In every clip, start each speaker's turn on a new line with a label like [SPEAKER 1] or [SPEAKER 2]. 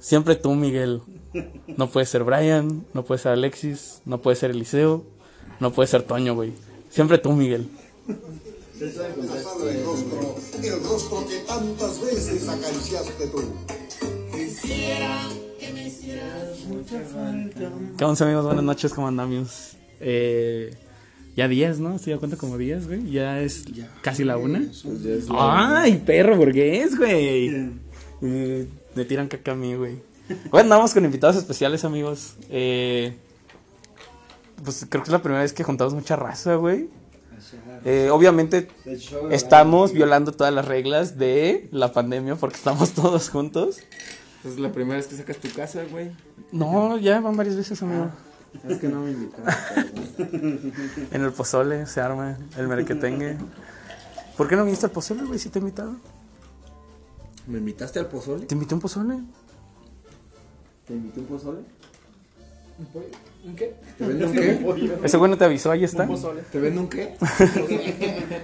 [SPEAKER 1] Siempre tú, Miguel. No puede ser Brian, no puede ser Alexis, no puede ser Eliseo, no puede ser Toño, güey. Siempre tú, Miguel.
[SPEAKER 2] El rostro, el rostro que tantas veces acariciaste tú.
[SPEAKER 1] ¿Qué onda, amigos? Buenas noches, ¿cómo andamos? Eh, ya 10, ¿no? Estoy ya cuenta como 10, güey. Ya es casi la una. ¡Ay, perro burgués, güey! Eh, Me tiran caca a mí, güey. Bueno, andamos con invitados especiales, amigos. Eh, pues creo que es la primera vez que juntamos mucha raza, güey. Eh, obviamente estamos violando todas las reglas de la pandemia porque estamos todos juntos.
[SPEAKER 3] Es la primera vez que sacas tu casa, güey.
[SPEAKER 1] No, ya van varias veces, amigo.
[SPEAKER 3] Es que no me invitaron.
[SPEAKER 1] En el pozole se arma el merequetengue. ¿Por qué no viniste al pozole, güey? Si te he invitado.
[SPEAKER 3] ¿Me invitaste al pozole?
[SPEAKER 1] ¿Te invité a un pozole?
[SPEAKER 3] ¿Te invité un pozole?
[SPEAKER 4] ¿Un qué?
[SPEAKER 3] ¿Te vendo un qué?
[SPEAKER 1] Ese güey no te avisó, ahí está.
[SPEAKER 4] Pozole.
[SPEAKER 3] ¿Te vendo un qué?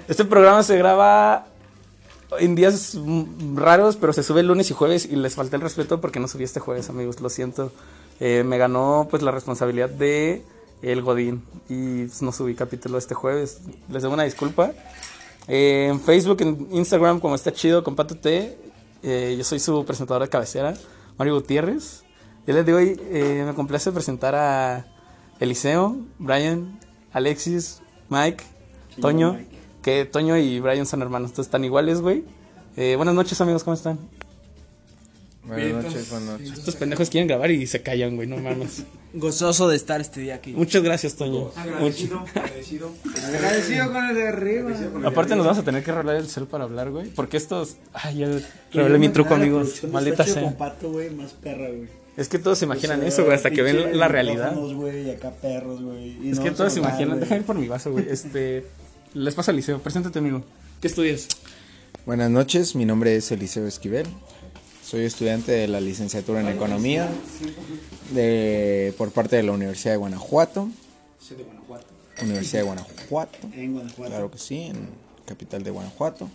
[SPEAKER 1] Este programa se graba en días mm, raros, pero se sube lunes y jueves. Y les falta el respeto porque no subí este jueves, amigos. Lo siento. Eh, me ganó pues la responsabilidad de el Godín. Y pues, no subí capítulo este jueves. Les debo una disculpa. Eh, en Facebook, en Instagram, como está chido, compártete. Eh, yo soy su presentador de cabecera, Mario Gutiérrez. Y el día de hoy eh, me complace presentar a Eliseo, Brian, Alexis, Mike, Toño. Que Toño y Brian son hermanos, entonces están iguales, güey. Eh, buenas noches, amigos, ¿cómo están?
[SPEAKER 3] Buenas noches, buenas noches.
[SPEAKER 1] Estos pendejos quieren grabar y se callan, güey, no mames.
[SPEAKER 5] Gozoso de estar este día aquí.
[SPEAKER 1] Muchas gracias, Toño.
[SPEAKER 4] Agradecido, agradecido.
[SPEAKER 5] Agradecido con el de arriba.
[SPEAKER 1] Mucho- Aparte, nos vamos a tener que revelar el cel para hablar, güey. Porque estos. Ay, ya revelé mi truco, amigos. Maldita sea.
[SPEAKER 5] Con pato, güey, más perra, güey.
[SPEAKER 1] Es que todos se imaginan
[SPEAKER 5] O sea,
[SPEAKER 1] eso, güey, hasta que ven
[SPEAKER 5] Pues, pinche
[SPEAKER 1] la realidad.
[SPEAKER 5] micrófonos, güey, y acá perros, güey. y
[SPEAKER 1] Es
[SPEAKER 5] no
[SPEAKER 1] que todos se
[SPEAKER 5] normal,
[SPEAKER 1] imaginan.
[SPEAKER 5] güey.
[SPEAKER 1] Déjame ir por mi vaso, güey. Este. Les pasa al liceo. Preséntate, amigo. ¿Qué estudias?
[SPEAKER 3] Buenas noches, mi nombre es Eliseo Esquivel. Soy estudiante de la licenciatura en Economía de, por parte de la Universidad de Guanajuato.
[SPEAKER 4] Soy de Guanajuato.
[SPEAKER 3] Universidad de Guanajuato.
[SPEAKER 5] En Guanajuato.
[SPEAKER 3] Claro que sí, en capital de Guanajuato.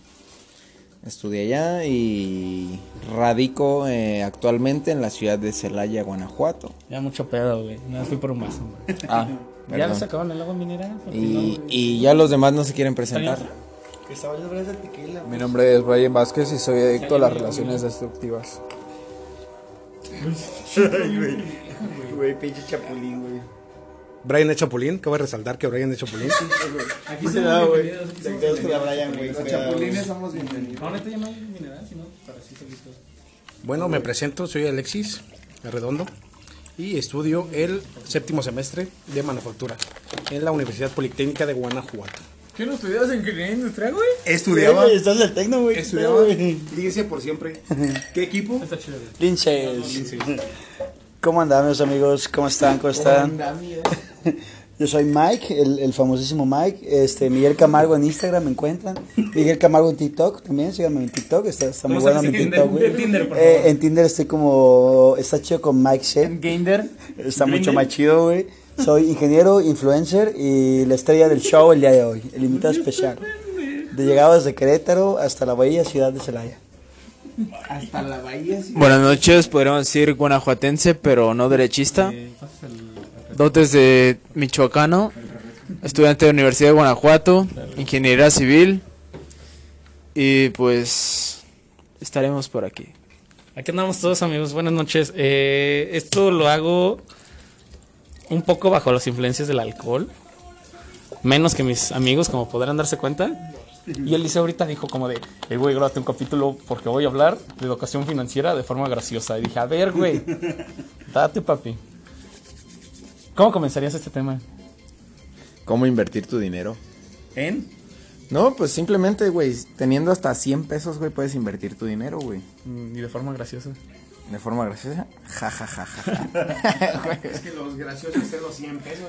[SPEAKER 3] Estudié allá y radico eh, actualmente en la ciudad de Celaya, Guanajuato.
[SPEAKER 1] Ya mucho pedo, güey. Nada, fui por un vaso, güey.
[SPEAKER 3] Ah,
[SPEAKER 1] Ya les acabaron el agua mineral.
[SPEAKER 3] Y, y ya los demás no se quieren presentar.
[SPEAKER 5] Que estaba yo sobre esa tequila.
[SPEAKER 6] Mi nombre es Brian Vázquez y soy adicto a las relaciones destructivas.
[SPEAKER 5] Güey, pinche chapulín, güey.
[SPEAKER 7] Brian es Chapulín, cabe resaltar que Brian es Chapulín.
[SPEAKER 5] Aquí se da, güey. Te quedas con la Brian, güey. cuidado, güey.
[SPEAKER 4] somos bienvenidos.
[SPEAKER 1] No, neta, ya no hay mineral, sino para sí solito.
[SPEAKER 7] Bueno, me presento, soy Alexis Arredondo y estudio el séptimo semestre de manufactura en la Universidad Politécnica de Guanajuato.
[SPEAKER 4] ¿Qué no estudiabas en ingeniería industrial, güey?
[SPEAKER 5] Estudiaba. Güey, estás en el tecno, güey.
[SPEAKER 7] Estudiaba.
[SPEAKER 5] güey.
[SPEAKER 7] Dígase por siempre. ¿Qué equipo?
[SPEAKER 1] Está chido, güey.
[SPEAKER 5] Linces. ¿Cómo andan, mis amigos? ¿Cómo están? ¿Cómo están? Yo soy Mike, el, el famosísimo Mike. Este, Miguel Camargo en Instagram me encuentran. Miguel Camargo en TikTok también, síganme en TikTok. Está, está muy
[SPEAKER 1] ¿Cómo
[SPEAKER 5] bueno mi
[SPEAKER 1] sales en Tinder?
[SPEAKER 5] TikTok, güey.
[SPEAKER 1] En Tinder, por
[SPEAKER 5] Eh,
[SPEAKER 1] favor.
[SPEAKER 5] en Tinder estoy como. Está chido con Mike Shed.
[SPEAKER 1] Gainder.
[SPEAKER 5] Está mucho más chido, güey. Soy ingeniero, influencer y la estrella del show el día de hoy. El invitado especial. De llegado desde Querétaro hasta la bella ciudad de Celaya.
[SPEAKER 4] Hasta la bahía, sí.
[SPEAKER 6] Buenas noches, podríamos decir guanajuatense, pero no derechista. Dotes de michoacano, estudiante de Universidad de Guanajuato, ingeniería civil. Y pues estaremos por aquí.
[SPEAKER 1] Aquí andamos todos amigos, buenas noches. Eh, esto lo hago un poco bajo las influencias del alcohol, menos que mis amigos, como podrán darse cuenta. Y el liceo ahorita dijo como de, "Eh, güey, grábate un capítulo porque voy a hablar de educación financiera de forma graciosa. Y dije, a ver, güey, date papi. ¿Cómo comenzarías este tema?
[SPEAKER 3] ¿Cómo invertir tu dinero?
[SPEAKER 1] ¿En?
[SPEAKER 3] No, pues simplemente, güey, teniendo hasta 100 pesos, güey, puedes invertir tu dinero, güey.
[SPEAKER 4] Mm,
[SPEAKER 1] Y de forma graciosa.
[SPEAKER 3] De forma graciosa. Ja, ja, ja, ja, ja.
[SPEAKER 4] Es que los graciosos son los 100 pesos.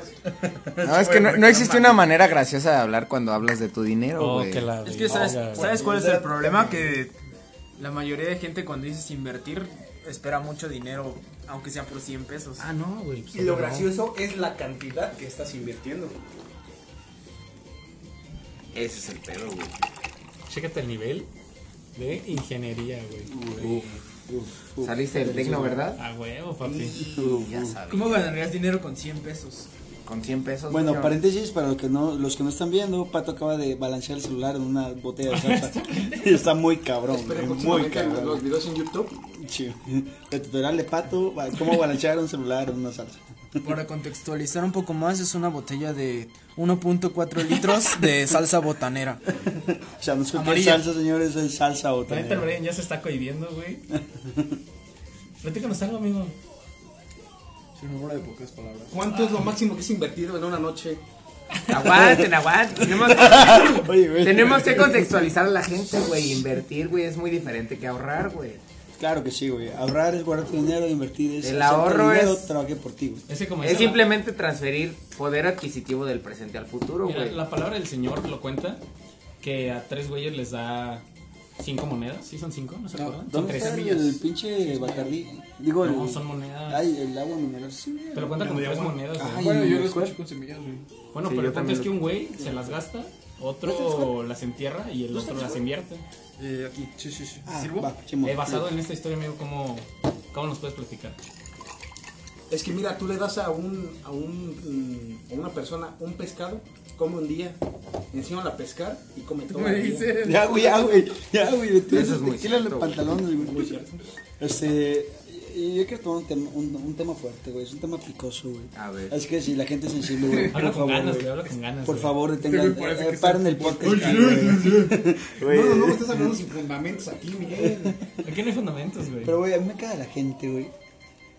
[SPEAKER 3] No, es que no, no existe una manera graciosa de hablar cuando hablas de tu dinero,
[SPEAKER 1] Oh,
[SPEAKER 3] güey.
[SPEAKER 1] que la
[SPEAKER 4] Es que sabes,
[SPEAKER 1] verga, güey.
[SPEAKER 4] ¿sabes cuál es el problema que
[SPEAKER 6] La mayoría de gente cuando dices invertir espera mucho dinero, aunque sea por 100 pesos.
[SPEAKER 1] Ah, no, güey. pues,
[SPEAKER 4] y lo
[SPEAKER 1] no.
[SPEAKER 4] gracioso es la cantidad que estás invirtiendo.
[SPEAKER 3] Ese es el pedo, güey.
[SPEAKER 1] Chécate el nivel de ingeniería, güey. Uf.
[SPEAKER 3] Saliste del tecno, ¿verdad?
[SPEAKER 1] A huevo, papi.
[SPEAKER 3] Ya sabes.
[SPEAKER 1] ¿Cómo ganarías dinero con 100 pesos?
[SPEAKER 3] Con 100 pesos.
[SPEAKER 5] Bueno,
[SPEAKER 3] niño.
[SPEAKER 5] paréntesis para los que no, los que no están viendo, Pato acaba de balancear el celular en una botella de salsa. y está muy cabrón, güey, muy
[SPEAKER 4] Los
[SPEAKER 5] cabrón.
[SPEAKER 4] videos en YouTube.
[SPEAKER 5] Sí. El tutorial de Pato, va- cómo balancear un celular en una salsa.
[SPEAKER 1] Para contextualizar un poco más, es una botella de 1.4 litros de salsa botanera.
[SPEAKER 5] O sea, no es cualquier
[SPEAKER 1] Amarilla.
[SPEAKER 5] salsa, señores, es salsa o
[SPEAKER 1] Ahorita el Brian ya se está cohibiendo, güey. Platícanos algo, amigo.
[SPEAKER 4] ¿Cuánto es lo máximo que has invertido en una noche?
[SPEAKER 3] Aguanten, aguanten. Tenemos,
[SPEAKER 5] Oye, güey.
[SPEAKER 3] tenemos que contextualizar a la gente, güey. Invertir, güey, es muy diferente que ahorrar, güey.
[SPEAKER 5] Claro que sí, güey. Ahorrar es guardar tu dinero, invertir es.
[SPEAKER 3] El
[SPEAKER 5] hacer
[SPEAKER 3] ahorro
[SPEAKER 5] tu dinero,
[SPEAKER 3] es-
[SPEAKER 5] Trabajé por ti, güey.
[SPEAKER 1] Ese como
[SPEAKER 3] Es
[SPEAKER 1] dice la-
[SPEAKER 3] simplemente transferir poder adquisitivo del presente al futuro,
[SPEAKER 1] Mira,
[SPEAKER 3] güey.
[SPEAKER 1] la palabra del señor lo cuenta que a tres güeyes les da cinco monedas, ¿sí son cinco? ¿No se acuerdan? son
[SPEAKER 5] ¿Dónde
[SPEAKER 1] tres
[SPEAKER 5] está el,
[SPEAKER 1] semillas.
[SPEAKER 5] pinche Bacardí? Digo,
[SPEAKER 1] No,
[SPEAKER 5] el-
[SPEAKER 1] son monedas.
[SPEAKER 5] Ay, el agua mineral. Sí,
[SPEAKER 1] Te lo cuenta como tres monedas. güey.
[SPEAKER 5] bueno, yo
[SPEAKER 1] Bueno, pero el punto es que un güey se las gasta, otro las entierra y el otro las invierte.
[SPEAKER 4] Eh, aquí, sí, sí, sí.
[SPEAKER 5] Ah, va, chimo.
[SPEAKER 1] Eh, basado en esta historia, amigo, ¿cómo, cómo nos puedes platicar?
[SPEAKER 4] Es que mira, tú le das a un, a un, mm, a una persona un pescado, come un día, encima la pescar y come todo. el día.
[SPEAKER 5] Ya, güey, ya, güey. Ya, güey.
[SPEAKER 3] Eso
[SPEAKER 5] Eso
[SPEAKER 3] es muy cierto, güey.
[SPEAKER 5] pantalones, güey. Muy cierto. Este. y- Yo quiero tomar un tema, un, un tema fuerte, güey. Es un tema picoso, güey.
[SPEAKER 3] A ver.
[SPEAKER 5] Es que si la gente es sensible, güey. Por
[SPEAKER 1] Habla con
[SPEAKER 5] favor,
[SPEAKER 1] ganas,
[SPEAKER 5] güey.
[SPEAKER 1] güey, habla con ganas.
[SPEAKER 5] Por
[SPEAKER 1] güey.
[SPEAKER 5] favor, detengan. eh, paren el podcast.
[SPEAKER 4] No, no, no, estás hablando sin fundamentos aquí, Miguel.
[SPEAKER 1] Aquí no hay fundamentos, güey.
[SPEAKER 5] Pero, güey, a mí me caga la gente, güey.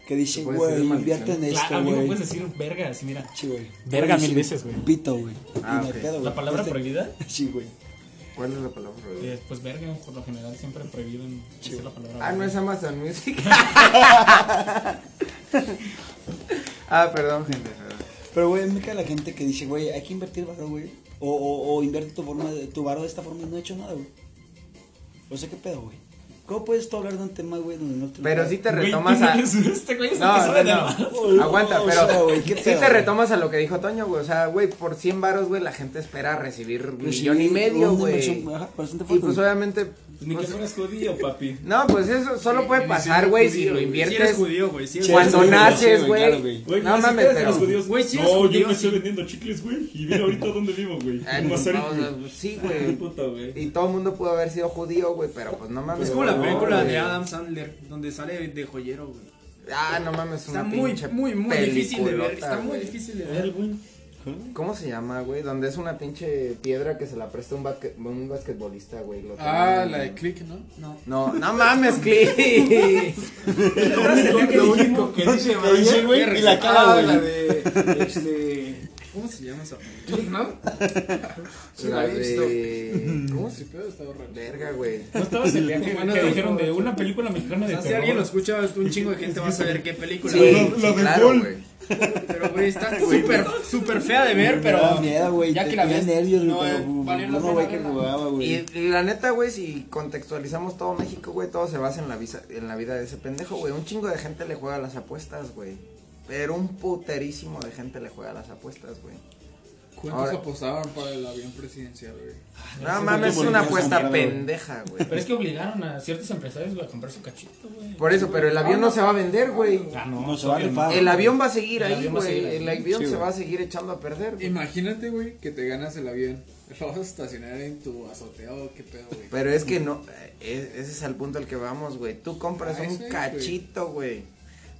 [SPEAKER 5] Que dice,
[SPEAKER 3] Puede
[SPEAKER 5] güey,
[SPEAKER 3] ser maldición.
[SPEAKER 5] invierte en
[SPEAKER 1] Claro,
[SPEAKER 5] esto,
[SPEAKER 1] amigo,
[SPEAKER 5] Este, güey.
[SPEAKER 1] puedes decir verga, así mira.
[SPEAKER 5] Sí, güey.
[SPEAKER 1] Verga
[SPEAKER 5] Oye,
[SPEAKER 1] mil
[SPEAKER 5] sí,
[SPEAKER 1] veces, güey.
[SPEAKER 5] Pito, güey.
[SPEAKER 3] Ah,
[SPEAKER 5] Y no hay
[SPEAKER 3] ok.
[SPEAKER 5] pedo, güey.
[SPEAKER 1] La palabra
[SPEAKER 5] Este-
[SPEAKER 1] prohibida,
[SPEAKER 5] Sí, güey.
[SPEAKER 3] ¿Cuál es la palabra? güey?
[SPEAKER 1] eh, pues verga, por lo general siempre prohíben decir la palabra.
[SPEAKER 3] Ah, no
[SPEAKER 1] verga.
[SPEAKER 3] es Amazon Music. ah, perdón, gente.
[SPEAKER 5] Pero, güey, me cae la gente que dice, güey, hay que invertir varo, güey. O, o, o invierte tu, forma de- tu varo de esta forma y no he hecho nada, güey. O sea, ¿qué pedo, güey? ¿Cómo puedes tú hablar de un tema, güey, donde no te...
[SPEAKER 3] Pero si te
[SPEAKER 1] Güey, tú
[SPEAKER 3] retomas
[SPEAKER 1] no
[SPEAKER 3] a.
[SPEAKER 1] eres- Este güey es el que
[SPEAKER 3] No,
[SPEAKER 1] sabe
[SPEAKER 3] no,
[SPEAKER 1] de más.
[SPEAKER 5] Oh,
[SPEAKER 3] no. Aguanta,
[SPEAKER 5] o sea,
[SPEAKER 3] pero
[SPEAKER 5] güey,
[SPEAKER 3] si
[SPEAKER 5] qué pedo,
[SPEAKER 3] te
[SPEAKER 5] güey.
[SPEAKER 3] retomas a lo que dijo Toño, güey. O sea, güey, por 100 varos, güey, la gente espera recibir un
[SPEAKER 5] Pues
[SPEAKER 3] millón y pues, medio,
[SPEAKER 5] una
[SPEAKER 3] güey.
[SPEAKER 5] inversión, ajá, bastante
[SPEAKER 3] Y
[SPEAKER 5] fuerte,
[SPEAKER 3] pues
[SPEAKER 5] güey.
[SPEAKER 3] obviamente.
[SPEAKER 1] Ni que
[SPEAKER 3] pues,
[SPEAKER 1] fueras judío, papi.
[SPEAKER 3] no, pues eso solo puede pasar, güey, si lo inviertes
[SPEAKER 1] judío, güey. Si
[SPEAKER 3] cuando
[SPEAKER 5] Sí,
[SPEAKER 3] naces,
[SPEAKER 5] sí, güey, claro,
[SPEAKER 3] güey.
[SPEAKER 5] güey.
[SPEAKER 3] No mames, pero.
[SPEAKER 1] pues, Güey, si eres
[SPEAKER 8] No, yo
[SPEAKER 1] judío.
[SPEAKER 8] me estoy vendiendo chicles, güey. Y mira ahorita dónde vivo, güey.
[SPEAKER 3] Ay,
[SPEAKER 8] Un
[SPEAKER 3] pues,
[SPEAKER 8] bazar,
[SPEAKER 3] vamos
[SPEAKER 8] güey.
[SPEAKER 3] a- pues, sí, güey. Y todo el mundo pudo haber sido judío, güey, pero pues no mames.
[SPEAKER 1] Es como la
[SPEAKER 3] no,
[SPEAKER 1] película
[SPEAKER 3] güey.
[SPEAKER 1] de Adam Sandler, donde sale de joyero, güey.
[SPEAKER 3] Ah, no mames,
[SPEAKER 1] Está
[SPEAKER 3] una
[SPEAKER 1] muy,
[SPEAKER 3] pinche
[SPEAKER 1] muy, muy difícil de ver.
[SPEAKER 3] peliculota,
[SPEAKER 1] Está muy
[SPEAKER 3] güey.
[SPEAKER 1] difícil de ver, güey.
[SPEAKER 3] ¿Cómo se llama, güey? Donde es una pinche piedra que se la presta un, basque- un basquetbolista, güey. lo
[SPEAKER 1] Ah,
[SPEAKER 3] termina-
[SPEAKER 1] la de Click, ¿no? No.
[SPEAKER 3] No, no mames, Click.
[SPEAKER 4] Lo único que dice,
[SPEAKER 5] dice, güey, y la cara,
[SPEAKER 4] Ah,
[SPEAKER 5] güey.
[SPEAKER 4] la de, este,
[SPEAKER 1] ¿Cómo se llama esa película?
[SPEAKER 4] Click, ¿no? Sí,
[SPEAKER 3] la
[SPEAKER 4] la he visto.
[SPEAKER 3] de... ¿Cómo se Verga, güey.
[SPEAKER 1] No estabas el día que,
[SPEAKER 4] Bueno,
[SPEAKER 1] que
[SPEAKER 4] no,
[SPEAKER 1] dijeron
[SPEAKER 4] no,
[SPEAKER 1] de una película mexicana de
[SPEAKER 4] Ah,
[SPEAKER 9] sea, si alguien lo
[SPEAKER 1] terror.
[SPEAKER 9] escucha, un chingo de gente va a saber qué película.
[SPEAKER 3] Sí,
[SPEAKER 8] la de
[SPEAKER 3] claro,
[SPEAKER 8] Gol.
[SPEAKER 3] güey.
[SPEAKER 9] Pero, güey, está súper, súper fea de ver, pero.
[SPEAKER 5] Me da miedo, güey.
[SPEAKER 9] Ya
[SPEAKER 5] te-
[SPEAKER 9] que la
[SPEAKER 5] me da
[SPEAKER 9] ves.
[SPEAKER 5] nervios, güey,
[SPEAKER 9] no,
[SPEAKER 5] pero,
[SPEAKER 9] eh, valió la
[SPEAKER 5] no,
[SPEAKER 9] pena
[SPEAKER 5] güey, que
[SPEAKER 9] verla.
[SPEAKER 5] jugaba, güey.
[SPEAKER 3] Y la neta, güey, si contextualizamos todo México, güey, todo se basa en la, visa- en la vida de ese pendejo, güey. Un chingo de gente le juega a las apuestas, güey. Pero un puterísimo de gente le juega a las apuestas, güey.
[SPEAKER 9] ¿Cuántos
[SPEAKER 3] Ahora-
[SPEAKER 9] apostaban para el avión presidencial, güey?
[SPEAKER 3] No mames, es una apuesta pendeja, güey.
[SPEAKER 1] Pero es que obligaron a ciertos empresarios güey, a comprar su cachito, güey.
[SPEAKER 3] Por eso, pero el avión no se va a vender, güey.
[SPEAKER 1] Ah, no.
[SPEAKER 5] No se va a
[SPEAKER 1] obviamente.
[SPEAKER 5] rifar.
[SPEAKER 3] El avión va a seguir
[SPEAKER 1] El
[SPEAKER 3] ahí,
[SPEAKER 1] avión va a seguir
[SPEAKER 3] güey.
[SPEAKER 1] ahí.
[SPEAKER 3] El avión se va a seguir echando a perder, güey.
[SPEAKER 9] Imagínate, güey, que te ganas el avión. Lo vas a estacionar en tu azotea o qué pedo, güey.
[SPEAKER 3] Pero es que no, eh, e- ese es al punto al que vamos, güey. Tú compras
[SPEAKER 9] Ah,
[SPEAKER 3] un
[SPEAKER 9] ese,
[SPEAKER 3] cachito, güey.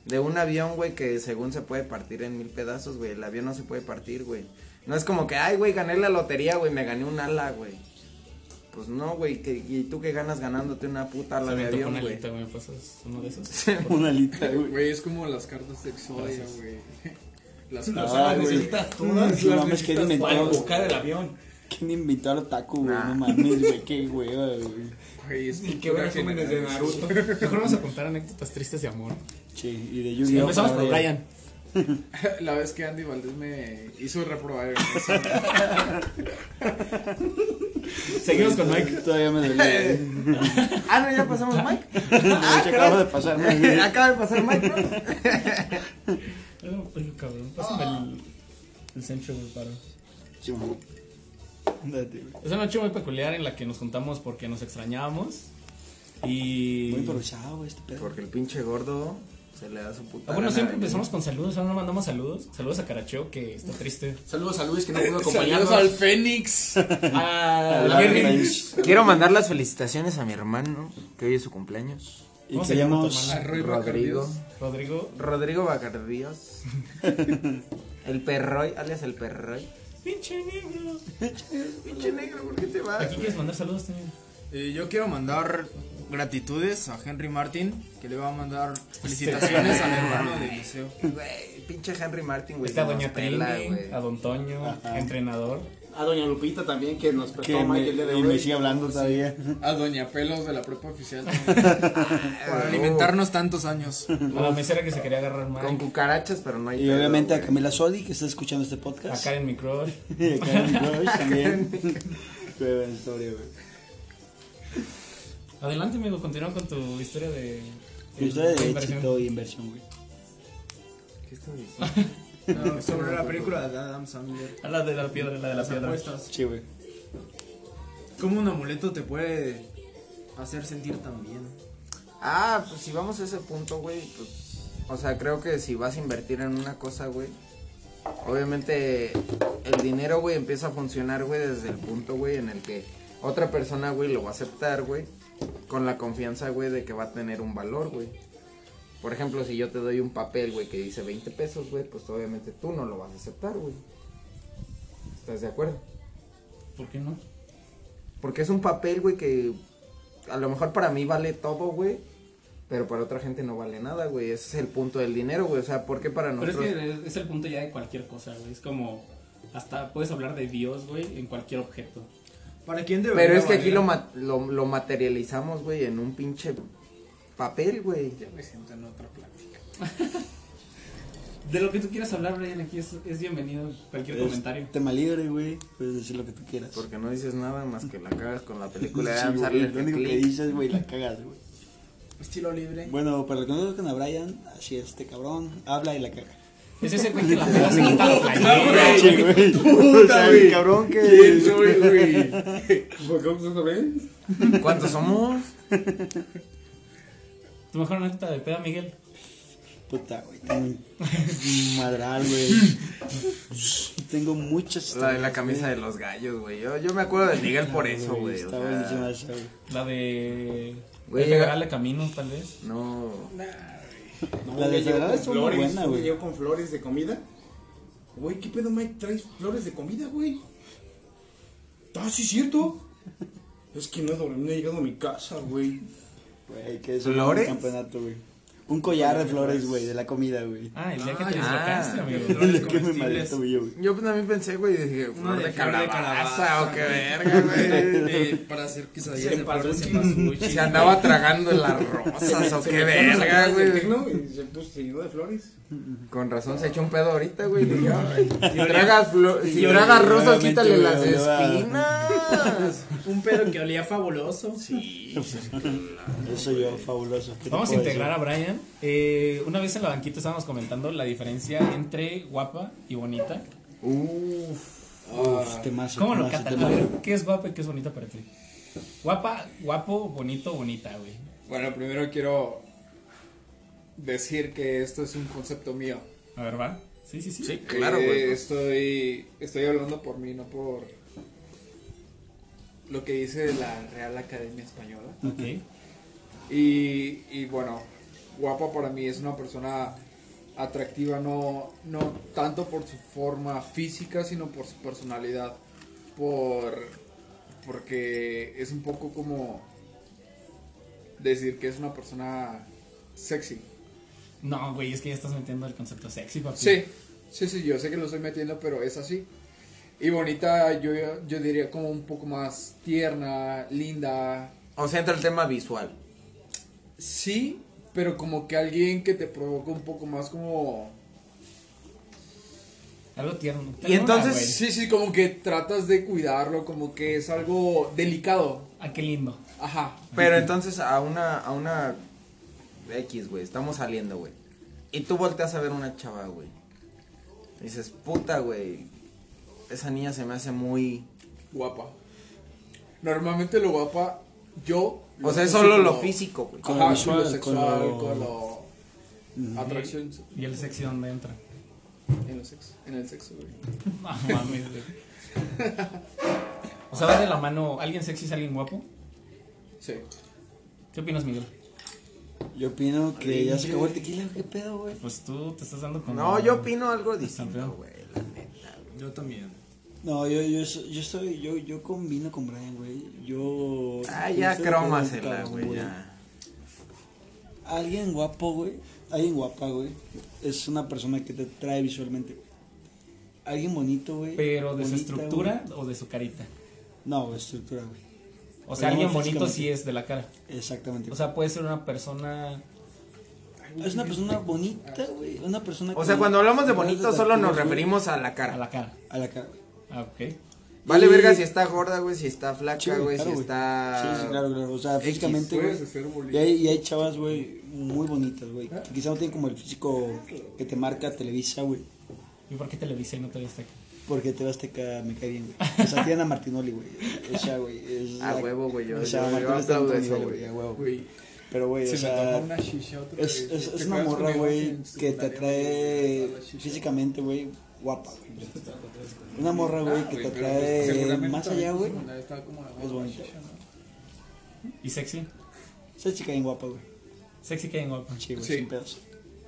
[SPEAKER 3] De un avión, güey, que según se puede partir en mil pedazos, güey. El avión no se puede partir, güey. No es como que, ay, güey, gané la lotería, güey, me gané un ala, güey. Pues no, güey, que- y tú que ganas ganándote una puta ala
[SPEAKER 1] Se me
[SPEAKER 3] de
[SPEAKER 1] antojó
[SPEAKER 3] avión,
[SPEAKER 1] una
[SPEAKER 3] güey.
[SPEAKER 1] alita, güey. ¿Me pasas uno de esos?
[SPEAKER 5] Una lita, güey.
[SPEAKER 9] Güey, es como las cartas de Exodia, güey. Las
[SPEAKER 5] Ah,
[SPEAKER 9] cartas
[SPEAKER 5] güey.
[SPEAKER 1] todas,
[SPEAKER 5] No mames, ¿quién
[SPEAKER 1] Para
[SPEAKER 5] inventó?
[SPEAKER 1] buscar el avión.
[SPEAKER 5] ¿Quién inventó al otaku, güey? No mames, güey, qué hueva, güey.
[SPEAKER 9] güey, es
[SPEAKER 1] Y qué
[SPEAKER 9] cultura
[SPEAKER 1] buenas jóvenes de
[SPEAKER 9] general.
[SPEAKER 1] Naruto. Mejor vamos a contar anécdotas tristes de amor.
[SPEAKER 5] Sí, y de Yu-Gi-Oh!
[SPEAKER 1] Empezamos por
[SPEAKER 5] padre.
[SPEAKER 1] Brian.
[SPEAKER 9] La vez que Andy Valdés me hizo reprobar el examen.
[SPEAKER 1] Seguimos con Mike.
[SPEAKER 5] Todavía me duele. güey.
[SPEAKER 3] Ah, no, ya pasamos, Mike.
[SPEAKER 5] De hecho, acabo de pasar, güey.
[SPEAKER 3] Acaba de pasar, Mike, ¿no?
[SPEAKER 1] Ah, Oye, cabrón, pásame el, el centro, güey, paro.
[SPEAKER 5] Sí, güey. Ándate, güey.
[SPEAKER 1] Es una noche muy peculiar en la que nos juntamos porque nos extrañábamos. Y.
[SPEAKER 5] Muy improvisado, güey, este pedo.
[SPEAKER 3] Porque el pinche gordo se le da su puta.
[SPEAKER 1] Ah, bueno,
[SPEAKER 3] gana
[SPEAKER 1] siempre
[SPEAKER 3] de venir.
[SPEAKER 1] empezamos con saludos, ahora no mandamos saludos. Saludos a Caracheo, que está triste.
[SPEAKER 4] Saludos a Luis que no pudo
[SPEAKER 9] Saludos
[SPEAKER 4] acompañarnos.
[SPEAKER 9] al Fénix.
[SPEAKER 1] Ah,
[SPEAKER 5] La
[SPEAKER 1] Jerry.
[SPEAKER 5] French.
[SPEAKER 3] Quiero mandar las felicitaciones a mi hermano, que hoy es su cumpleaños.
[SPEAKER 5] Y
[SPEAKER 1] ¿Cómo se llama tu
[SPEAKER 5] queremos.
[SPEAKER 9] A Roy
[SPEAKER 3] Rodrigo.
[SPEAKER 9] Bacardíos.
[SPEAKER 1] Rodrigo.
[SPEAKER 3] Rodrigo Bacardíos. el perroy, alias el perroy.
[SPEAKER 1] Pinche negro.
[SPEAKER 3] Pinche negro, ¿por qué te vas?
[SPEAKER 1] Aquí quieres mandar saludos también.
[SPEAKER 10] Eh, yo quiero mandar gratitudes a Henry Martin, que le va a mandar felicitaciones a mi hermano de liceo.
[SPEAKER 3] Güey, pinche Henry Martin, güey.
[SPEAKER 1] Está
[SPEAKER 3] que nos
[SPEAKER 1] Doña
[SPEAKER 3] pela,
[SPEAKER 1] Trini,
[SPEAKER 10] Ah.
[SPEAKER 3] güey.
[SPEAKER 1] a Don Toño, entrenador.
[SPEAKER 4] A Doña Lupita también, que nos prestó
[SPEAKER 5] Que me-
[SPEAKER 4] Mike el día de
[SPEAKER 5] y me sigue
[SPEAKER 4] hoy.
[SPEAKER 5] hablando todavía.
[SPEAKER 9] A Doña Pelos de la prepa oficial.
[SPEAKER 3] Eh,
[SPEAKER 10] Para alimentarnos tantos años.
[SPEAKER 1] A la mesera que se quería agarrar más.
[SPEAKER 3] Con cucarachas, pero no hay.
[SPEAKER 5] Y
[SPEAKER 3] pedo,
[SPEAKER 5] obviamente a
[SPEAKER 3] güey.
[SPEAKER 5] Camila Sodi, que está escuchando este
[SPEAKER 1] A
[SPEAKER 5] podcast.
[SPEAKER 1] Karen Mi crush.
[SPEAKER 5] Y a Karen Grosh también. Qué buena historia, güey.
[SPEAKER 1] Adelante, amigo, continúa con tu historia de.
[SPEAKER 5] Tu historia de
[SPEAKER 1] inversión.
[SPEAKER 5] éxito y inversión, güey.
[SPEAKER 3] ¿Qué estoy diciendo?
[SPEAKER 10] No, sobre la película de Adam Sandler.
[SPEAKER 1] A la de la piedra, la de la
[SPEAKER 10] Las
[SPEAKER 1] piedra.
[SPEAKER 10] apuestas.
[SPEAKER 5] Sí, güey.
[SPEAKER 10] ¿Cómo un amuleto te puede hacer sentir tan bien?
[SPEAKER 3] Ah, pues si vamos a ese punto, güey, pues, o sea, creo que si vas a invertir en una cosa, güey, obviamente el dinero, güey, empieza a funcionar, güey, desde el punto, güey, en el que otra persona, güey, lo va a aceptar, güey, con la confianza, güey, de que va a tener un valor, güey. Por ejemplo, si yo te doy un papel, güey, que dice 20 pesos, güey, pues obviamente tú no lo vas a aceptar, güey. ¿Estás de acuerdo?
[SPEAKER 1] ¿Por qué no?
[SPEAKER 3] Porque es un papel, güey, que a lo mejor para mí vale todo, güey. Pero para otra gente no vale nada, güey. Ese es el punto del dinero, güey. O sea, ¿por qué para
[SPEAKER 1] Pero es
[SPEAKER 3] nosotros?
[SPEAKER 1] que es- es el punto ya de cualquier cosa, güey. Es como. Hasta puedes hablar de Dios, güey, en cualquier objeto.
[SPEAKER 10] ¿Para quién debería
[SPEAKER 3] Pero es que aquí
[SPEAKER 10] valer?
[SPEAKER 3] lo, ma- lo, lo materializamos, güey, en un pinche papel, güey.
[SPEAKER 9] Me siento en otra plática.
[SPEAKER 1] De lo que tú quieras hablar, Brian, aquí es, es bienvenido cualquier
[SPEAKER 5] Es
[SPEAKER 1] comentario.
[SPEAKER 5] Tema libre, güey. Puedes decir lo que tú quieras.
[SPEAKER 3] Porque no dices nada más que la cagas con la película de
[SPEAKER 5] Sí,
[SPEAKER 3] Adam
[SPEAKER 5] güey,
[SPEAKER 3] Sandler.
[SPEAKER 5] Lo único que dices, güey, la cagas, güey.
[SPEAKER 10] Estilo libre.
[SPEAKER 5] Bueno, para los que no conozcan a Brian, así es, este cabrón habla y la caga.
[SPEAKER 1] Es ese güey que la peda se quita la playera.
[SPEAKER 5] Sí, güey. O sea, el cabrón que.
[SPEAKER 9] ¿Quién soy, güey?
[SPEAKER 4] ¿Cómo ven?
[SPEAKER 3] ¿Cuántos somos?
[SPEAKER 1] Tu mejor anécdota de peda, Miguel.
[SPEAKER 5] Puta, güey. Tengo un madral, güey. Tengo muchas.
[SPEAKER 3] La de la camisa de los gallos, güey. Yo, yo me acuerdo de Miguel por eso, güey. o
[SPEAKER 5] Está
[SPEAKER 3] sea,
[SPEAKER 5] buenísima esa, güey.
[SPEAKER 1] La de.
[SPEAKER 3] Güey,
[SPEAKER 1] de pegarle camino, tal vez.
[SPEAKER 3] no.
[SPEAKER 5] La de
[SPEAKER 4] ya llegó
[SPEAKER 5] Ferrara
[SPEAKER 4] con
[SPEAKER 5] estuvo muy
[SPEAKER 4] flores,
[SPEAKER 5] buena, güey.
[SPEAKER 4] Llegó con flores de comida. Güey, ¿qué pedo, Mike? ¿Traes flores de comida, güey? Ah, sí, cierto. Es que no he, dormido, no he llegado a mi casa, güey.
[SPEAKER 5] Güey, que es un
[SPEAKER 3] ¿Flores?
[SPEAKER 5] campeonato, güey. Un collar de flores, güey, de la comida, güey.
[SPEAKER 1] Ah, el día que te
[SPEAKER 3] ya.
[SPEAKER 1] dislocaste, amigo.
[SPEAKER 5] Lo que me madre yo, güey.
[SPEAKER 3] Yo también pensé, güey, dije, flor de,
[SPEAKER 10] de flor de
[SPEAKER 3] calabaza,
[SPEAKER 10] calabaza,
[SPEAKER 3] o qué verga, güey.
[SPEAKER 10] Eh, para hacer quesadillas
[SPEAKER 4] Se
[SPEAKER 10] de
[SPEAKER 4] emparró
[SPEAKER 10] flores
[SPEAKER 4] un
[SPEAKER 10] en pasuchi.
[SPEAKER 3] Se andaba tragando las rosas, o
[SPEAKER 4] Se
[SPEAKER 3] qué
[SPEAKER 4] me fueron las
[SPEAKER 3] verga,
[SPEAKER 4] flores del
[SPEAKER 3] güey.
[SPEAKER 4] tecno Y se puso se llenó de flores.
[SPEAKER 3] Con razón se echó un pedo ahorita, güey. Dije, ay, si tragas, flo- si tragas
[SPEAKER 5] yo-
[SPEAKER 3] rosas,
[SPEAKER 5] obviamente,
[SPEAKER 3] quítale
[SPEAKER 5] güey,
[SPEAKER 3] las
[SPEAKER 5] yo iba-
[SPEAKER 3] espinas.
[SPEAKER 10] Un pedo que olía fabuloso. Sí.
[SPEAKER 4] Ah,
[SPEAKER 5] Eso yo, fabuloso. ¿Qué te
[SPEAKER 1] Vamos a
[SPEAKER 5] puedo
[SPEAKER 1] integrar a Brian. Eh, una vez en la banquita estábamos comentando la diferencia entre guapa y bonita.
[SPEAKER 5] decir? Ah, Uf, temazo,
[SPEAKER 1] ¿Cómo lo
[SPEAKER 5] temazo,
[SPEAKER 1] catalogas?
[SPEAKER 5] temazo.
[SPEAKER 1] ¿Qué es guapa y qué es bonita para ti? Guapa, guapo, bonito, bonita, güey.
[SPEAKER 9] Bueno, primero quiero decir que esto es un concepto mío.
[SPEAKER 1] A ver, va. Sí, sí, sí.
[SPEAKER 3] Claro,
[SPEAKER 9] Eh,
[SPEAKER 3] güey.
[SPEAKER 9] Estoy, estoy hablando por mí, no por lo que dice la Real Academia Española.
[SPEAKER 1] Ok.
[SPEAKER 9] Y, y bueno, guapa para mí es una persona atractiva, no, no tanto por su forma física, sino por su personalidad. Por, porque es un poco como decir que es una persona sexy.
[SPEAKER 1] No, güey, es que ya estás metiendo el concepto sexy, papi.
[SPEAKER 9] Sí, sí, sí, yo sé que lo estoy metiendo, pero es así. Y bonita, yo, yo diría como un poco más tierna, linda.
[SPEAKER 3] O sea, entra el tema visual.
[SPEAKER 9] Sí, pero como que alguien que te provoca un poco más como...
[SPEAKER 1] Algo tierno.
[SPEAKER 9] Y
[SPEAKER 1] Ternura,
[SPEAKER 9] entonces,
[SPEAKER 1] güey.
[SPEAKER 9] sí, sí, como que tratas de cuidarlo, como que es algo delicado.
[SPEAKER 1] Ah, qué lindo.
[SPEAKER 9] Ajá.
[SPEAKER 3] Pero entonces a una, a una X, güey, estamos saliendo, güey. Y tú volteas a ver una chava, güey. Y Dices, puta, güey. Esa niña se me hace muy...
[SPEAKER 9] Guapa. Normalmente lo guapa yo. lo
[SPEAKER 3] O sea, es
[SPEAKER 9] asocio
[SPEAKER 3] solo
[SPEAKER 9] con
[SPEAKER 3] lo físico, güey.
[SPEAKER 9] Ajá,
[SPEAKER 1] Con lo
[SPEAKER 9] con lo
[SPEAKER 1] visual, con
[SPEAKER 9] sexual,
[SPEAKER 1] lo-
[SPEAKER 9] con lo. Atracción
[SPEAKER 1] Y el sexy donde entra.
[SPEAKER 9] en, lo sexo, en el sexo, güey.
[SPEAKER 1] No mames, güey. O sea, va de la mano. ¿Alguien sexy es alguien guapo?
[SPEAKER 9] Sí.
[SPEAKER 1] ¿Qué opinas, Miguel?
[SPEAKER 5] Yo opino que ya se acabó el tequila, qué pedo, güey.
[SPEAKER 1] Pues tú te estás dando con.
[SPEAKER 3] No, yo opino algo distinto,
[SPEAKER 1] Campeón.
[SPEAKER 3] güey, la neta.
[SPEAKER 8] Yo también.
[SPEAKER 5] No, yo, yo, so- yo estoy, yo, yo combino con Brian, güey. Yo.
[SPEAKER 3] Ah,
[SPEAKER 5] yo
[SPEAKER 3] ya
[SPEAKER 5] estoy de acuerdo con
[SPEAKER 3] crómasela,
[SPEAKER 5] cabrón,
[SPEAKER 3] güey, ya.
[SPEAKER 5] Alguien guapo, güey. Alguien guapa, güey. Es una persona que te trae visualmente, güey. Alguien bonito, güey.
[SPEAKER 1] Pero de su
[SPEAKER 5] bonita,
[SPEAKER 1] estructura
[SPEAKER 5] güey.
[SPEAKER 1] o de su carita.
[SPEAKER 5] No, güey, estructura, güey.
[SPEAKER 1] O sea,
[SPEAKER 5] Pero
[SPEAKER 1] alguien
[SPEAKER 5] no
[SPEAKER 1] bonito
[SPEAKER 5] físicamente.
[SPEAKER 1] sí es de la cara.
[SPEAKER 5] Exactamente.
[SPEAKER 1] O sea, puede ser una persona.
[SPEAKER 5] es una persona bonita, güey. Una persona
[SPEAKER 3] O sea,
[SPEAKER 5] con-
[SPEAKER 3] cuando hablamos de
[SPEAKER 5] con
[SPEAKER 3] bonito
[SPEAKER 5] rasgos
[SPEAKER 3] solo nos
[SPEAKER 5] atractivos, güey,
[SPEAKER 3] referimos a la
[SPEAKER 1] A
[SPEAKER 3] cara.
[SPEAKER 1] la cara.
[SPEAKER 5] A la cara, güey.
[SPEAKER 1] Ah, ok.
[SPEAKER 3] Vale
[SPEAKER 5] Y-
[SPEAKER 3] verga si está gorda, güey, si está
[SPEAKER 5] Sí,
[SPEAKER 3] flaca, güey,
[SPEAKER 5] claro,
[SPEAKER 3] si
[SPEAKER 5] güey.
[SPEAKER 3] está...
[SPEAKER 5] Sí, sí, claro, claro. O sea,
[SPEAKER 3] X,
[SPEAKER 5] físicamente, güey.
[SPEAKER 9] Puedes hacer
[SPEAKER 5] Y
[SPEAKER 9] bolillo.
[SPEAKER 5] hay, y hay chavas, güey, muy bonitas, güey. que Quizá no tienen como el físico que te marca Televisa, güey.
[SPEAKER 1] ¿Y por qué Televisa y no TV Azteca?
[SPEAKER 5] Porque te vas a me cae bien, güey. O sea, Diana Martinoli, güey. Esa, güey. es
[SPEAKER 3] A
[SPEAKER 5] la-
[SPEAKER 3] huevo, güey, yo-
[SPEAKER 5] O sea,
[SPEAKER 3] yo- yo
[SPEAKER 5] Martinoli está en otro
[SPEAKER 3] aplaudo eso,
[SPEAKER 5] nivel,
[SPEAKER 3] güey.
[SPEAKER 5] güey. A huevo.
[SPEAKER 9] Güey,
[SPEAKER 5] Pero, güey, o
[SPEAKER 9] se me
[SPEAKER 5] sea.
[SPEAKER 9] antoja una shishota,
[SPEAKER 5] Es,
[SPEAKER 9] güey.
[SPEAKER 5] es,
[SPEAKER 9] Te
[SPEAKER 5] es una
[SPEAKER 9] quedas
[SPEAKER 5] morra,
[SPEAKER 9] con
[SPEAKER 5] güey,
[SPEAKER 9] imagen
[SPEAKER 5] que te
[SPEAKER 9] instantánea,
[SPEAKER 5] atrae
[SPEAKER 9] güey, a la shishota.
[SPEAKER 5] físicamente, güey, guapa, güey. Una morra, güey, que te
[SPEAKER 9] Ah, pero, pues,
[SPEAKER 5] atrae
[SPEAKER 9] seguramente
[SPEAKER 5] más
[SPEAKER 9] también
[SPEAKER 5] allá, güey.
[SPEAKER 9] cuando estaba como la
[SPEAKER 5] Es
[SPEAKER 9] morra
[SPEAKER 5] bonita.
[SPEAKER 9] chicha, ¿no?
[SPEAKER 1] ¿Y sexy?
[SPEAKER 5] Esa chica bien guapa, güey.
[SPEAKER 1] Sexy que hay en guapa.
[SPEAKER 5] Sí, güey,
[SPEAKER 9] Sí.
[SPEAKER 5] sin pedos.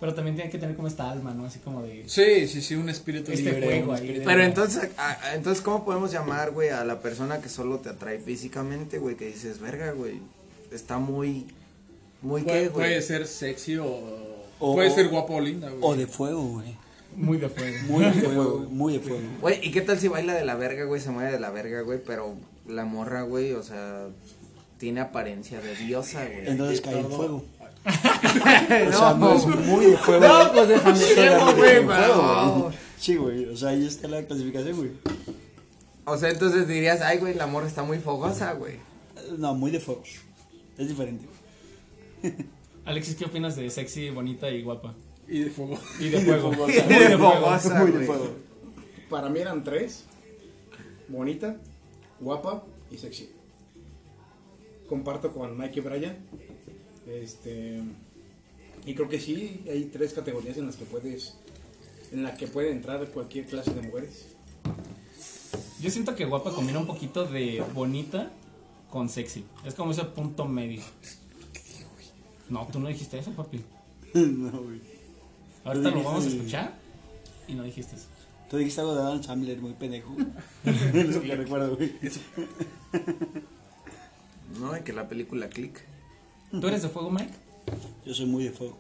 [SPEAKER 1] Pero también tiene que tener como esta alma, ¿no? Así como de.
[SPEAKER 9] Sí, sí, sí, un espíritu
[SPEAKER 1] Este
[SPEAKER 9] libre.
[SPEAKER 1] juego
[SPEAKER 9] un
[SPEAKER 1] ahí
[SPEAKER 9] espíritu-
[SPEAKER 3] Pero entonces, a- a- entonces ¿cómo podemos llamar, güey, a la persona que solo te atrae físicamente, güey? Que dices, verga, güey, está muy... Muy qué,
[SPEAKER 9] Puede,
[SPEAKER 3] güey.
[SPEAKER 9] puede
[SPEAKER 5] pues.
[SPEAKER 9] ser sexy o,
[SPEAKER 5] O-
[SPEAKER 9] puede
[SPEAKER 5] o-
[SPEAKER 9] ser guapo o linda, güey.
[SPEAKER 5] O de fuego, güey.
[SPEAKER 1] Muy de fuego.
[SPEAKER 5] Muy de fuego, güey, muy de fuego.
[SPEAKER 3] Güey, ¿y qué tal si baila de la verga, güey? Se mueve de la verga, güey, pero la morra, güey, o sea, tiene apariencia de diosa, güey.
[SPEAKER 5] Entonces cae el fuego.
[SPEAKER 3] no,
[SPEAKER 5] O sea, no es muy de fuego.
[SPEAKER 3] No, pues déjame
[SPEAKER 5] Solamente
[SPEAKER 3] llevo, güey,
[SPEAKER 5] de fuego,
[SPEAKER 3] pero-
[SPEAKER 5] güey. Sí, güey, o sea, ahí está la clasificación, güey.
[SPEAKER 3] O sea, entonces dirías, ay, güey, la morra está muy fogosa, güey.
[SPEAKER 5] No, muy de fuego. Es diferente.
[SPEAKER 1] Alexis, ¿qué opinas de sexy, bonita y guapa?
[SPEAKER 9] Y de fuego.
[SPEAKER 1] Y de fuego. Muy
[SPEAKER 3] De
[SPEAKER 1] de fuego.
[SPEAKER 3] fogosa,
[SPEAKER 5] muy de
[SPEAKER 3] güey.
[SPEAKER 5] fuego.
[SPEAKER 7] Para mí eran tres. Bonita, guapa y sexy. Comparto con Mike y Brian. Este. Y creo que sí, hay tres categorías en las que puedes. En las que puede entrar cualquier clase de mujeres.
[SPEAKER 1] Yo siento que guapa combina un poquito de bonita con sexy. Es como ese punto medio. No, tú no dijiste eso, papi.
[SPEAKER 5] No, güey.
[SPEAKER 1] Ahorita
[SPEAKER 5] Tú
[SPEAKER 1] lo vamos a
[SPEAKER 5] dijiste-
[SPEAKER 1] escuchar y no dijiste eso.
[SPEAKER 5] Tú dijiste algo de Adam Sandler, muy pendejo. Lo que recuerdo, güey.
[SPEAKER 3] No, y que la película click.
[SPEAKER 1] ¿Tú eres de fuego, Mike?
[SPEAKER 5] Yo soy muy de fuego.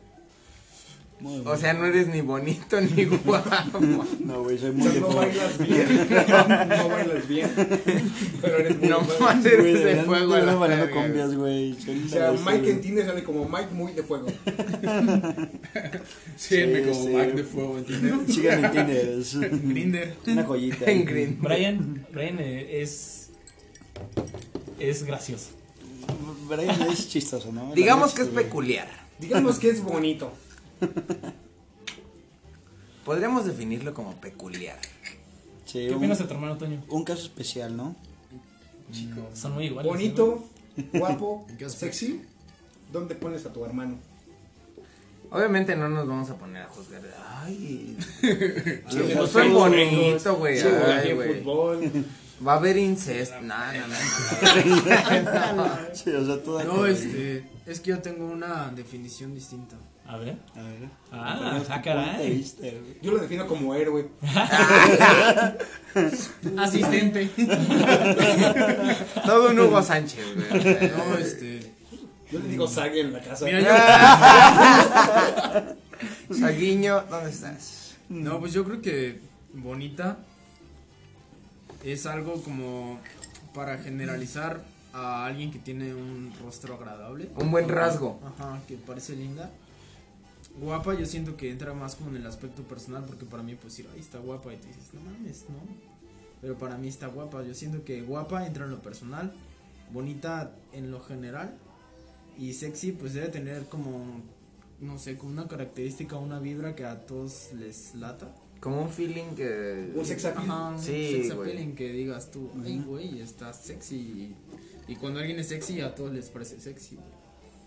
[SPEAKER 5] Muy,
[SPEAKER 3] O
[SPEAKER 5] muy-
[SPEAKER 3] sea, no eres ni bonito ni guapo.
[SPEAKER 5] no, güey, soy muy de fuego.
[SPEAKER 7] bien. No bailas bien. Pero eres muy
[SPEAKER 3] No
[SPEAKER 7] de fuego.
[SPEAKER 3] más
[SPEAKER 5] Güey,
[SPEAKER 3] eres de
[SPEAKER 5] deberían-
[SPEAKER 3] fuego a
[SPEAKER 5] deberían
[SPEAKER 3] la
[SPEAKER 5] bailando
[SPEAKER 3] verga, güey.
[SPEAKER 5] cumbias, güey. Soy
[SPEAKER 7] O sea,
[SPEAKER 5] la bestia,
[SPEAKER 7] Mike
[SPEAKER 5] güey.
[SPEAKER 7] en Tinder sale como Mike muy de fuego.
[SPEAKER 9] Sí, me como
[SPEAKER 5] sí.
[SPEAKER 9] Mac de fuego, ¿entiendes?
[SPEAKER 5] Síganme en Tinder. es Una joyita.
[SPEAKER 3] En Grindr.
[SPEAKER 1] Brian, Brian eh, es. Es gracioso.
[SPEAKER 5] Brian es chistoso, ¿no? La
[SPEAKER 3] Digamos
[SPEAKER 5] neta,
[SPEAKER 3] que es
[SPEAKER 5] güey.
[SPEAKER 3] peculiar.
[SPEAKER 7] Digamos que es bonito.
[SPEAKER 3] Podríamos definirlo como peculiar.
[SPEAKER 5] Sí,
[SPEAKER 1] ¿Qué
[SPEAKER 5] un-
[SPEAKER 1] opinas de tu hermano Toño?
[SPEAKER 5] un caso especial, ¿no?
[SPEAKER 1] Son muy iguales. ¿eh,
[SPEAKER 7] Bonito, guapo, sexy. ¿Dónde pones a tu hermano?
[SPEAKER 3] Obviamente no nos vamos a poner a juzgar. de, Ay,
[SPEAKER 7] Sí,
[SPEAKER 3] le
[SPEAKER 7] los
[SPEAKER 3] puso el
[SPEAKER 7] amigos,
[SPEAKER 3] bonito, güey.
[SPEAKER 7] sí, güey,
[SPEAKER 3] ay,
[SPEAKER 7] bien
[SPEAKER 3] güey.
[SPEAKER 7] fútbol.
[SPEAKER 3] Va a haber incesto. No, no, no.
[SPEAKER 5] Sí, o sea, toda.
[SPEAKER 10] No, este, es que yo tengo una definición distinta.
[SPEAKER 1] güey? A ver.
[SPEAKER 5] A ver.
[SPEAKER 1] Ah,
[SPEAKER 5] Pero,
[SPEAKER 1] ah,
[SPEAKER 5] ¿cómo te
[SPEAKER 1] caray.
[SPEAKER 5] viste, güey?
[SPEAKER 7] Yo lo defino como héroe.
[SPEAKER 10] Asistente.
[SPEAKER 3] Todo un Hugo Sánchez, güey.
[SPEAKER 10] No, este.
[SPEAKER 7] Yo le digo sague en la casa.
[SPEAKER 10] Mira, yo-
[SPEAKER 3] Saguiño, ¿dónde estás?
[SPEAKER 10] no, pues yo creo que bonita es algo como para generalizar a alguien que tiene un rostro agradable.
[SPEAKER 3] Un buen rasgo.
[SPEAKER 10] Ajá, que parece linda. Guapa, yo siento que entra más como en el aspecto personal, porque para mí, pues, decir, ay, está guapa, y tú dices, no mames, no. Pero para mí está guapa, yo siento que guapa entra en lo personal, bonita en lo general, y sexy, pues debe tener como, no sé, como una característica, una vibra que a todos les lata.
[SPEAKER 3] Como un feeling que.
[SPEAKER 7] Un sex appeal.
[SPEAKER 10] Ajá, un
[SPEAKER 3] Sí,
[SPEAKER 10] sex
[SPEAKER 3] güey.
[SPEAKER 10] appeal en que digas tú, ay, güey, está sexy, y Y cuando alguien es sexy, a todos les parece sexy. güey.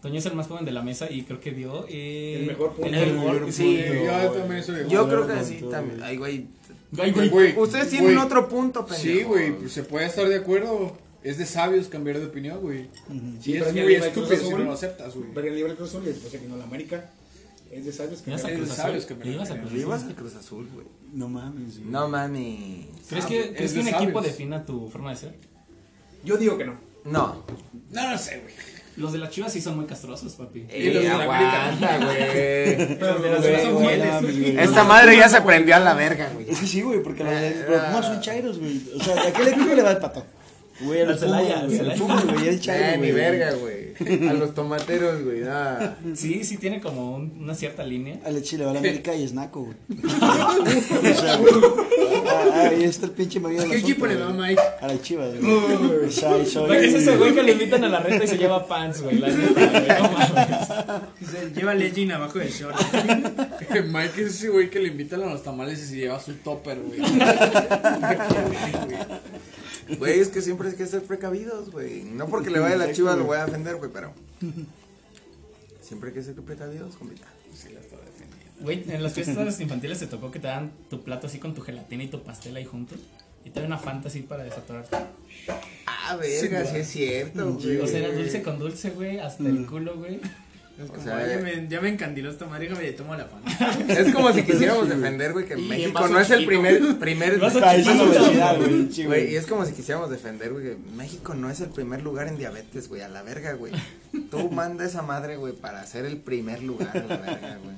[SPEAKER 1] Toño es el más joven de la mesa y creo que dio. eh,
[SPEAKER 7] El mejor punto.
[SPEAKER 1] el
[SPEAKER 7] El
[SPEAKER 1] mejor-
[SPEAKER 7] mejor
[SPEAKER 1] sí.
[SPEAKER 7] punto.
[SPEAKER 9] Yo también soy el
[SPEAKER 3] Yo
[SPEAKER 9] joven.
[SPEAKER 3] creo que sí también. Ay, güey.
[SPEAKER 1] Ay, güey.
[SPEAKER 3] Ustedes tienen
[SPEAKER 9] güey.
[SPEAKER 3] otro punto, pendejo.
[SPEAKER 9] Sí, güey, pues, se puede estar de acuerdo. Es de sabios cambiar de opinión, güey.
[SPEAKER 7] Sí,
[SPEAKER 9] Y
[SPEAKER 7] pero
[SPEAKER 9] es
[SPEAKER 7] ya
[SPEAKER 9] muy
[SPEAKER 7] le va el Cruz
[SPEAKER 9] estúpido si
[SPEAKER 7] Azul.
[SPEAKER 9] no lo aceptas, güey.
[SPEAKER 7] Ver el libre Cruz Azul y después se vino a la América. Es de sabios
[SPEAKER 1] Le
[SPEAKER 7] que
[SPEAKER 1] ibas a
[SPEAKER 9] Eres
[SPEAKER 1] Cruz
[SPEAKER 9] sabios
[SPEAKER 1] Azul.
[SPEAKER 9] que me
[SPEAKER 1] Le ibas a
[SPEAKER 9] regañan.
[SPEAKER 1] Cruz
[SPEAKER 3] Le ibas
[SPEAKER 1] Azul.
[SPEAKER 3] al Cruz Azul, güey.
[SPEAKER 5] No mames, güey.
[SPEAKER 3] No mami.
[SPEAKER 1] ¿Crees que,
[SPEAKER 9] Es
[SPEAKER 1] ¿crees que
[SPEAKER 9] de
[SPEAKER 1] un equipo
[SPEAKER 9] sabios.
[SPEAKER 1] defina tu forma de ser?
[SPEAKER 7] Yo digo que no.
[SPEAKER 3] No.
[SPEAKER 9] No lo sé, güey.
[SPEAKER 1] Los de las chivas sí son muy castrosos, papi.
[SPEAKER 3] Ey,
[SPEAKER 9] los de la
[SPEAKER 3] aguanta, güey.
[SPEAKER 7] Pero
[SPEAKER 3] los de
[SPEAKER 7] son
[SPEAKER 3] güey,
[SPEAKER 7] fieles.
[SPEAKER 3] Esta madre ya se prendió a la verga, güey.
[SPEAKER 5] pues, Es que sí, güey, porque los, los Pumas son "Pues, chairos, güey. O sea, ¿a qué equipo le va el pato? Güey, a
[SPEAKER 1] Al
[SPEAKER 5] los
[SPEAKER 1] Celaya,
[SPEAKER 5] Pumas,
[SPEAKER 1] al
[SPEAKER 5] güey. Al
[SPEAKER 1] Celaya.
[SPEAKER 5] Pumas, güey, el
[SPEAKER 3] Eh,
[SPEAKER 5] chairo,
[SPEAKER 3] ni
[SPEAKER 5] güey.
[SPEAKER 3] verga, güey. A los tomateros, güey. Nada.
[SPEAKER 1] Sí, sí tiene como un- una cierta línea.
[SPEAKER 5] A la Chile va a la América y es naco, güey. o sea, güey. ah, Ahí está el pinche marido de
[SPEAKER 9] ¿Qué equipo le va a Mike?
[SPEAKER 5] A la Chivas, güey. O sea, y soy...
[SPEAKER 1] Güey, Es ese güey que le invitan a la reta y se lleva pants, güey. La neta, güey, no mames.
[SPEAKER 11] Lleva legging abajo del short.
[SPEAKER 9] Mike es ese güey que le invitan a los tamales y se lleva su topper, güey.
[SPEAKER 3] Güey, es que siempre hay que ser precavidos, güey. No porque le vaya a la chiva lo voy a ofender, güey, pero. Siempre hay que ser precavidos, compita.
[SPEAKER 1] Güey, en las fiestas infantiles se tocó que te dan tu plato así con tu gelatina y tu pastel ahí juntos. Y te dan una fanta así para desatorarte.
[SPEAKER 3] Ah, verga, sí, es cierto, güey.
[SPEAKER 1] O sea, era dulce con dulce, güey, hasta el culo, güey.
[SPEAKER 11] Es como,
[SPEAKER 3] sea,
[SPEAKER 11] "Oye, me- ya me encandiló esta madre, déjame le tomo la pan.
[SPEAKER 3] Es como si quisiéramos defender, güey, que
[SPEAKER 11] Y en
[SPEAKER 3] México
[SPEAKER 11] vaso
[SPEAKER 3] no es el
[SPEAKER 11] chiquito.
[SPEAKER 3] primer. primer
[SPEAKER 1] Vaso
[SPEAKER 5] Ah, esa es la obesidad, güey. Sí,
[SPEAKER 3] Güey, y
[SPEAKER 5] güey.
[SPEAKER 3] es como si quisiéramos defender, güey, que México no es el primer lugar en diabetes, güey, a la verga, güey. Tú manda esa madre, güey, para ser el primer lugar, a la verga, güey.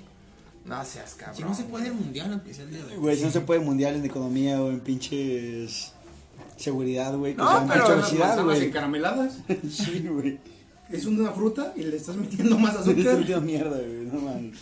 [SPEAKER 3] No seas cabrón.
[SPEAKER 11] Si no se puede el
[SPEAKER 3] güey.
[SPEAKER 11] mundial, aunque sea el día de hoy.
[SPEAKER 5] Güey, si no se puede mundial en economía o en pinches... Seguridad, güey. que
[SPEAKER 3] No,
[SPEAKER 5] sea
[SPEAKER 3] pero
[SPEAKER 5] mucha
[SPEAKER 3] las
[SPEAKER 5] obesidad,
[SPEAKER 7] Ah, Manzanas
[SPEAKER 5] güey.
[SPEAKER 7] encarameladas.
[SPEAKER 5] Sí, güey.
[SPEAKER 7] Es una fruta y le estás metiendo más
[SPEAKER 5] Azúcar.
[SPEAKER 7] azúcar.
[SPEAKER 5] mierda, güey. No mames.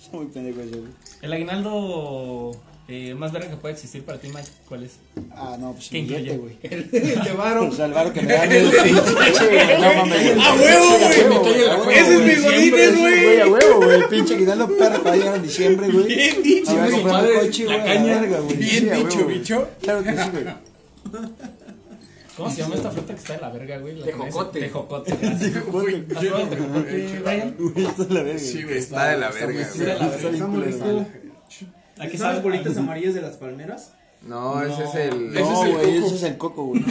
[SPEAKER 5] Está muy pendejo eso, güey.
[SPEAKER 1] El aguinaldo eh, más verga que puede existir para ti, Mike, ¿cuál es?
[SPEAKER 5] Ah, no, pues
[SPEAKER 1] ¿Qué
[SPEAKER 5] el billete,
[SPEAKER 1] incluye?
[SPEAKER 5] güey.
[SPEAKER 7] El de varo.
[SPEAKER 5] O sea, el varo que me dan el pinche. No mames.
[SPEAKER 9] ¡A huevo, güey!
[SPEAKER 5] Me cae el huevo,
[SPEAKER 9] ¡Ese es
[SPEAKER 5] güey.
[SPEAKER 9] mi
[SPEAKER 5] Siempre,
[SPEAKER 9] godines,
[SPEAKER 5] sí,
[SPEAKER 9] güey!
[SPEAKER 5] A huevo, güey. El pinche guinaldo perro que va a llegar en diciembre, güey. Bien dicho,
[SPEAKER 9] güey.
[SPEAKER 5] comprar un coche,
[SPEAKER 1] La
[SPEAKER 5] güey. a la
[SPEAKER 1] caña.
[SPEAKER 5] verga, güey. Sí,
[SPEAKER 9] Bien
[SPEAKER 5] a
[SPEAKER 9] dicho,
[SPEAKER 5] huevo,
[SPEAKER 9] bicho.
[SPEAKER 5] güey. Claro que sí, güey.
[SPEAKER 1] ¿Cómo se llama esta fruta que está de la verga, güey? La que me dice-
[SPEAKER 7] Tejocote.
[SPEAKER 1] Tejocote. gracias.
[SPEAKER 5] Güey,
[SPEAKER 1] ¿Has probado el tejocote, Brian?
[SPEAKER 5] güey, esto es la verga.
[SPEAKER 9] Sí,
[SPEAKER 5] güey.
[SPEAKER 9] güey,
[SPEAKER 3] Está de la verga,
[SPEAKER 9] muy-
[SPEAKER 3] güey.
[SPEAKER 1] Está de la
[SPEAKER 5] Está
[SPEAKER 1] verga.
[SPEAKER 5] bien culero.
[SPEAKER 1] Aquí
[SPEAKER 11] ¿Son las
[SPEAKER 1] sabes
[SPEAKER 11] bolitas amarillas de las palmeras?
[SPEAKER 3] No, ese es el.
[SPEAKER 9] Ese es
[SPEAKER 5] No,
[SPEAKER 9] el
[SPEAKER 5] güey,
[SPEAKER 9] coco.
[SPEAKER 5] ese es el coco, güey.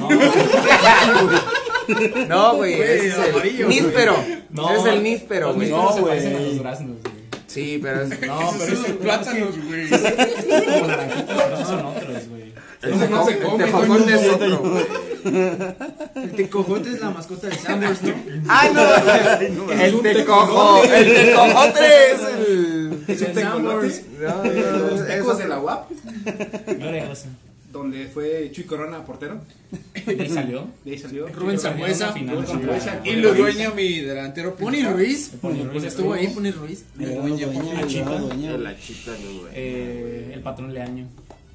[SPEAKER 3] No, güey, ese es el
[SPEAKER 11] amarillo.
[SPEAKER 3] níspero.
[SPEAKER 1] No,
[SPEAKER 3] ese es el níspero,
[SPEAKER 1] los
[SPEAKER 3] güey.
[SPEAKER 1] nísperos se
[SPEAKER 5] No,
[SPEAKER 1] parecen a
[SPEAKER 5] güey.
[SPEAKER 1] los duraznos, güey.
[SPEAKER 3] Sí, pero es.
[SPEAKER 1] No, pero
[SPEAKER 9] Esos
[SPEAKER 1] es
[SPEAKER 9] son los plátanos, güey.
[SPEAKER 1] como naranjitas, pero son otros, güey.
[SPEAKER 3] el tejo- el tejocote es otro, güey.
[SPEAKER 11] El tecojote es la mascota de Sambors, ¿no?
[SPEAKER 3] ¡Ay, no! El tecojo. El tecojote es el.
[SPEAKER 11] Es un Sambors.
[SPEAKER 3] No, no, no,
[SPEAKER 7] Eh, Los
[SPEAKER 3] es- es
[SPEAKER 7] tecos de
[SPEAKER 3] otro.
[SPEAKER 7] la UAP,
[SPEAKER 1] No era eso.
[SPEAKER 7] donde fue Chuy Corona portero.
[SPEAKER 1] Y ahí salió.
[SPEAKER 7] De ahí salió.
[SPEAKER 9] Rubén Zambuesa.
[SPEAKER 1] Final
[SPEAKER 7] Rubén
[SPEAKER 1] contra-
[SPEAKER 7] Zambuesa.
[SPEAKER 9] Y lo dueña mi delantero.
[SPEAKER 11] Pony
[SPEAKER 9] principal.
[SPEAKER 11] Ruiz.
[SPEAKER 1] Pony Ruiz.
[SPEAKER 11] Estuvo ahí Pony Ruiz.
[SPEAKER 5] Le ganó dueña, güey, le ganó dueña, güey.
[SPEAKER 3] La chita, güey.
[SPEAKER 1] Eh, el patrón Leaño.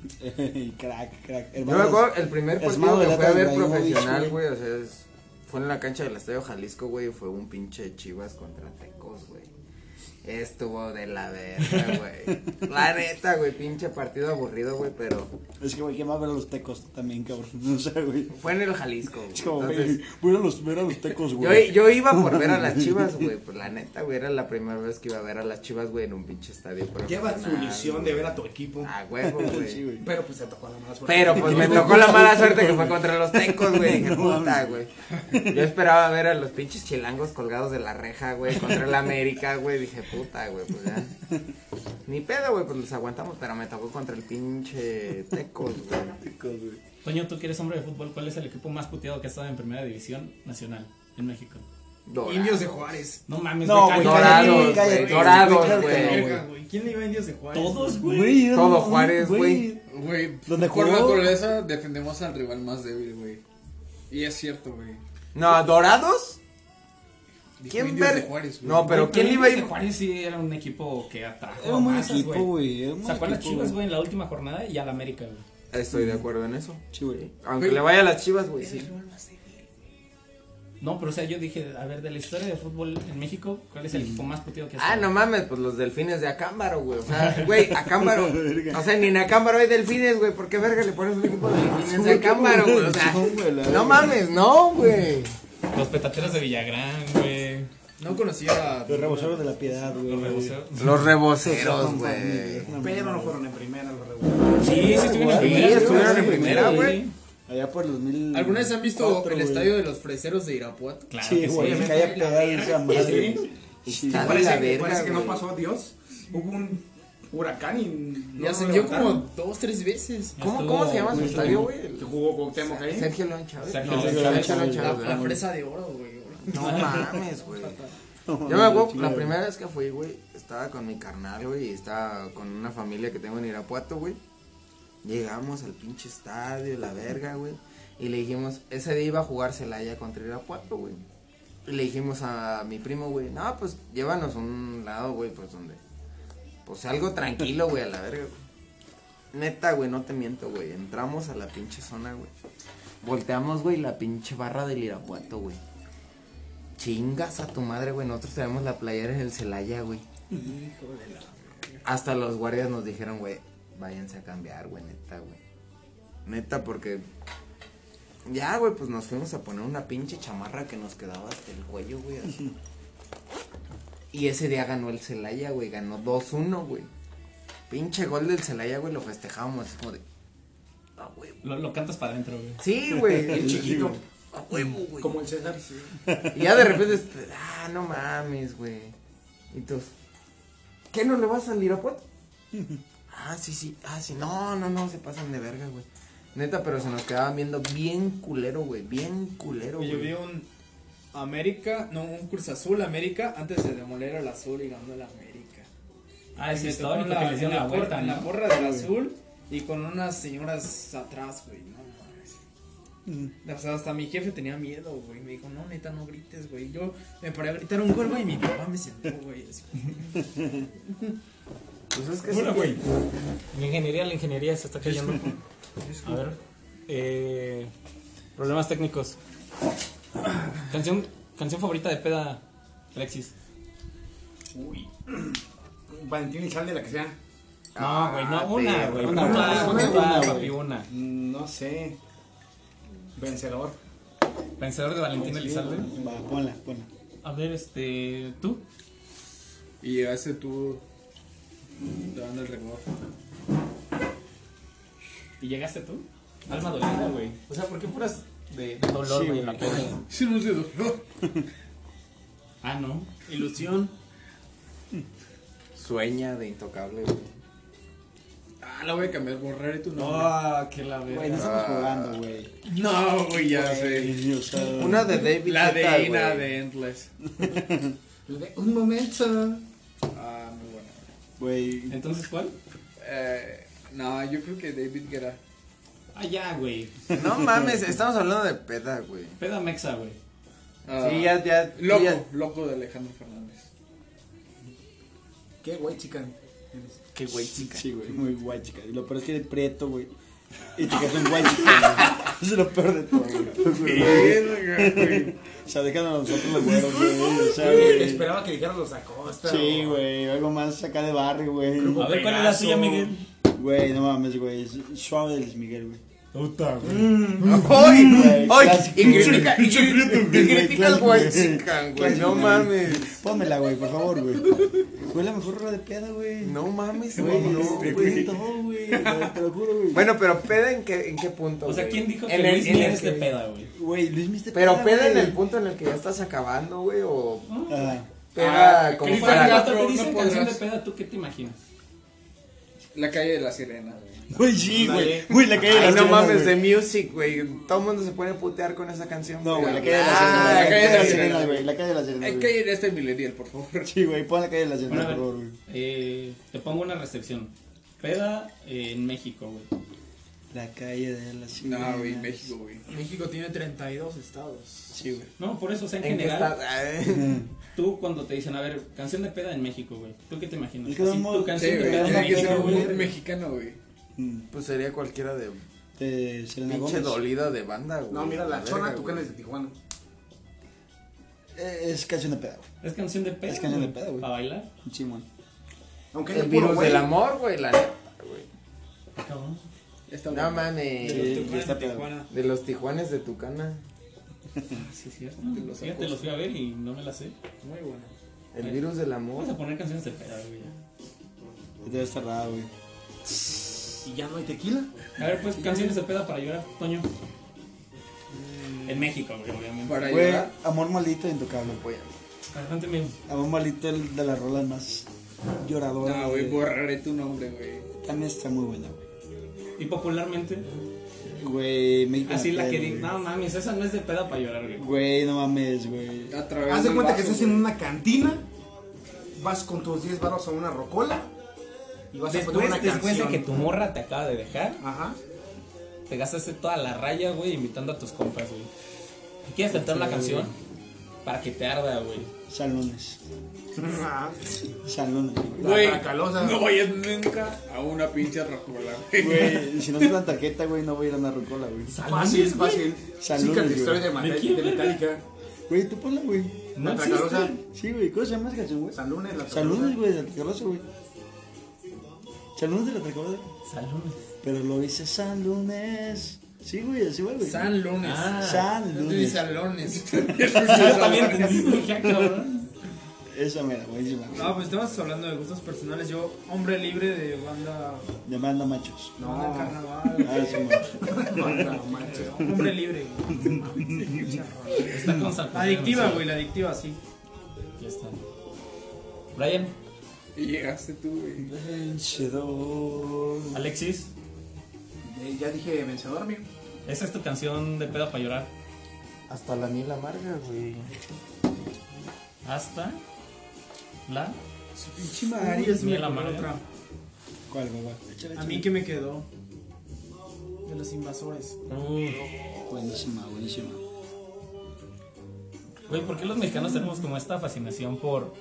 [SPEAKER 5] Ey, Crack, crack.
[SPEAKER 3] Yo me acuerdo el primer
[SPEAKER 5] Es
[SPEAKER 3] partido
[SPEAKER 5] Mago
[SPEAKER 3] que
[SPEAKER 5] de
[SPEAKER 3] fue a
[SPEAKER 5] Latas
[SPEAKER 3] ver
[SPEAKER 5] Ibrahimovic,
[SPEAKER 3] profesional, güey.
[SPEAKER 5] güey.
[SPEAKER 3] O sea, es- fue en la cancha del Estadio Jalisco, güey. Fue un pinche Chivas contra Tecos, güey. Estuvo de la verga, güey. La neta, güey. Pinche partido aburrido, güey. Pero
[SPEAKER 5] Es que, güey, ¿quién va a ver a los tecos también, cabrón? No sé, güey.
[SPEAKER 3] fue en el Jalisco, güey.
[SPEAKER 5] Es como,
[SPEAKER 3] Entonces,
[SPEAKER 5] güey, voy a los, ver a los tecos,
[SPEAKER 3] Yo,
[SPEAKER 5] güey.
[SPEAKER 3] yo iba por ver a las chivas, güey. Pues la neta, güey, era la primera vez que iba a ver a las chivas, güey, en un pinche estadio.
[SPEAKER 7] Lleva
[SPEAKER 3] profesional,
[SPEAKER 7] su ilusión de ver a tu equipo.
[SPEAKER 3] güey. A huevo,
[SPEAKER 5] Sí,
[SPEAKER 3] güey.
[SPEAKER 5] güey.
[SPEAKER 7] Pero pues se tocó la mala suerte.
[SPEAKER 3] Pero pues me tocó la mala suerte que fue contra los tecos, güey. Dije,
[SPEAKER 5] No
[SPEAKER 3] puta, güey. Yo esperaba ver a los pinches chilangos colgados de la reja, güey, contra el América, güey. Dije, puta, güey, pues ya. Ni pedo, güey, pues los aguantamos, pero me tocó contra el pinche tecos, güey.
[SPEAKER 5] Tecos, güey.
[SPEAKER 1] Toño, tú que eres hombre de fútbol, ¿cuál es el equipo más puteado que ha estado en primera división nacional en México?
[SPEAKER 3] Dorado.
[SPEAKER 11] Indios de Juárez.
[SPEAKER 1] No mames,
[SPEAKER 5] No,
[SPEAKER 1] güey,
[SPEAKER 5] güey,
[SPEAKER 1] cállate.
[SPEAKER 3] Dorados, güey,
[SPEAKER 5] cállate, güey,
[SPEAKER 3] dorados,
[SPEAKER 5] claro que
[SPEAKER 3] güey.
[SPEAKER 5] no,
[SPEAKER 11] Verga, güey. ¿Quién le iba a Indios de Juárez?
[SPEAKER 1] Todos, güey.
[SPEAKER 5] Güey, era
[SPEAKER 3] Todo
[SPEAKER 5] un-
[SPEAKER 3] Juárez,
[SPEAKER 9] Güey,
[SPEAKER 5] ¿Dónde
[SPEAKER 9] por
[SPEAKER 5] jugó?
[SPEAKER 9] naturaleza defendemos al rival más débil, güey. Y es cierto, güey.
[SPEAKER 3] No, dorados.
[SPEAKER 9] Dijo
[SPEAKER 3] ¿Quién
[SPEAKER 9] Indios de
[SPEAKER 3] ver?
[SPEAKER 9] Juárez, güey.
[SPEAKER 3] No, pero
[SPEAKER 1] Güey,
[SPEAKER 3] ¿quién le iba a
[SPEAKER 1] Indios
[SPEAKER 3] ir?
[SPEAKER 1] de Juárez sí era un equipo que atrajo
[SPEAKER 5] Era
[SPEAKER 1] a
[SPEAKER 5] un buen
[SPEAKER 1] masas,
[SPEAKER 5] equipo,
[SPEAKER 1] güey.
[SPEAKER 5] güey. era un buen
[SPEAKER 1] Sacó a las
[SPEAKER 5] equipo,
[SPEAKER 1] chivas,
[SPEAKER 5] güey.
[SPEAKER 1] güey, en la última jornada y al América, güey.
[SPEAKER 3] Estoy de acuerdo en eso.
[SPEAKER 5] Sí, güey.
[SPEAKER 3] Aunque
[SPEAKER 9] Pero-
[SPEAKER 3] le vaya a las chivas, güey, sí.
[SPEAKER 1] No, pero o sea, yo dije, a ver, de la historia del fútbol en México, ¿cuál es el equipo más puteado que ha
[SPEAKER 3] Ah,
[SPEAKER 1] estado?
[SPEAKER 3] no mames, pues los delfines de Acámbaro, güey. O sea, güey, Acámbaro. o sea, ni en Acámbaro hay delfines, güey. ¿Por qué verga le pones un equipo de delfines de Acámbaro, güey? O sea,
[SPEAKER 5] No, güey, la
[SPEAKER 3] no
[SPEAKER 5] verga.
[SPEAKER 3] mames, no, güey.
[SPEAKER 1] Los petateros de Villagrán, güey.
[SPEAKER 9] No conocía.
[SPEAKER 5] Los reboceros de la piedad, güey.
[SPEAKER 1] Los reboceros.
[SPEAKER 3] Los reboceros, güey.
[SPEAKER 7] Pero no fueron en primera los reboceros.
[SPEAKER 1] Sí, sí estuvieron en primera.
[SPEAKER 3] Sí, estuvieron en primera, güey.
[SPEAKER 5] Allá por el 2000.
[SPEAKER 9] ¿Alguna vez han visto
[SPEAKER 5] Cuatro,
[SPEAKER 9] el
[SPEAKER 5] güey.
[SPEAKER 9] estadio de los freseros de Irapuato?
[SPEAKER 1] Claro
[SPEAKER 5] Sí,
[SPEAKER 1] que sí.
[SPEAKER 5] güey. Que haya pegado esa madre. Sí,
[SPEAKER 3] Está de
[SPEAKER 5] güey.
[SPEAKER 3] la
[SPEAKER 7] Parece, parece
[SPEAKER 3] verga,
[SPEAKER 7] que no
[SPEAKER 3] güey.
[SPEAKER 7] pasó Dios. Hubo un huracán y.
[SPEAKER 9] Y ascendió como dos, tres veces.
[SPEAKER 3] ¿Cómo, ¿Cómo se llama su
[SPEAKER 1] Estuvo-
[SPEAKER 3] estadio, güey? El-
[SPEAKER 7] Que jugó Cuauhtémoc ahí.
[SPEAKER 3] Sergio León Chávez.
[SPEAKER 1] Sergio
[SPEAKER 3] No,
[SPEAKER 1] León
[SPEAKER 5] Chávez.
[SPEAKER 9] La, la
[SPEAKER 3] güey.
[SPEAKER 9] fresa de oro, güey.
[SPEAKER 3] No mames, güey. Yo me acuerdo, la primera vez que fui, güey, estaba con mi carnal, güey, y estaba con una familia que tengo en Irapuato, güey. Llegamos al pinche estadio, la verga, güey. Y le dijimos, ese día iba a jugar Celaya contra Irapuato, güey. Y le dijimos a mi primo, güey, no, pues llévanos a un lado, güey, pues donde. Pues algo tranquilo, güey, a la verga, güey. Neta, güey, no te miento, güey. Entramos a la pinche zona, güey. Volteamos, güey, la pinche barra del Irapuato, güey. Chingas a tu madre, güey. Nosotros tenemos la playera del Celaya, güey. Hasta los guardias nos dijeron, güey, váyanse a cambiar, güey, neta, güey. Neta, porque. Ya, güey, pues nos fuimos a poner una pinche chamarra que nos quedaba hasta el cuello, güey. así. Y ese día ganó el Celaya, güey. Ganó 2-1, güey. Pinche gol del Celaya, güey, lo festejamos. Es como de. Ah, güey.
[SPEAKER 1] Lo, lo cantas para adentro, güey.
[SPEAKER 3] Sí, güey. El
[SPEAKER 7] chiquito.
[SPEAKER 3] A huevo, güey.
[SPEAKER 7] Como el César.
[SPEAKER 3] Y ya de repente, este, ah, no mames, güey. Entonces, ¿qué no le vas al Irapuato? ah, sí, sí, ah, sí, no, no, no, se pasan de verga, güey. Neta, pero se nos quedaban viendo bien culero, güey, bien culero,
[SPEAKER 9] Yo
[SPEAKER 3] güey.
[SPEAKER 9] vi un América, no, un Cruz Azul América antes de demoler al azul y ganó el América.
[SPEAKER 1] Ah, es
[SPEAKER 9] Me tocó
[SPEAKER 1] histórico
[SPEAKER 9] en
[SPEAKER 1] que le
[SPEAKER 9] en
[SPEAKER 1] dieron la
[SPEAKER 9] porra-
[SPEAKER 1] vuelta,
[SPEAKER 9] en
[SPEAKER 1] ¿no?
[SPEAKER 9] la porra del azul y con unas señoras atrás, güey. No mames.
[SPEAKER 1] Mm.
[SPEAKER 9] O sea, hasta mi jefe tenía miedo, güey. Me dijo, no, neta, no grites, güey. Yo me paré a gritar un gol, güey, y mi papá me sentó, güey. así.
[SPEAKER 3] Pues es que sí,
[SPEAKER 1] Hola, güey. La ingeniería, la ingeniería se está cayendo. A ver. eh, problemas técnicos. Canción, canción favorita de peda, Alexis.
[SPEAKER 7] Uy. Valentín Elizalde, la que sea.
[SPEAKER 1] No, Ah, güey, no, una, güey. Una,
[SPEAKER 7] una,
[SPEAKER 1] una, una,
[SPEAKER 7] una,
[SPEAKER 1] papi,
[SPEAKER 7] güey.
[SPEAKER 1] una.
[SPEAKER 7] Mm, No sé. Vencedor.
[SPEAKER 1] Vencedor de Valentín Elizalde.
[SPEAKER 5] Va, ponla, ponla.
[SPEAKER 1] A ver, este, tú.
[SPEAKER 9] Y a ese tuvo dando el reloj.
[SPEAKER 1] ¿Y llegaste tú? Alma dolida, güey. O sea, ¿por qué puras de, de dolor, güey, en la peda?
[SPEAKER 9] Sí, no sé, dolor.
[SPEAKER 1] Ah, no.
[SPEAKER 9] Ilusión.
[SPEAKER 3] Sueña de intocable, güey.
[SPEAKER 9] Ah, la voy a cambiar, borraré tu nombre.
[SPEAKER 11] Ah, que la
[SPEAKER 5] Güey, no
[SPEAKER 11] verga.
[SPEAKER 5] estamos jugando, güey.
[SPEAKER 9] No, güey, ya sé.
[SPEAKER 5] Güey, o sea,
[SPEAKER 3] Una de David
[SPEAKER 9] La
[SPEAKER 3] Guetta,
[SPEAKER 9] de Ina
[SPEAKER 3] güey.
[SPEAKER 9] de Endless.
[SPEAKER 7] Un momento.
[SPEAKER 9] Ah, muy buena.
[SPEAKER 5] Güey,
[SPEAKER 1] Entonces, ¿cuál?
[SPEAKER 9] Eh, no, yo creo que David Guerra.
[SPEAKER 1] Ah, ya, güey.
[SPEAKER 3] No mames, estamos hablando de peda, güey.
[SPEAKER 1] Peda mexa, güey.
[SPEAKER 9] Ah,
[SPEAKER 3] Sí, ya, ya.
[SPEAKER 9] Loco,
[SPEAKER 3] ya-
[SPEAKER 9] loco de Alejandro Fernández.
[SPEAKER 7] Qué guay, chica.
[SPEAKER 3] Qué güey, chica.
[SPEAKER 5] sí, güey, muy guay, chica. Y lo peor es que eres prieto, güey. Y te quedas un guay, chica. Eso es lo peor de todo, güey. O sea, dejan a nosotros los güeros, güey. O sea, güey.
[SPEAKER 7] Esperaba que dijeran los Acosta.
[SPEAKER 5] Sí,
[SPEAKER 7] o-
[SPEAKER 5] güey, algo más acá de barrio, güey.
[SPEAKER 1] A ver, ¿cuál es la suya, Miguel?
[SPEAKER 5] Güey, no mames, güey. es Suave de Luis Miguel, güey.
[SPEAKER 8] Puta, güey.
[SPEAKER 3] ¡Hoy!
[SPEAKER 5] Güey,
[SPEAKER 3] ¡Hoy!
[SPEAKER 5] clásico,
[SPEAKER 3] Y critica, y
[SPEAKER 8] pinche
[SPEAKER 3] critica,
[SPEAKER 8] prieto,
[SPEAKER 3] y
[SPEAKER 8] güey.
[SPEAKER 3] critica al
[SPEAKER 5] Clásico,
[SPEAKER 3] güey,
[SPEAKER 5] güey.
[SPEAKER 3] chica, güey.
[SPEAKER 5] Clásico,
[SPEAKER 3] No
[SPEAKER 5] güey.
[SPEAKER 3] mames.
[SPEAKER 5] Pónmela, güey, por favor, güey. Fue la mejor rola de peda, güey.
[SPEAKER 3] No mames,
[SPEAKER 5] güey,
[SPEAKER 3] güey. No,
[SPEAKER 5] te
[SPEAKER 3] güey.
[SPEAKER 5] todo, güey. Te lo juro, güey.
[SPEAKER 3] Bueno, pero peda en qué, en qué punto.
[SPEAKER 1] O sea,
[SPEAKER 3] güey?
[SPEAKER 1] ¿quién dijo que
[SPEAKER 3] En el-
[SPEAKER 1] Luis
[SPEAKER 3] en el
[SPEAKER 1] Miguel es de
[SPEAKER 3] que-
[SPEAKER 1] peda, güey?
[SPEAKER 5] güey, Luis Mister
[SPEAKER 3] Pero peda en el punto en el que ya estás acabando, güey, o
[SPEAKER 1] Ah,
[SPEAKER 5] Ajá.
[SPEAKER 3] peda
[SPEAKER 9] Ah,
[SPEAKER 3] como
[SPEAKER 9] Cristian
[SPEAKER 3] para...
[SPEAKER 9] Castro.
[SPEAKER 1] Cuando te dicen
[SPEAKER 9] no
[SPEAKER 1] canción de
[SPEAKER 9] podrás.
[SPEAKER 1] peda, ¿tú qué te imaginas?
[SPEAKER 9] La calle de la sirena.
[SPEAKER 5] Güey, sí, güey. Güey, la calle de la
[SPEAKER 3] Ay, no
[SPEAKER 5] sirena,
[SPEAKER 3] mames,
[SPEAKER 5] güey.
[SPEAKER 3] de music, güey. Todo el mundo se pone a putear con esa canción.
[SPEAKER 5] No, güey, la
[SPEAKER 3] güey.
[SPEAKER 5] calle de la
[SPEAKER 9] Ah,
[SPEAKER 5] sirena.
[SPEAKER 9] la calle de la
[SPEAKER 5] sirena,
[SPEAKER 9] sirena.
[SPEAKER 5] güey. La calle de la sirena,
[SPEAKER 9] Hay
[SPEAKER 5] güey.
[SPEAKER 9] que ir a este milenial, por favor.
[SPEAKER 5] Sí, güey, pon la calle de la
[SPEAKER 1] Bueno,
[SPEAKER 5] sirena,
[SPEAKER 1] a
[SPEAKER 5] por
[SPEAKER 1] ver,
[SPEAKER 5] favor, güey.
[SPEAKER 1] eh, te pongo una restricción. Peda eh, en México, güey.
[SPEAKER 5] La calle de la sirena.
[SPEAKER 9] No, güey, México, güey.
[SPEAKER 11] México tiene 32 estados.
[SPEAKER 5] Sí, güey.
[SPEAKER 1] No, por eso, o sea, en,
[SPEAKER 3] ¿En qué
[SPEAKER 1] general,
[SPEAKER 3] estás? Ay,
[SPEAKER 1] tú cuando te dicen, a ver, canción de peda en México, güey, ¿tú qué te imaginas?
[SPEAKER 5] Es que
[SPEAKER 1] Así,
[SPEAKER 5] somos-
[SPEAKER 1] tu
[SPEAKER 9] Sí,
[SPEAKER 1] canción de
[SPEAKER 9] güey.
[SPEAKER 1] peda en
[SPEAKER 9] Tiene que ser
[SPEAKER 1] México,
[SPEAKER 9] un
[SPEAKER 1] güey.
[SPEAKER 9] mexicano, güey.
[SPEAKER 3] Pues sería cualquiera de
[SPEAKER 5] De Este, Selena
[SPEAKER 3] pinche
[SPEAKER 5] Gómez.
[SPEAKER 3] dolida de banda, güey.
[SPEAKER 7] No, mira, la
[SPEAKER 3] verga,
[SPEAKER 7] zona
[SPEAKER 3] güey.
[SPEAKER 7] Tucanes de Tijuana.
[SPEAKER 5] Eh, Es canción de peda, güey.
[SPEAKER 1] Es canción de peda.
[SPEAKER 5] Es canción de peda, güey.
[SPEAKER 1] ¿Para bailar?
[SPEAKER 5] Sí, güey.
[SPEAKER 7] Aunque
[SPEAKER 3] El
[SPEAKER 7] es puro
[SPEAKER 3] virus
[SPEAKER 7] güey.
[SPEAKER 3] del amor, güey, la neta, güey.
[SPEAKER 1] Cabrón.
[SPEAKER 9] Está
[SPEAKER 3] No
[SPEAKER 9] bueno.
[SPEAKER 3] mames.
[SPEAKER 5] Sí,
[SPEAKER 9] Tijuana,
[SPEAKER 5] está peda,
[SPEAKER 9] Tijuana.
[SPEAKER 3] De los tijuanes de Tucana.
[SPEAKER 1] Sí, es cierto.
[SPEAKER 9] Te los
[SPEAKER 1] Fíjate,
[SPEAKER 9] acoso.
[SPEAKER 1] los fui a ver y no me las sé.
[SPEAKER 9] Muy bueno.
[SPEAKER 3] El virus del amor.
[SPEAKER 1] Vamos a poner canciones de peda, güey. ya.
[SPEAKER 5] Debe estar raro, güey.
[SPEAKER 7] ¿Y ya no hay tequila?
[SPEAKER 1] A ver, pues canciones de peda para llorar, Toño. En México, güey, obviamente.
[SPEAKER 5] Güey, amor maldito e intocable.
[SPEAKER 1] Adelante, mi.
[SPEAKER 5] Amor maldito el de las rolas más lloradoras.
[SPEAKER 9] No, güey,
[SPEAKER 5] de-
[SPEAKER 9] borraré tu nombre, güey.
[SPEAKER 5] También está muy buena, güey.
[SPEAKER 1] Y popularmente,
[SPEAKER 5] Güey, México.
[SPEAKER 1] así la que
[SPEAKER 5] entero,
[SPEAKER 1] di.
[SPEAKER 5] güey.
[SPEAKER 1] No mames, esa no es de peda para llorar, güey.
[SPEAKER 5] Güey, no mames, güey.
[SPEAKER 9] A través
[SPEAKER 7] Haz de
[SPEAKER 9] del
[SPEAKER 7] cuenta que
[SPEAKER 9] vaso,
[SPEAKER 7] estás en una cantina, vas con tus 10 baros a una rocola y vas a poner una
[SPEAKER 1] Después, después de
[SPEAKER 7] canción.
[SPEAKER 1] que tu morra te acaba de dejar,
[SPEAKER 7] Ajá.
[SPEAKER 1] te gastaste toda la raya, güey, invitando a tus compas, güey. ¿Y ¿Quieres cantar una canción? Para que te arda, güey.
[SPEAKER 5] Salones.
[SPEAKER 7] Ajá.
[SPEAKER 5] Salones,
[SPEAKER 7] La
[SPEAKER 9] Güey,
[SPEAKER 7] Tracalosa.
[SPEAKER 9] No vayas nunca a una pinche rocola, güey.
[SPEAKER 5] güey. Güey, si no te dan tarjeta, güey, no voy a ir a una rocola, güey.
[SPEAKER 7] Fácil, fácil.
[SPEAKER 5] Saludos,
[SPEAKER 7] Chica, te
[SPEAKER 5] güey.
[SPEAKER 7] historia de, Mate- de Metallica.
[SPEAKER 5] Güey, tú ponla, güey.
[SPEAKER 7] La Tracalosa.
[SPEAKER 5] Sí, güey, ¿cómo se llama esa canción, güey?
[SPEAKER 7] San Lunes, la
[SPEAKER 5] Saludos,
[SPEAKER 7] Tracalosa.
[SPEAKER 5] güey, de la Tracalosa, güey. Saludos de la Tracalosa.
[SPEAKER 1] Saludos.
[SPEAKER 5] Pero lo dice San Lunes. Sí, güey, así va, güey.
[SPEAKER 9] San Lunes.
[SPEAKER 1] Ah.
[SPEAKER 5] San
[SPEAKER 9] No te dice
[SPEAKER 5] Lunes.
[SPEAKER 9] salones.
[SPEAKER 1] Yo también entendí, güey, ya, cabrón.
[SPEAKER 5] Esa mera, buenísima.
[SPEAKER 11] No, pues estabas hablando de gustos personales. Yo, hombre libre de banda,
[SPEAKER 5] De manda machos.
[SPEAKER 11] banda del
[SPEAKER 5] Ah,
[SPEAKER 11] carnaval.
[SPEAKER 5] sí, macho.
[SPEAKER 11] hombre libre. güey.
[SPEAKER 1] Está con San Pedro,
[SPEAKER 11] adictiva,
[SPEAKER 1] sí.
[SPEAKER 11] güey, la adictiva, sí.
[SPEAKER 1] Ya está. Brian,
[SPEAKER 9] Y llegaste tú, güey.
[SPEAKER 5] Vencedor.
[SPEAKER 1] Alexis,
[SPEAKER 7] Eh, ya dije vencedor, amigo.
[SPEAKER 1] esa es tu canción de peda para llorar.
[SPEAKER 3] Hasta la miel amarga, güey.
[SPEAKER 1] Hasta la.
[SPEAKER 11] Ay, es mi
[SPEAKER 1] Mira la madre.
[SPEAKER 11] otra.
[SPEAKER 5] ¿Cuál, güey? va? Échale,
[SPEAKER 11] A mí que me quedó. De los invasores.
[SPEAKER 1] Uy,
[SPEAKER 5] échale. Buenísima, buenísima.
[SPEAKER 1] Güey, ¿por qué los mexicanos tenemos como esta fascinación por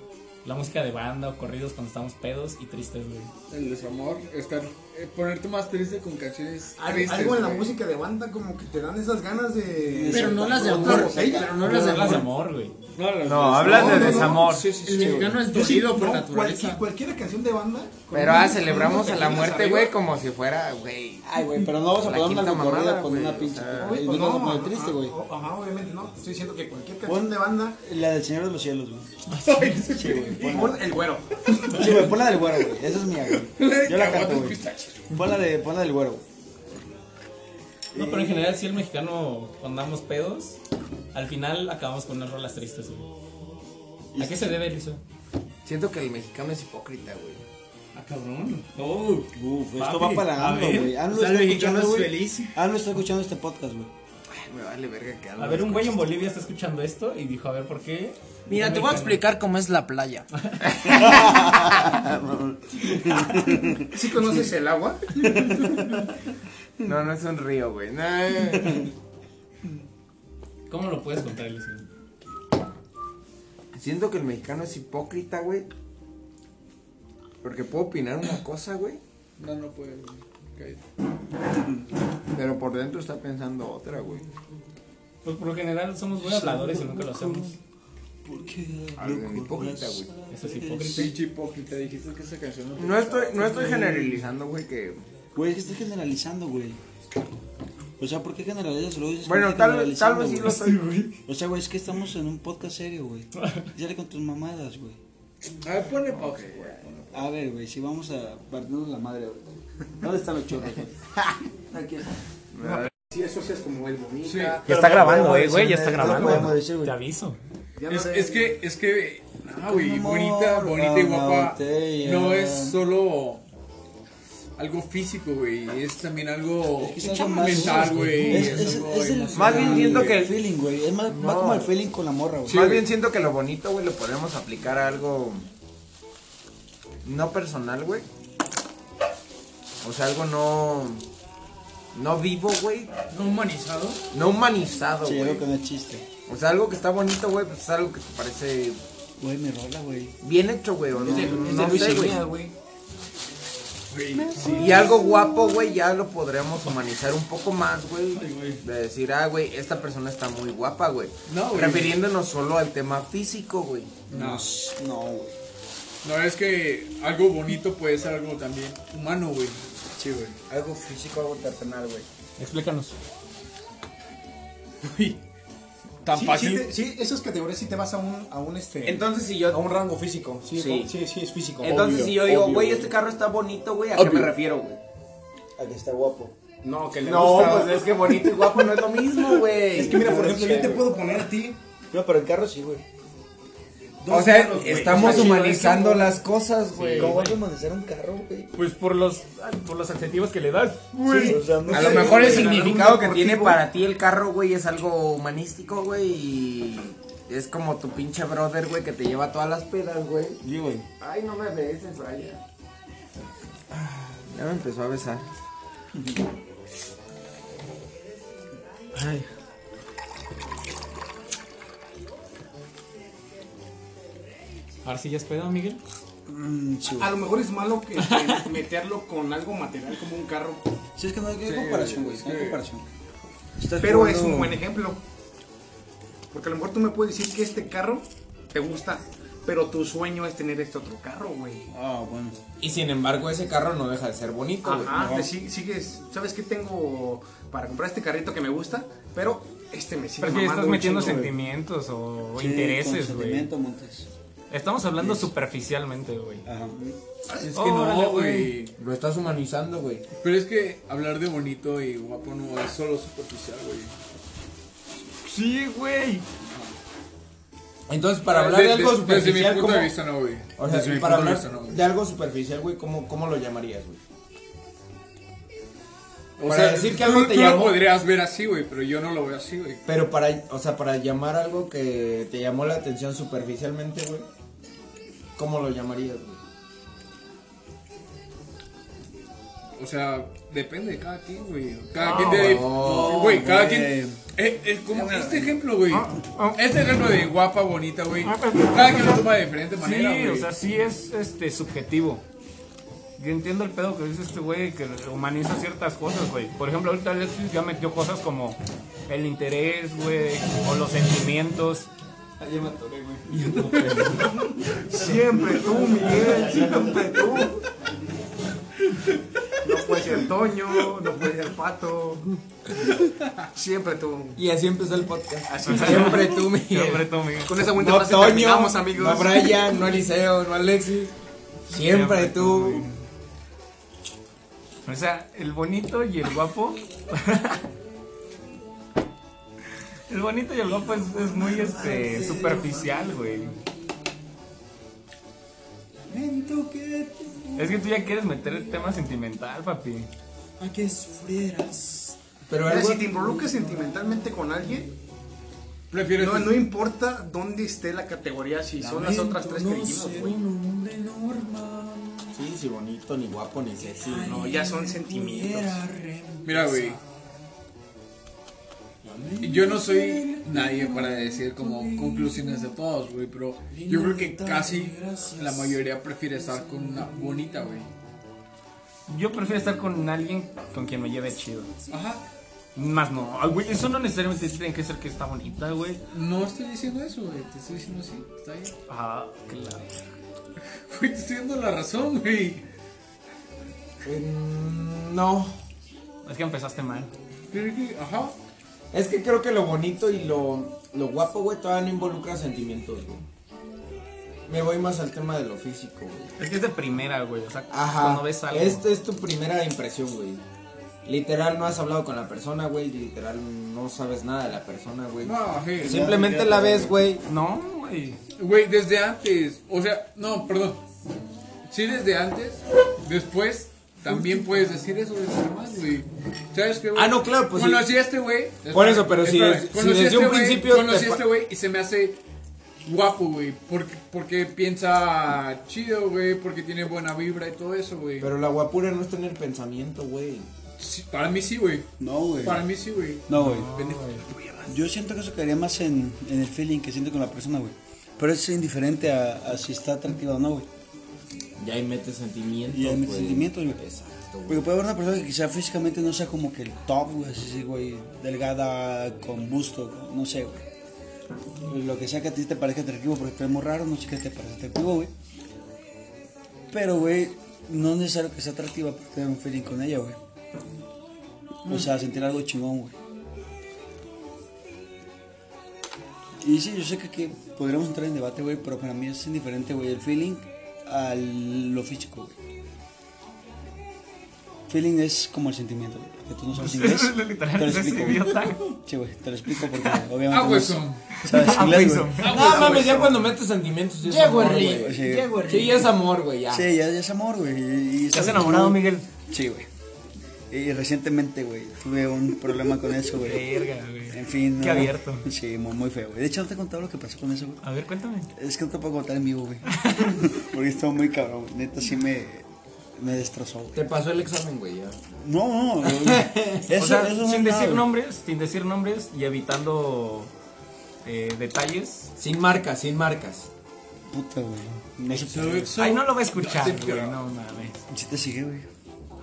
[SPEAKER 1] la música de banda o corridos cuando estamos pedos y tristes, güey?
[SPEAKER 9] El desamor, estar, eh, ponerte más triste con canciones
[SPEAKER 7] Al-
[SPEAKER 9] tristes,
[SPEAKER 7] algo en la
[SPEAKER 9] güey.
[SPEAKER 7] música de banda como que te dan esas ganas de...
[SPEAKER 9] Pero no las de
[SPEAKER 7] Como
[SPEAKER 9] amor,
[SPEAKER 7] una botella.
[SPEAKER 9] pero
[SPEAKER 1] No las de amor, güey.
[SPEAKER 9] No, las-
[SPEAKER 3] No, hablas de
[SPEAKER 7] no, no.
[SPEAKER 3] desamor.
[SPEAKER 9] Sí, sí, sí,
[SPEAKER 11] El
[SPEAKER 9] güey.
[SPEAKER 11] mexicano es
[SPEAKER 7] Yo sí,
[SPEAKER 11] dolido por
[SPEAKER 7] no,
[SPEAKER 11] naturaleza.
[SPEAKER 7] cualquier- Cualquier canción de banda. con
[SPEAKER 3] Pero
[SPEAKER 7] una-
[SPEAKER 3] ah, celebramos
[SPEAKER 7] con
[SPEAKER 3] a
[SPEAKER 7] unas
[SPEAKER 3] la
[SPEAKER 7] cajitas
[SPEAKER 3] muerte,
[SPEAKER 7] arriba.
[SPEAKER 3] güey, como si fuera, güey.
[SPEAKER 5] Ay, güey, pero no vamos a
[SPEAKER 3] La
[SPEAKER 5] poner
[SPEAKER 3] quinta
[SPEAKER 5] una
[SPEAKER 3] mamada,
[SPEAKER 5] corrida con
[SPEAKER 3] güey,
[SPEAKER 5] una
[SPEAKER 3] o
[SPEAKER 5] pinche.
[SPEAKER 3] sea,
[SPEAKER 5] güey,
[SPEAKER 7] Güey,
[SPEAKER 5] No
[SPEAKER 7] pues
[SPEAKER 5] nos vamos a
[SPEAKER 7] ajá,
[SPEAKER 5] poner triste, güey.
[SPEAKER 7] o- Ajá, obviamente no. Estoy diciendo que cualquier
[SPEAKER 5] Pon-
[SPEAKER 7] canción de banda.
[SPEAKER 5] La del Señor de los Cielos, güey. Sí, güey.
[SPEAKER 7] Pon el güero.
[SPEAKER 5] Sí, güey, pon la del güero, güey. Esa es mía, güey. Yo la
[SPEAKER 9] Caguates
[SPEAKER 5] canto, güey.
[SPEAKER 9] pistachos.
[SPEAKER 5] Pon la, de, pon la del güero, güey.
[SPEAKER 1] No, pero en general, si el mexicano cuando andamos pedos, al final acabamos con unas rolas tristes, güey. ¿A qué se debe, Elisa?
[SPEAKER 3] Siento que el mexicano es hipócrita, güey.
[SPEAKER 1] Ah, cabrón. Oh,
[SPEAKER 5] Uf, esto va
[SPEAKER 1] Papi,
[SPEAKER 5] para
[SPEAKER 1] a
[SPEAKER 5] AMLO,
[SPEAKER 1] ver.
[SPEAKER 5] güey.
[SPEAKER 11] O
[SPEAKER 5] AMLO
[SPEAKER 11] sea, el
[SPEAKER 5] está
[SPEAKER 11] mexicano
[SPEAKER 5] escuchando,
[SPEAKER 11] es
[SPEAKER 5] güey.
[SPEAKER 11] feliz.
[SPEAKER 5] AMLO está escuchando este podcast, güey.
[SPEAKER 3] Ay, me vale verga que
[SPEAKER 1] A ver, un güey en Bolivia está escuchando esto y dijo, a ver, ¿por qué?
[SPEAKER 11] Mira, te voy a explicar cómo es la playa.
[SPEAKER 7] ¿Sí conoces el agua?
[SPEAKER 3] No, no es un río, güey. No.
[SPEAKER 1] ¿Cómo lo puedes contar, Elisa?
[SPEAKER 3] Siento que el mexicano es hipócrita, güey. Porque puedo opinar una cosa, güey.
[SPEAKER 9] No, no puede, güey. Cállate.
[SPEAKER 3] Pero por dentro está pensando otra, güey.
[SPEAKER 1] Pues por lo general somos muy habladores y nunca lo hacemos.
[SPEAKER 3] Algo en hipócrita, güey.
[SPEAKER 1] Eso es hipócrita.
[SPEAKER 9] Pinche hipócrita, dijiste que esa canción no te
[SPEAKER 3] No estoy,
[SPEAKER 9] gustaba.
[SPEAKER 3] no estoy generalizando, güey, que...
[SPEAKER 5] Güey, es que estás generalizando, güey. O sea, ¿por qué generalizas? Pues Lo dices
[SPEAKER 3] Bueno,
[SPEAKER 5] como
[SPEAKER 3] tal, tal
[SPEAKER 5] generalizando,
[SPEAKER 3] vez sí lo
[SPEAKER 5] güey.
[SPEAKER 3] estoy, güey.
[SPEAKER 5] O sea, güey, es que estamos en un podcast serio, güey. Dale con tus mamadas, güey.
[SPEAKER 9] A ver, ponle pausa, güey.
[SPEAKER 5] A ver, güey, si vamos a partirnos la madre ahorita. ¿Dónde están los chorros? güey?
[SPEAKER 7] Sí, eso sí es como el bonito.
[SPEAKER 9] Sí.
[SPEAKER 12] Ya está grabando, eh,
[SPEAKER 5] Pero
[SPEAKER 12] güey, ya
[SPEAKER 5] no
[SPEAKER 12] está
[SPEAKER 5] podemos
[SPEAKER 12] grabando.
[SPEAKER 5] decir, güey.
[SPEAKER 1] Te aviso.
[SPEAKER 7] Ya no
[SPEAKER 9] Es,
[SPEAKER 7] sé.
[SPEAKER 9] es que, es que, no, güey,
[SPEAKER 5] Como
[SPEAKER 9] bonita,
[SPEAKER 5] amor,
[SPEAKER 9] bonita y
[SPEAKER 5] una
[SPEAKER 9] guapa.
[SPEAKER 5] botella.
[SPEAKER 9] No es solo algo físico, güey. Es también algo
[SPEAKER 5] Es algo más-
[SPEAKER 9] mental, güey.
[SPEAKER 5] Es, es-
[SPEAKER 9] algo
[SPEAKER 5] es el,
[SPEAKER 9] emocional,
[SPEAKER 3] Más bien siento
[SPEAKER 9] güey.
[SPEAKER 3] que-
[SPEAKER 5] el feeling, güey. Es más, más
[SPEAKER 3] No.
[SPEAKER 5] como el feeling con la morra, güey.
[SPEAKER 3] Más
[SPEAKER 9] güey.
[SPEAKER 3] bien siento que lo bonito, güey, lo podemos aplicar a algo... No personal, güey. O sea, algo no... No vivo, güey.
[SPEAKER 11] No humanizado.
[SPEAKER 3] No humanizado,
[SPEAKER 5] Sí,
[SPEAKER 3] güey.
[SPEAKER 5] algo que no es chiste.
[SPEAKER 3] O sea, algo que está bonito, güey, pues es algo que te parece
[SPEAKER 5] Güey, me rola, güey.
[SPEAKER 3] bien hecho, güey, o no, no sé, güey.
[SPEAKER 9] Güey,
[SPEAKER 3] Y algo guapo, güey, ya lo podremos humanizar un poco más, güey. De decir, ah, güey, esta persona está muy guapa, güey.
[SPEAKER 9] No, güey.
[SPEAKER 3] Refiriéndonos solo al tema físico, güey.
[SPEAKER 9] No,
[SPEAKER 5] No, güey.
[SPEAKER 9] no, es que algo bonito puede ser algo también humano, güey.
[SPEAKER 3] Sí, güey. Algo físico, algo terrenal, güey.
[SPEAKER 1] Explícanos.
[SPEAKER 9] Güey,
[SPEAKER 10] Tan
[SPEAKER 7] sí, Sí,
[SPEAKER 10] fácil.
[SPEAKER 7] te- sí, esas categorías sí te vas a un, a un este.
[SPEAKER 3] Entonces, si yo-
[SPEAKER 7] A un rango físico. Sí,
[SPEAKER 3] Sí.
[SPEAKER 7] sí, sí, es físico.
[SPEAKER 3] Entonces,
[SPEAKER 7] Obvio,
[SPEAKER 3] si yo digo,
[SPEAKER 7] obvio,
[SPEAKER 3] güey, este carro está bonito, güey, ¿a qué
[SPEAKER 7] Obvio.
[SPEAKER 3] me refiero, güey?
[SPEAKER 5] A que está guapo.
[SPEAKER 7] No, que le
[SPEAKER 3] No,
[SPEAKER 7] gusta-
[SPEAKER 3] pues es que bonito y guapo no es lo mismo, güey.
[SPEAKER 7] Es que mira, por
[SPEAKER 5] No
[SPEAKER 7] ejemplo,
[SPEAKER 5] sé,
[SPEAKER 7] yo te
[SPEAKER 5] güey.
[SPEAKER 7] puedo poner a ti.
[SPEAKER 5] No, pero el carro sí, güey.
[SPEAKER 3] O sea, estamos humanizando las cosas, güey.
[SPEAKER 5] ¿Cómo vas a humanizar un carro, güey?
[SPEAKER 1] Pues por los, por los adjetivos que le das.
[SPEAKER 5] Sí, o sea, no
[SPEAKER 3] A
[SPEAKER 5] sé,
[SPEAKER 3] lo mejor el
[SPEAKER 5] güey.
[SPEAKER 3] significado que tiene para ti el carro, güey, es algo humanístico, güey, y es como tu pinche brother, güey, que te lleva a todas las pedas, güey. Ay, no me beses, Brian. Ya me empezó a besar. Ay.
[SPEAKER 1] Ahora sí ya es pedo, Miguel.
[SPEAKER 5] Mm, sí, güey.
[SPEAKER 7] A lo mejor es malo que, que meterlo con algo material como un carro.
[SPEAKER 5] Sí, es que no hay, no hay comparación, güey. No hay comparación. Estás
[SPEAKER 7] Pero es
[SPEAKER 5] jugando-
[SPEAKER 7] un buen ejemplo. Porque a lo mejor tú me puedes decir que este carro te gusta, pero tu sueño es tener este otro carro, güey.
[SPEAKER 5] Ah, bueno.
[SPEAKER 3] Y sin embargo, ese carro no deja de ser bonito, güey.
[SPEAKER 7] Ajá, te sig- sigues, ¿sabes qué tengo para comprar este carrito que me gusta? Pero este me sigue
[SPEAKER 1] Pero es que ya
[SPEAKER 7] mamando
[SPEAKER 1] estás
[SPEAKER 7] un
[SPEAKER 1] metiendo
[SPEAKER 7] chingo, güey.
[SPEAKER 1] sentimientos o
[SPEAKER 5] Sí,
[SPEAKER 1] intereses,
[SPEAKER 5] con
[SPEAKER 1] güey.
[SPEAKER 5] sentimiento, Montes.
[SPEAKER 1] Estamos hablando superficialmente, güey.
[SPEAKER 5] Ajá.
[SPEAKER 9] Es
[SPEAKER 3] Oh,
[SPEAKER 9] que
[SPEAKER 1] Órale,
[SPEAKER 9] no, güey.
[SPEAKER 3] Lo estás humanizando, güey.
[SPEAKER 9] Pero es que hablar de bonito y guapo no es solo superficial, güey.
[SPEAKER 1] Sí, güey.
[SPEAKER 3] Entonces, para hablar de,
[SPEAKER 9] Desde-
[SPEAKER 3] algo
[SPEAKER 9] desde mi
[SPEAKER 3] superficial,
[SPEAKER 9] punto
[SPEAKER 3] ¿cómo-
[SPEAKER 9] de vista no, güey.
[SPEAKER 3] O sea,
[SPEAKER 9] Desde mi
[SPEAKER 3] para
[SPEAKER 9] punto
[SPEAKER 3] hablar
[SPEAKER 9] de vista no, güey.
[SPEAKER 3] de algo superficial, güey, ¿cómo, ¿cómo lo llamarías, güey?
[SPEAKER 9] O
[SPEAKER 3] para
[SPEAKER 9] sea,
[SPEAKER 3] decir que
[SPEAKER 9] tú-
[SPEAKER 3] algo te
[SPEAKER 9] tú
[SPEAKER 3] llamó.
[SPEAKER 9] lo podrías ver así, güey, pero yo no lo veo así, güey.
[SPEAKER 3] Pero para, o sea, para llamar algo que te llamó la atención superficialmente, güey, ¿cómo lo llamarías, güey?
[SPEAKER 9] O sea, depende de cada quien, güey. Cada quien de.
[SPEAKER 3] no,
[SPEAKER 9] Güey, cada
[SPEAKER 5] güey.
[SPEAKER 9] quien. Eh, eh, como este ejemplo, güey.
[SPEAKER 1] Ah,
[SPEAKER 9] Este ejemplo de guapa, bonita, güey. Cada quien lo toma de diferente manera,
[SPEAKER 1] Sí, o
[SPEAKER 9] güey.
[SPEAKER 1] sea, sí es este subjetivo. Yo entiendo el pedo que dice este güey que humaniza ciertas cosas, güey. Por ejemplo, ahorita Alexis ya metió cosas como el interés, güey, o los sentimientos.
[SPEAKER 7] Siempre tú, Miguel, siempre tú. No puede ser Toño, no puede ser Pato. Siempre tú.
[SPEAKER 3] Y así empezó el podcast.
[SPEAKER 7] Así
[SPEAKER 3] Siempre tú, Miguel.
[SPEAKER 1] Siempre tú, Miguel.
[SPEAKER 7] Con esa buena
[SPEAKER 3] No
[SPEAKER 7] frase
[SPEAKER 3] Toño,
[SPEAKER 7] terminamos, amigos.
[SPEAKER 3] no Brian, no Eliseo, no Alexis. Siempre,
[SPEAKER 1] Siempre tú,
[SPEAKER 3] tú.
[SPEAKER 1] O sea, el bonito y el guapo. el bonito y el guapo es, es muy este superficial, güey. Es que tú ya quieres meter el tema sentimental, papi.
[SPEAKER 11] A que sufrieras.
[SPEAKER 3] Pero
[SPEAKER 7] Mira,
[SPEAKER 3] algo...
[SPEAKER 7] si te involucras sentimentalmente con alguien,
[SPEAKER 9] Prefieres.
[SPEAKER 7] no, no importa dónde esté la categoría, si son las otras tres que dijimos, güey.
[SPEAKER 11] hombre normal.
[SPEAKER 3] Sí, sí, bonito, ni guapo, ni sexy.
[SPEAKER 7] No, ya son sentimientos.
[SPEAKER 9] Mira, güey. Yo no soy nadie para decir como conclusiones de todos, güey, pero yo creo que casi la mayoría prefiere estar con una bonita, güey.
[SPEAKER 1] Yo prefiero estar con alguien con quien me lleve chido.
[SPEAKER 9] Ajá.
[SPEAKER 1] Más no, ay, güey, eso no necesariamente tiene que ser que está bonita, güey.
[SPEAKER 9] No estoy diciendo eso, güey. Te estoy diciendo así. Está bien.
[SPEAKER 1] Ah, claro.
[SPEAKER 9] Güey, te estoy dando la razón, güey.
[SPEAKER 3] Mm, No.
[SPEAKER 1] Es que empezaste mal.
[SPEAKER 9] Pero que- Ajá.
[SPEAKER 3] Es que creo que lo bonito y lo, lo guapo, güey, todavía no involucra sentimientos, güey. Me voy más al tema de lo físico, güey.
[SPEAKER 1] Es que es de primera, güey. O sea,
[SPEAKER 3] Ajá.
[SPEAKER 1] cuando ves algo.
[SPEAKER 3] Esto es tu primera impresión, güey. Literal, no has hablado con la persona, güey. Literal, no sabes nada de la persona, güey.
[SPEAKER 9] No, ajá.
[SPEAKER 3] Simplemente la ves, güey.
[SPEAKER 1] No, güey.
[SPEAKER 9] Güey, desde antes. O sea, no, perdón. Sí, desde antes. Después también puedes decir eso de los demás, güey. ¿Sabes qué, güey?
[SPEAKER 3] Ah, no, claro, pues sí.
[SPEAKER 9] Conocí a este güey.
[SPEAKER 3] Por eso, pero si-
[SPEAKER 9] Espérame,
[SPEAKER 3] si
[SPEAKER 9] conocí a este
[SPEAKER 3] desde un
[SPEAKER 9] güey,
[SPEAKER 3] principio te
[SPEAKER 9] Conocí a
[SPEAKER 3] pa-
[SPEAKER 9] este güey y se me hace guapo, güey. Porque, porque piensa chido, güey. Porque tiene buena vibra y todo eso, güey.
[SPEAKER 3] Pero la guapura no es tener pensamiento, güey.
[SPEAKER 9] Sí, para mí sí, güey.
[SPEAKER 5] No, güey.
[SPEAKER 9] Para mí sí, güey.
[SPEAKER 5] No, güey.
[SPEAKER 9] Pendejo.
[SPEAKER 5] Yo siento que eso caería más en, en el feeling que siento con la persona, güey. Pero es indiferente a, a si está atractiva o no, güey.
[SPEAKER 3] Ya ahí metes sentimientos,
[SPEAKER 5] Y a mis
[SPEAKER 3] güey.
[SPEAKER 5] sentimientos, güey.
[SPEAKER 3] Exacto, güey.
[SPEAKER 5] Porque puede haber una persona que quizá físicamente no sea como que el top, güey, así, sí, güey, delgada, con busto, con- no sé, güey. Lo que sea que a ti te parezca atractivo, porque te muy raro, no sé qué te parece atractivo, güey. Pero, güey, no es necesario que sea atractiva para tener un feeling con ella, güey. O sea, sentir algo chingón, güey. Y sí, yo sé que, que podríamos entrar en debate, güey, pero para mí es indiferente, güey, el feeling a lo físico, güey. Feeling es como el sentimiento, güey. Que tú no sabes inglés.
[SPEAKER 1] Literal,
[SPEAKER 5] te lo
[SPEAKER 1] es
[SPEAKER 5] explico. güey.
[SPEAKER 1] idiota.
[SPEAKER 5] Sí, güey, te lo explico porque obviamente.
[SPEAKER 11] Ah, güey,
[SPEAKER 5] no
[SPEAKER 11] son.
[SPEAKER 5] Sabes
[SPEAKER 11] Ah,
[SPEAKER 5] inglés,
[SPEAKER 11] güey,
[SPEAKER 5] güey.
[SPEAKER 11] son. No, mames, ya cuando metes sentimientos, ya es
[SPEAKER 5] Ya,
[SPEAKER 11] amor,
[SPEAKER 5] güey,
[SPEAKER 11] güey.
[SPEAKER 5] sí.
[SPEAKER 11] Ya, güey. Sí, ya es amor, güey, ya.
[SPEAKER 5] Sí, ya, ya es amor, güey. y- y-
[SPEAKER 11] ¿Estás enamorado,
[SPEAKER 5] Miguel? Sí, güey. Y recientemente, güey, tuve un problema con eso, güey.
[SPEAKER 12] Verga, güey.
[SPEAKER 5] En fin.
[SPEAKER 12] Qué
[SPEAKER 5] no.
[SPEAKER 12] abierto.
[SPEAKER 5] Sí, mu- muy feo, güey. De hecho, no te he contado lo que pasó con eso, güey.
[SPEAKER 12] A ver, cuéntame.
[SPEAKER 5] Es que no te puedo contar en vivo, güey. Porque estuvo muy cabrón, güey. Neta, sí me, me destrozó, güey.
[SPEAKER 3] Te pasó el examen, güey, ya.
[SPEAKER 5] No, no. güey. Eso,
[SPEAKER 12] o sea,
[SPEAKER 5] eso no es
[SPEAKER 12] sin
[SPEAKER 5] nada,
[SPEAKER 12] decir
[SPEAKER 5] güey.
[SPEAKER 12] nombres, sin decir nombres y evitando eh, detalles.
[SPEAKER 3] Sin marcas, sin marcas.
[SPEAKER 5] Puta, güey. No se puede.
[SPEAKER 12] Ay, no lo va a escuchar,
[SPEAKER 5] Sí,
[SPEAKER 12] güey, no mames.
[SPEAKER 5] Sí te sigue, güey.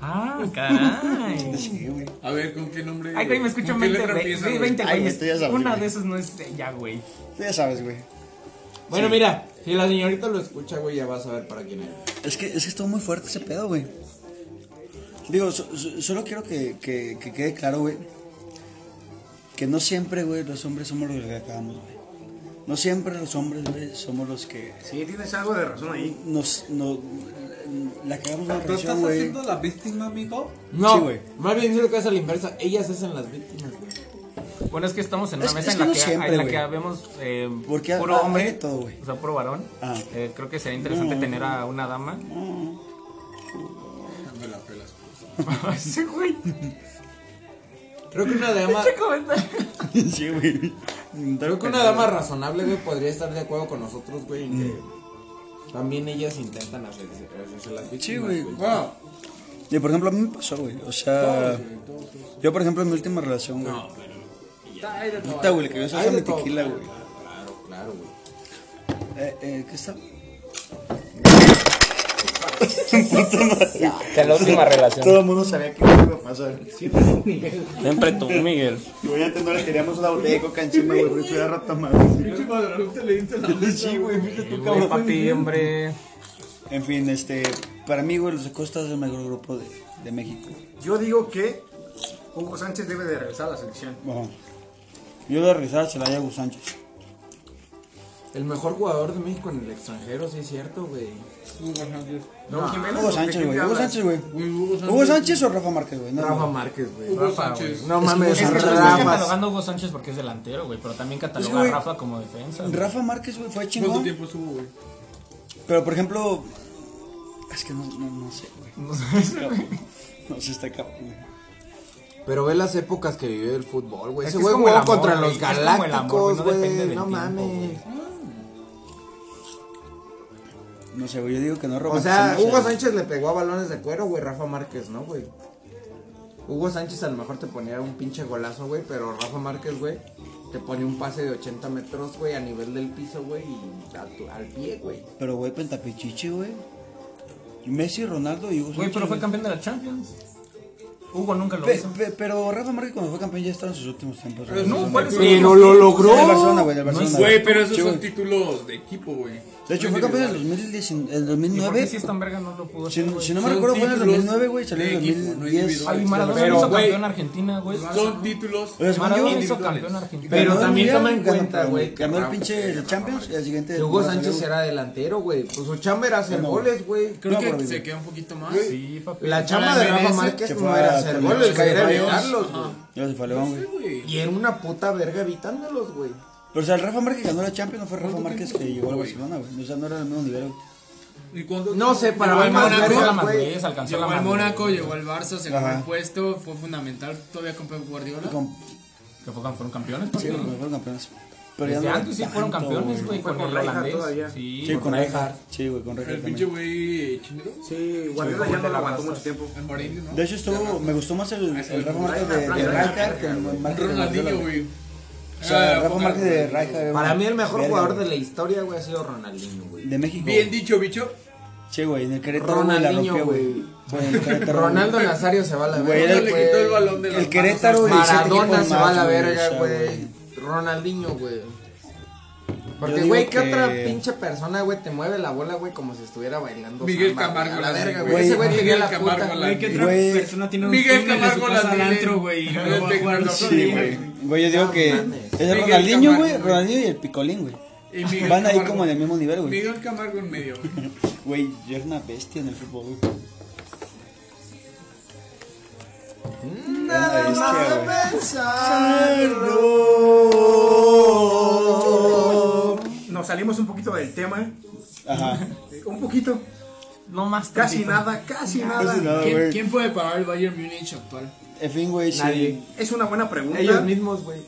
[SPEAKER 12] Ah, caray.
[SPEAKER 5] Sí te sigue, güey.
[SPEAKER 9] A ver, ¿con qué nombre?
[SPEAKER 12] Ay, güey, me escucho
[SPEAKER 9] ¿con qué
[SPEAKER 12] 20,
[SPEAKER 9] letra
[SPEAKER 12] güey.
[SPEAKER 9] empieza,
[SPEAKER 12] Sí,
[SPEAKER 9] güey?
[SPEAKER 12] 20
[SPEAKER 5] Ay, güey,
[SPEAKER 12] güeyes.
[SPEAKER 5] tú ya sabes,
[SPEAKER 12] Una
[SPEAKER 5] güey.
[SPEAKER 12] de esas no es de ella, güey.
[SPEAKER 5] Tú ya sabes, güey.
[SPEAKER 3] Bueno,
[SPEAKER 5] Sí.
[SPEAKER 3] mira, si la señorita lo escucha, güey, ya vas a ver para quién es.
[SPEAKER 5] Es que, es que estuvo muy fuerte ese pedo, güey. Digo, so- so- solo quiero que, que- que quede claro, güey. Que no siempre, güey, los hombres somos los que acabamos, güey. No siempre los hombres, güey, somos los que
[SPEAKER 4] Sí, tienes algo de razón ahí.
[SPEAKER 5] nos, nos la cagamos en una
[SPEAKER 11] ¿Tú estás
[SPEAKER 5] relación, güey.
[SPEAKER 11] haciendo la víctima, amigo?
[SPEAKER 3] No,
[SPEAKER 5] Sí, güey.
[SPEAKER 3] más bien si lo que es a la inversa, ellas se hacen las víctimas, güey.
[SPEAKER 12] Bueno, es que estamos en una
[SPEAKER 5] Es-
[SPEAKER 12] mesa
[SPEAKER 5] es
[SPEAKER 12] en
[SPEAKER 5] que
[SPEAKER 12] la
[SPEAKER 5] no
[SPEAKER 12] que,
[SPEAKER 5] siempre,
[SPEAKER 12] en la
[SPEAKER 5] güey.
[SPEAKER 12] que vemos eh,
[SPEAKER 5] Porque
[SPEAKER 12] puro
[SPEAKER 5] hay- hay
[SPEAKER 12] hombre,
[SPEAKER 5] de todo, Mm. güey.
[SPEAKER 12] o sea, puro varón.
[SPEAKER 5] Ah.
[SPEAKER 12] Eh, creo que sería interesante
[SPEAKER 5] No.
[SPEAKER 12] tener a una dama.
[SPEAKER 9] Me la pelas.
[SPEAKER 12] Ese güey.
[SPEAKER 3] Creo que una dama,
[SPEAKER 12] Pinche comentario.
[SPEAKER 5] sí, güey.
[SPEAKER 3] creo que una dama razonable, güey, podría estar de acuerdo con nosotros, güey, en que también ellas intentan hacerse, hacerse las víctimas.
[SPEAKER 5] güey.
[SPEAKER 9] Bueno,
[SPEAKER 5] Y por ejemplo, a mí me pasó, güey. O sea, yo, por ejemplo, en mi última relación, güey. Puta, güey, le cayó salsa
[SPEAKER 3] Hay
[SPEAKER 5] a
[SPEAKER 3] de
[SPEAKER 5] mi
[SPEAKER 3] todo,
[SPEAKER 5] tequila,
[SPEAKER 3] claro,
[SPEAKER 5] güey.
[SPEAKER 3] Claro, claro, güey.
[SPEAKER 5] Eh, eh, ¿Qué está?
[SPEAKER 12] Que la última relación.
[SPEAKER 5] Todo el mundo sabía que eso iba a pasar.
[SPEAKER 12] Siempre tú, Miguel.
[SPEAKER 5] Y obviamente no le teníamos una botella de coca encima, güey, porque estuviera rota madre.
[SPEAKER 11] Pinche Guadalupe, le diste la
[SPEAKER 5] Sí, güey, viste tú,
[SPEAKER 12] Güey, papi, hombre.
[SPEAKER 5] En fin, este, para mí, güey, los de Costa es el mejor grupo de, de México.
[SPEAKER 4] Yo digo que Hugo Sánchez debe de regresar a la selección.
[SPEAKER 5] Ajá. Yo lo regresaba a Celaya Hugo Sánchez.
[SPEAKER 3] El mejor jugador de México en el extranjero, sí es cierto, güey.
[SPEAKER 4] No, Jiménez.
[SPEAKER 5] Hugo Sánchez, güey. Hugo Sánchez, güey.
[SPEAKER 9] güey, Hugo Sánchez.
[SPEAKER 5] Hugo Sánchez o Rafa Márquez, güey. No,
[SPEAKER 3] Rafa
[SPEAKER 5] no.
[SPEAKER 3] Márquez, güey.
[SPEAKER 9] Hugo
[SPEAKER 3] Rafa,
[SPEAKER 9] Sánchez.
[SPEAKER 3] güey. No mames,
[SPEAKER 12] Es que estás
[SPEAKER 3] ramas.
[SPEAKER 12] catalogando a Hugo Sánchez porque es delantero, güey. Pero también cataloga
[SPEAKER 5] güey,
[SPEAKER 12] a Rafa como defensa. güey.
[SPEAKER 5] Rafa Márquez, güey, fue
[SPEAKER 9] ¿Cuánto
[SPEAKER 5] chingón.
[SPEAKER 9] tiempo estuvo, güey?
[SPEAKER 5] Pero, por ejemplo, es que no, no, no sé, güey. No sé, No sé, está cabrón, güey.
[SPEAKER 3] Pero ve las épocas que vivió el fútbol, güey.
[SPEAKER 12] Es
[SPEAKER 3] Ese
[SPEAKER 12] que es
[SPEAKER 3] güey
[SPEAKER 12] como el
[SPEAKER 3] jugó
[SPEAKER 12] amor,
[SPEAKER 3] contra
[SPEAKER 12] güey.
[SPEAKER 3] los
[SPEAKER 12] Es como el amor, güey.
[SPEAKER 3] galácticos,
[SPEAKER 12] No
[SPEAKER 3] güey.
[SPEAKER 12] depende del
[SPEAKER 3] No
[SPEAKER 12] tiempo,
[SPEAKER 3] mames.
[SPEAKER 5] No sé, güey. Yo digo que no Rafa
[SPEAKER 3] O sea, Hugo Sánchez le pegó a balones de cuero, güey. Rafa Márquez, ¿no, güey? Hugo Sánchez a lo mejor te ponía un pinche golazo, güey. Pero Rafa Márquez, güey, te ponía un pase de 80 metros, güey, a nivel del piso, güey. Y a tu- al pie, güey.
[SPEAKER 5] Pero, güey, pentapichichi, güey. Messi, Ronaldo y Hugo
[SPEAKER 12] Güey,
[SPEAKER 5] Sánchez.
[SPEAKER 12] pero fue
[SPEAKER 5] güey.
[SPEAKER 12] campeón de la Champions. Hugo nunca lo
[SPEAKER 5] Pe-
[SPEAKER 12] hizo.
[SPEAKER 5] pe- pero Rafa Márquez cuando fue campeón ya estaba en sus últimos tiempos. güey.
[SPEAKER 12] no,
[SPEAKER 5] Entonces,
[SPEAKER 12] ¿cuáles
[SPEAKER 5] güey,
[SPEAKER 12] son?
[SPEAKER 3] Pero lo logró.
[SPEAKER 5] Del Barcelona, güey, del Barcelona.
[SPEAKER 9] Güey, pero esos
[SPEAKER 5] Sí,
[SPEAKER 9] son
[SPEAKER 5] güey.
[SPEAKER 9] títulos de equipo, güey.
[SPEAKER 5] De hecho, fue campeón en el 2019, el
[SPEAKER 12] ¿Y por qué si
[SPEAKER 5] 2009.
[SPEAKER 12] es tan verga no lo pudo
[SPEAKER 5] Si,
[SPEAKER 12] hacer, güey?
[SPEAKER 5] si no me
[SPEAKER 9] Son
[SPEAKER 5] recuerdo, fue en el
[SPEAKER 9] títulos
[SPEAKER 5] 2009, güey. Salió en
[SPEAKER 9] de
[SPEAKER 5] el
[SPEAKER 9] equipo, no
[SPEAKER 5] 2010.
[SPEAKER 9] individual.
[SPEAKER 12] Ay, Maradona
[SPEAKER 9] Pero,
[SPEAKER 12] hizo
[SPEAKER 9] güey,
[SPEAKER 12] campeón a Argentina, güey.
[SPEAKER 9] Son títulos.
[SPEAKER 5] O sea, según yo,
[SPEAKER 12] Maradona
[SPEAKER 5] ganó
[SPEAKER 12] hizo
[SPEAKER 5] el
[SPEAKER 12] campeón a Argentina.
[SPEAKER 3] Pero también
[SPEAKER 5] Mundial,
[SPEAKER 3] toma en
[SPEAKER 5] ganó-
[SPEAKER 3] cuenta, güey, que
[SPEAKER 5] Ganó el
[SPEAKER 3] Rafa-
[SPEAKER 5] pinche el Champions y al siguiente.
[SPEAKER 3] Que Hugo
[SPEAKER 5] temporada
[SPEAKER 3] Sánchez
[SPEAKER 5] salió-
[SPEAKER 3] era delantero, güey. Pues su chamba era hacer
[SPEAKER 5] No.
[SPEAKER 3] goles, güey.
[SPEAKER 9] Creo
[SPEAKER 5] No,
[SPEAKER 9] que
[SPEAKER 5] pero-
[SPEAKER 9] se queda un poquito más.
[SPEAKER 12] Sí, papi.
[SPEAKER 3] La chamba de Rafa Márquez
[SPEAKER 5] que
[SPEAKER 3] no
[SPEAKER 5] fue
[SPEAKER 3] era
[SPEAKER 5] a
[SPEAKER 3] hacer
[SPEAKER 5] Toluca,
[SPEAKER 3] goles,
[SPEAKER 5] que
[SPEAKER 3] era
[SPEAKER 5] fue a
[SPEAKER 3] evitarlos,
[SPEAKER 9] Ajá.
[SPEAKER 3] güey.
[SPEAKER 5] Ya se fue a León, güey.
[SPEAKER 3] Y era una puta verga evitándolos, güey.
[SPEAKER 5] Pero o sea, el Rafa Márquez ganó la Champions, no fue Rafa Márquez que llegó al Barcelona, güey. O sea, no era del mismo nivel, güey.
[SPEAKER 9] ¿Y cuándo-
[SPEAKER 3] No sé, para
[SPEAKER 9] Llegó
[SPEAKER 3] mí
[SPEAKER 9] al
[SPEAKER 3] más
[SPEAKER 9] Mónaco,
[SPEAKER 12] Alcanzó la
[SPEAKER 3] güey.
[SPEAKER 12] madurez, alcanzó
[SPEAKER 9] Llegó
[SPEAKER 12] la
[SPEAKER 9] al
[SPEAKER 12] madurez.
[SPEAKER 9] Mónaco, llegó al Barça, se ganó
[SPEAKER 5] Ajá.
[SPEAKER 9] el puesto, fue fundamental. Todavía con Pep Guardiola.
[SPEAKER 5] Con-
[SPEAKER 12] Que fue- fueron campeones,
[SPEAKER 5] Sí,
[SPEAKER 12] papi.
[SPEAKER 5] güey, fueron campeones. Pero ya
[SPEAKER 12] Desde
[SPEAKER 5] no
[SPEAKER 12] antes sí
[SPEAKER 5] tanto,
[SPEAKER 12] fueron campeones, güey,
[SPEAKER 4] Fue
[SPEAKER 12] con el
[SPEAKER 4] con Rijkaard
[SPEAKER 12] holandés.
[SPEAKER 4] todavía.
[SPEAKER 12] Sí,
[SPEAKER 5] Sí, con
[SPEAKER 12] con
[SPEAKER 5] Rijkaard. Sí, güey, con Rijkaard
[SPEAKER 9] El pinche
[SPEAKER 5] también.
[SPEAKER 9] güey chinero.
[SPEAKER 4] Sí, Guardiola ya no lo aguantó mucho tiempo.
[SPEAKER 9] El Marín, ¿no?
[SPEAKER 5] De hecho, estuvo, me gustó más el, el Rafa Márquez de, de Rijkaard que el Márquez de Guardiola,
[SPEAKER 9] Ronaldinho,
[SPEAKER 5] güey.
[SPEAKER 9] güey.
[SPEAKER 5] O sea,
[SPEAKER 9] Ah,
[SPEAKER 5] Rafa
[SPEAKER 9] ponga-
[SPEAKER 5] Márquez de Rijkaard.
[SPEAKER 3] Para mí el mejor
[SPEAKER 5] Verga,
[SPEAKER 3] jugador
[SPEAKER 5] güey.
[SPEAKER 3] de la historia, güey, ha sido Ronaldinho, güey.
[SPEAKER 5] De México.
[SPEAKER 9] Bien
[SPEAKER 5] güey.
[SPEAKER 9] dicho, bicho.
[SPEAKER 5] Sí, güey, en el Querétaro güey, la
[SPEAKER 3] Ronaldinho,
[SPEAKER 5] rompió, güey.
[SPEAKER 3] güey.
[SPEAKER 5] Güey, en el Querétaro, güey.
[SPEAKER 3] Ronaldo Nazario se va a la
[SPEAKER 5] Güey,
[SPEAKER 9] Ronaldo
[SPEAKER 5] era
[SPEAKER 3] verga,
[SPEAKER 9] le quitó el
[SPEAKER 3] güey.
[SPEAKER 9] balón de las
[SPEAKER 5] El Querétaro, güey.
[SPEAKER 9] manos
[SPEAKER 5] siete equipos
[SPEAKER 3] Maradona se va a
[SPEAKER 5] más,
[SPEAKER 3] la
[SPEAKER 5] güey, o
[SPEAKER 3] verga,
[SPEAKER 5] sea,
[SPEAKER 3] güey. Ronaldinho, güey.
[SPEAKER 9] a-
[SPEAKER 3] Porque,
[SPEAKER 9] Yo digo
[SPEAKER 3] güey, ¿qué
[SPEAKER 9] que-
[SPEAKER 3] otra pinche persona, güey, te mueve la bola, güey, como si estuviera bailando?
[SPEAKER 9] Miguel
[SPEAKER 3] samba,
[SPEAKER 9] Camargo
[SPEAKER 3] A la
[SPEAKER 9] la
[SPEAKER 3] verga,
[SPEAKER 9] vi,
[SPEAKER 3] güey.
[SPEAKER 9] güey.
[SPEAKER 3] Ese güey
[SPEAKER 9] Miguel
[SPEAKER 3] tenía la
[SPEAKER 9] Camargo
[SPEAKER 3] puta.
[SPEAKER 9] la
[SPEAKER 3] güey,
[SPEAKER 9] vi.
[SPEAKER 3] que-
[SPEAKER 9] otra
[SPEAKER 5] Güey,
[SPEAKER 9] persona tiene un
[SPEAKER 11] Miguel
[SPEAKER 9] túnel de su
[SPEAKER 11] Camargo
[SPEAKER 9] casa
[SPEAKER 11] la tiene.
[SPEAKER 9] adentro, güey, y luego
[SPEAKER 11] Sí,
[SPEAKER 9] va a jugar al
[SPEAKER 11] sí,
[SPEAKER 9] otro día,
[SPEAKER 11] güey.
[SPEAKER 5] Güey, yo digo que es el
[SPEAKER 9] Miguel
[SPEAKER 5] Ronaldinho, güey,
[SPEAKER 9] Camargo, güey.
[SPEAKER 5] Ronaldinho y el Picolín, güey.
[SPEAKER 9] Y Miguel
[SPEAKER 5] Van ahí
[SPEAKER 9] Camargo.
[SPEAKER 5] como en el mismo nivel, güey.
[SPEAKER 9] Miguel Camargo en medio, güey.
[SPEAKER 5] Güey, yo era una bestia en el fútbol, güey. Nada más pensarlo.
[SPEAKER 7] Nos salimos un poquito del tema.
[SPEAKER 5] Ajá.
[SPEAKER 7] eh, Un poquito.
[SPEAKER 1] No más
[SPEAKER 7] Casi
[SPEAKER 1] tantito.
[SPEAKER 7] nada,
[SPEAKER 5] Casi
[SPEAKER 7] casi nada.
[SPEAKER 5] nada,
[SPEAKER 9] ¿Quién,
[SPEAKER 5] güey.
[SPEAKER 9] ¿Quién puede parar el Bayern Múnich actual?
[SPEAKER 5] En fin, güey, sí.
[SPEAKER 3] Nadie.
[SPEAKER 7] Es una buena pregunta.
[SPEAKER 3] Ellos mismos, güey.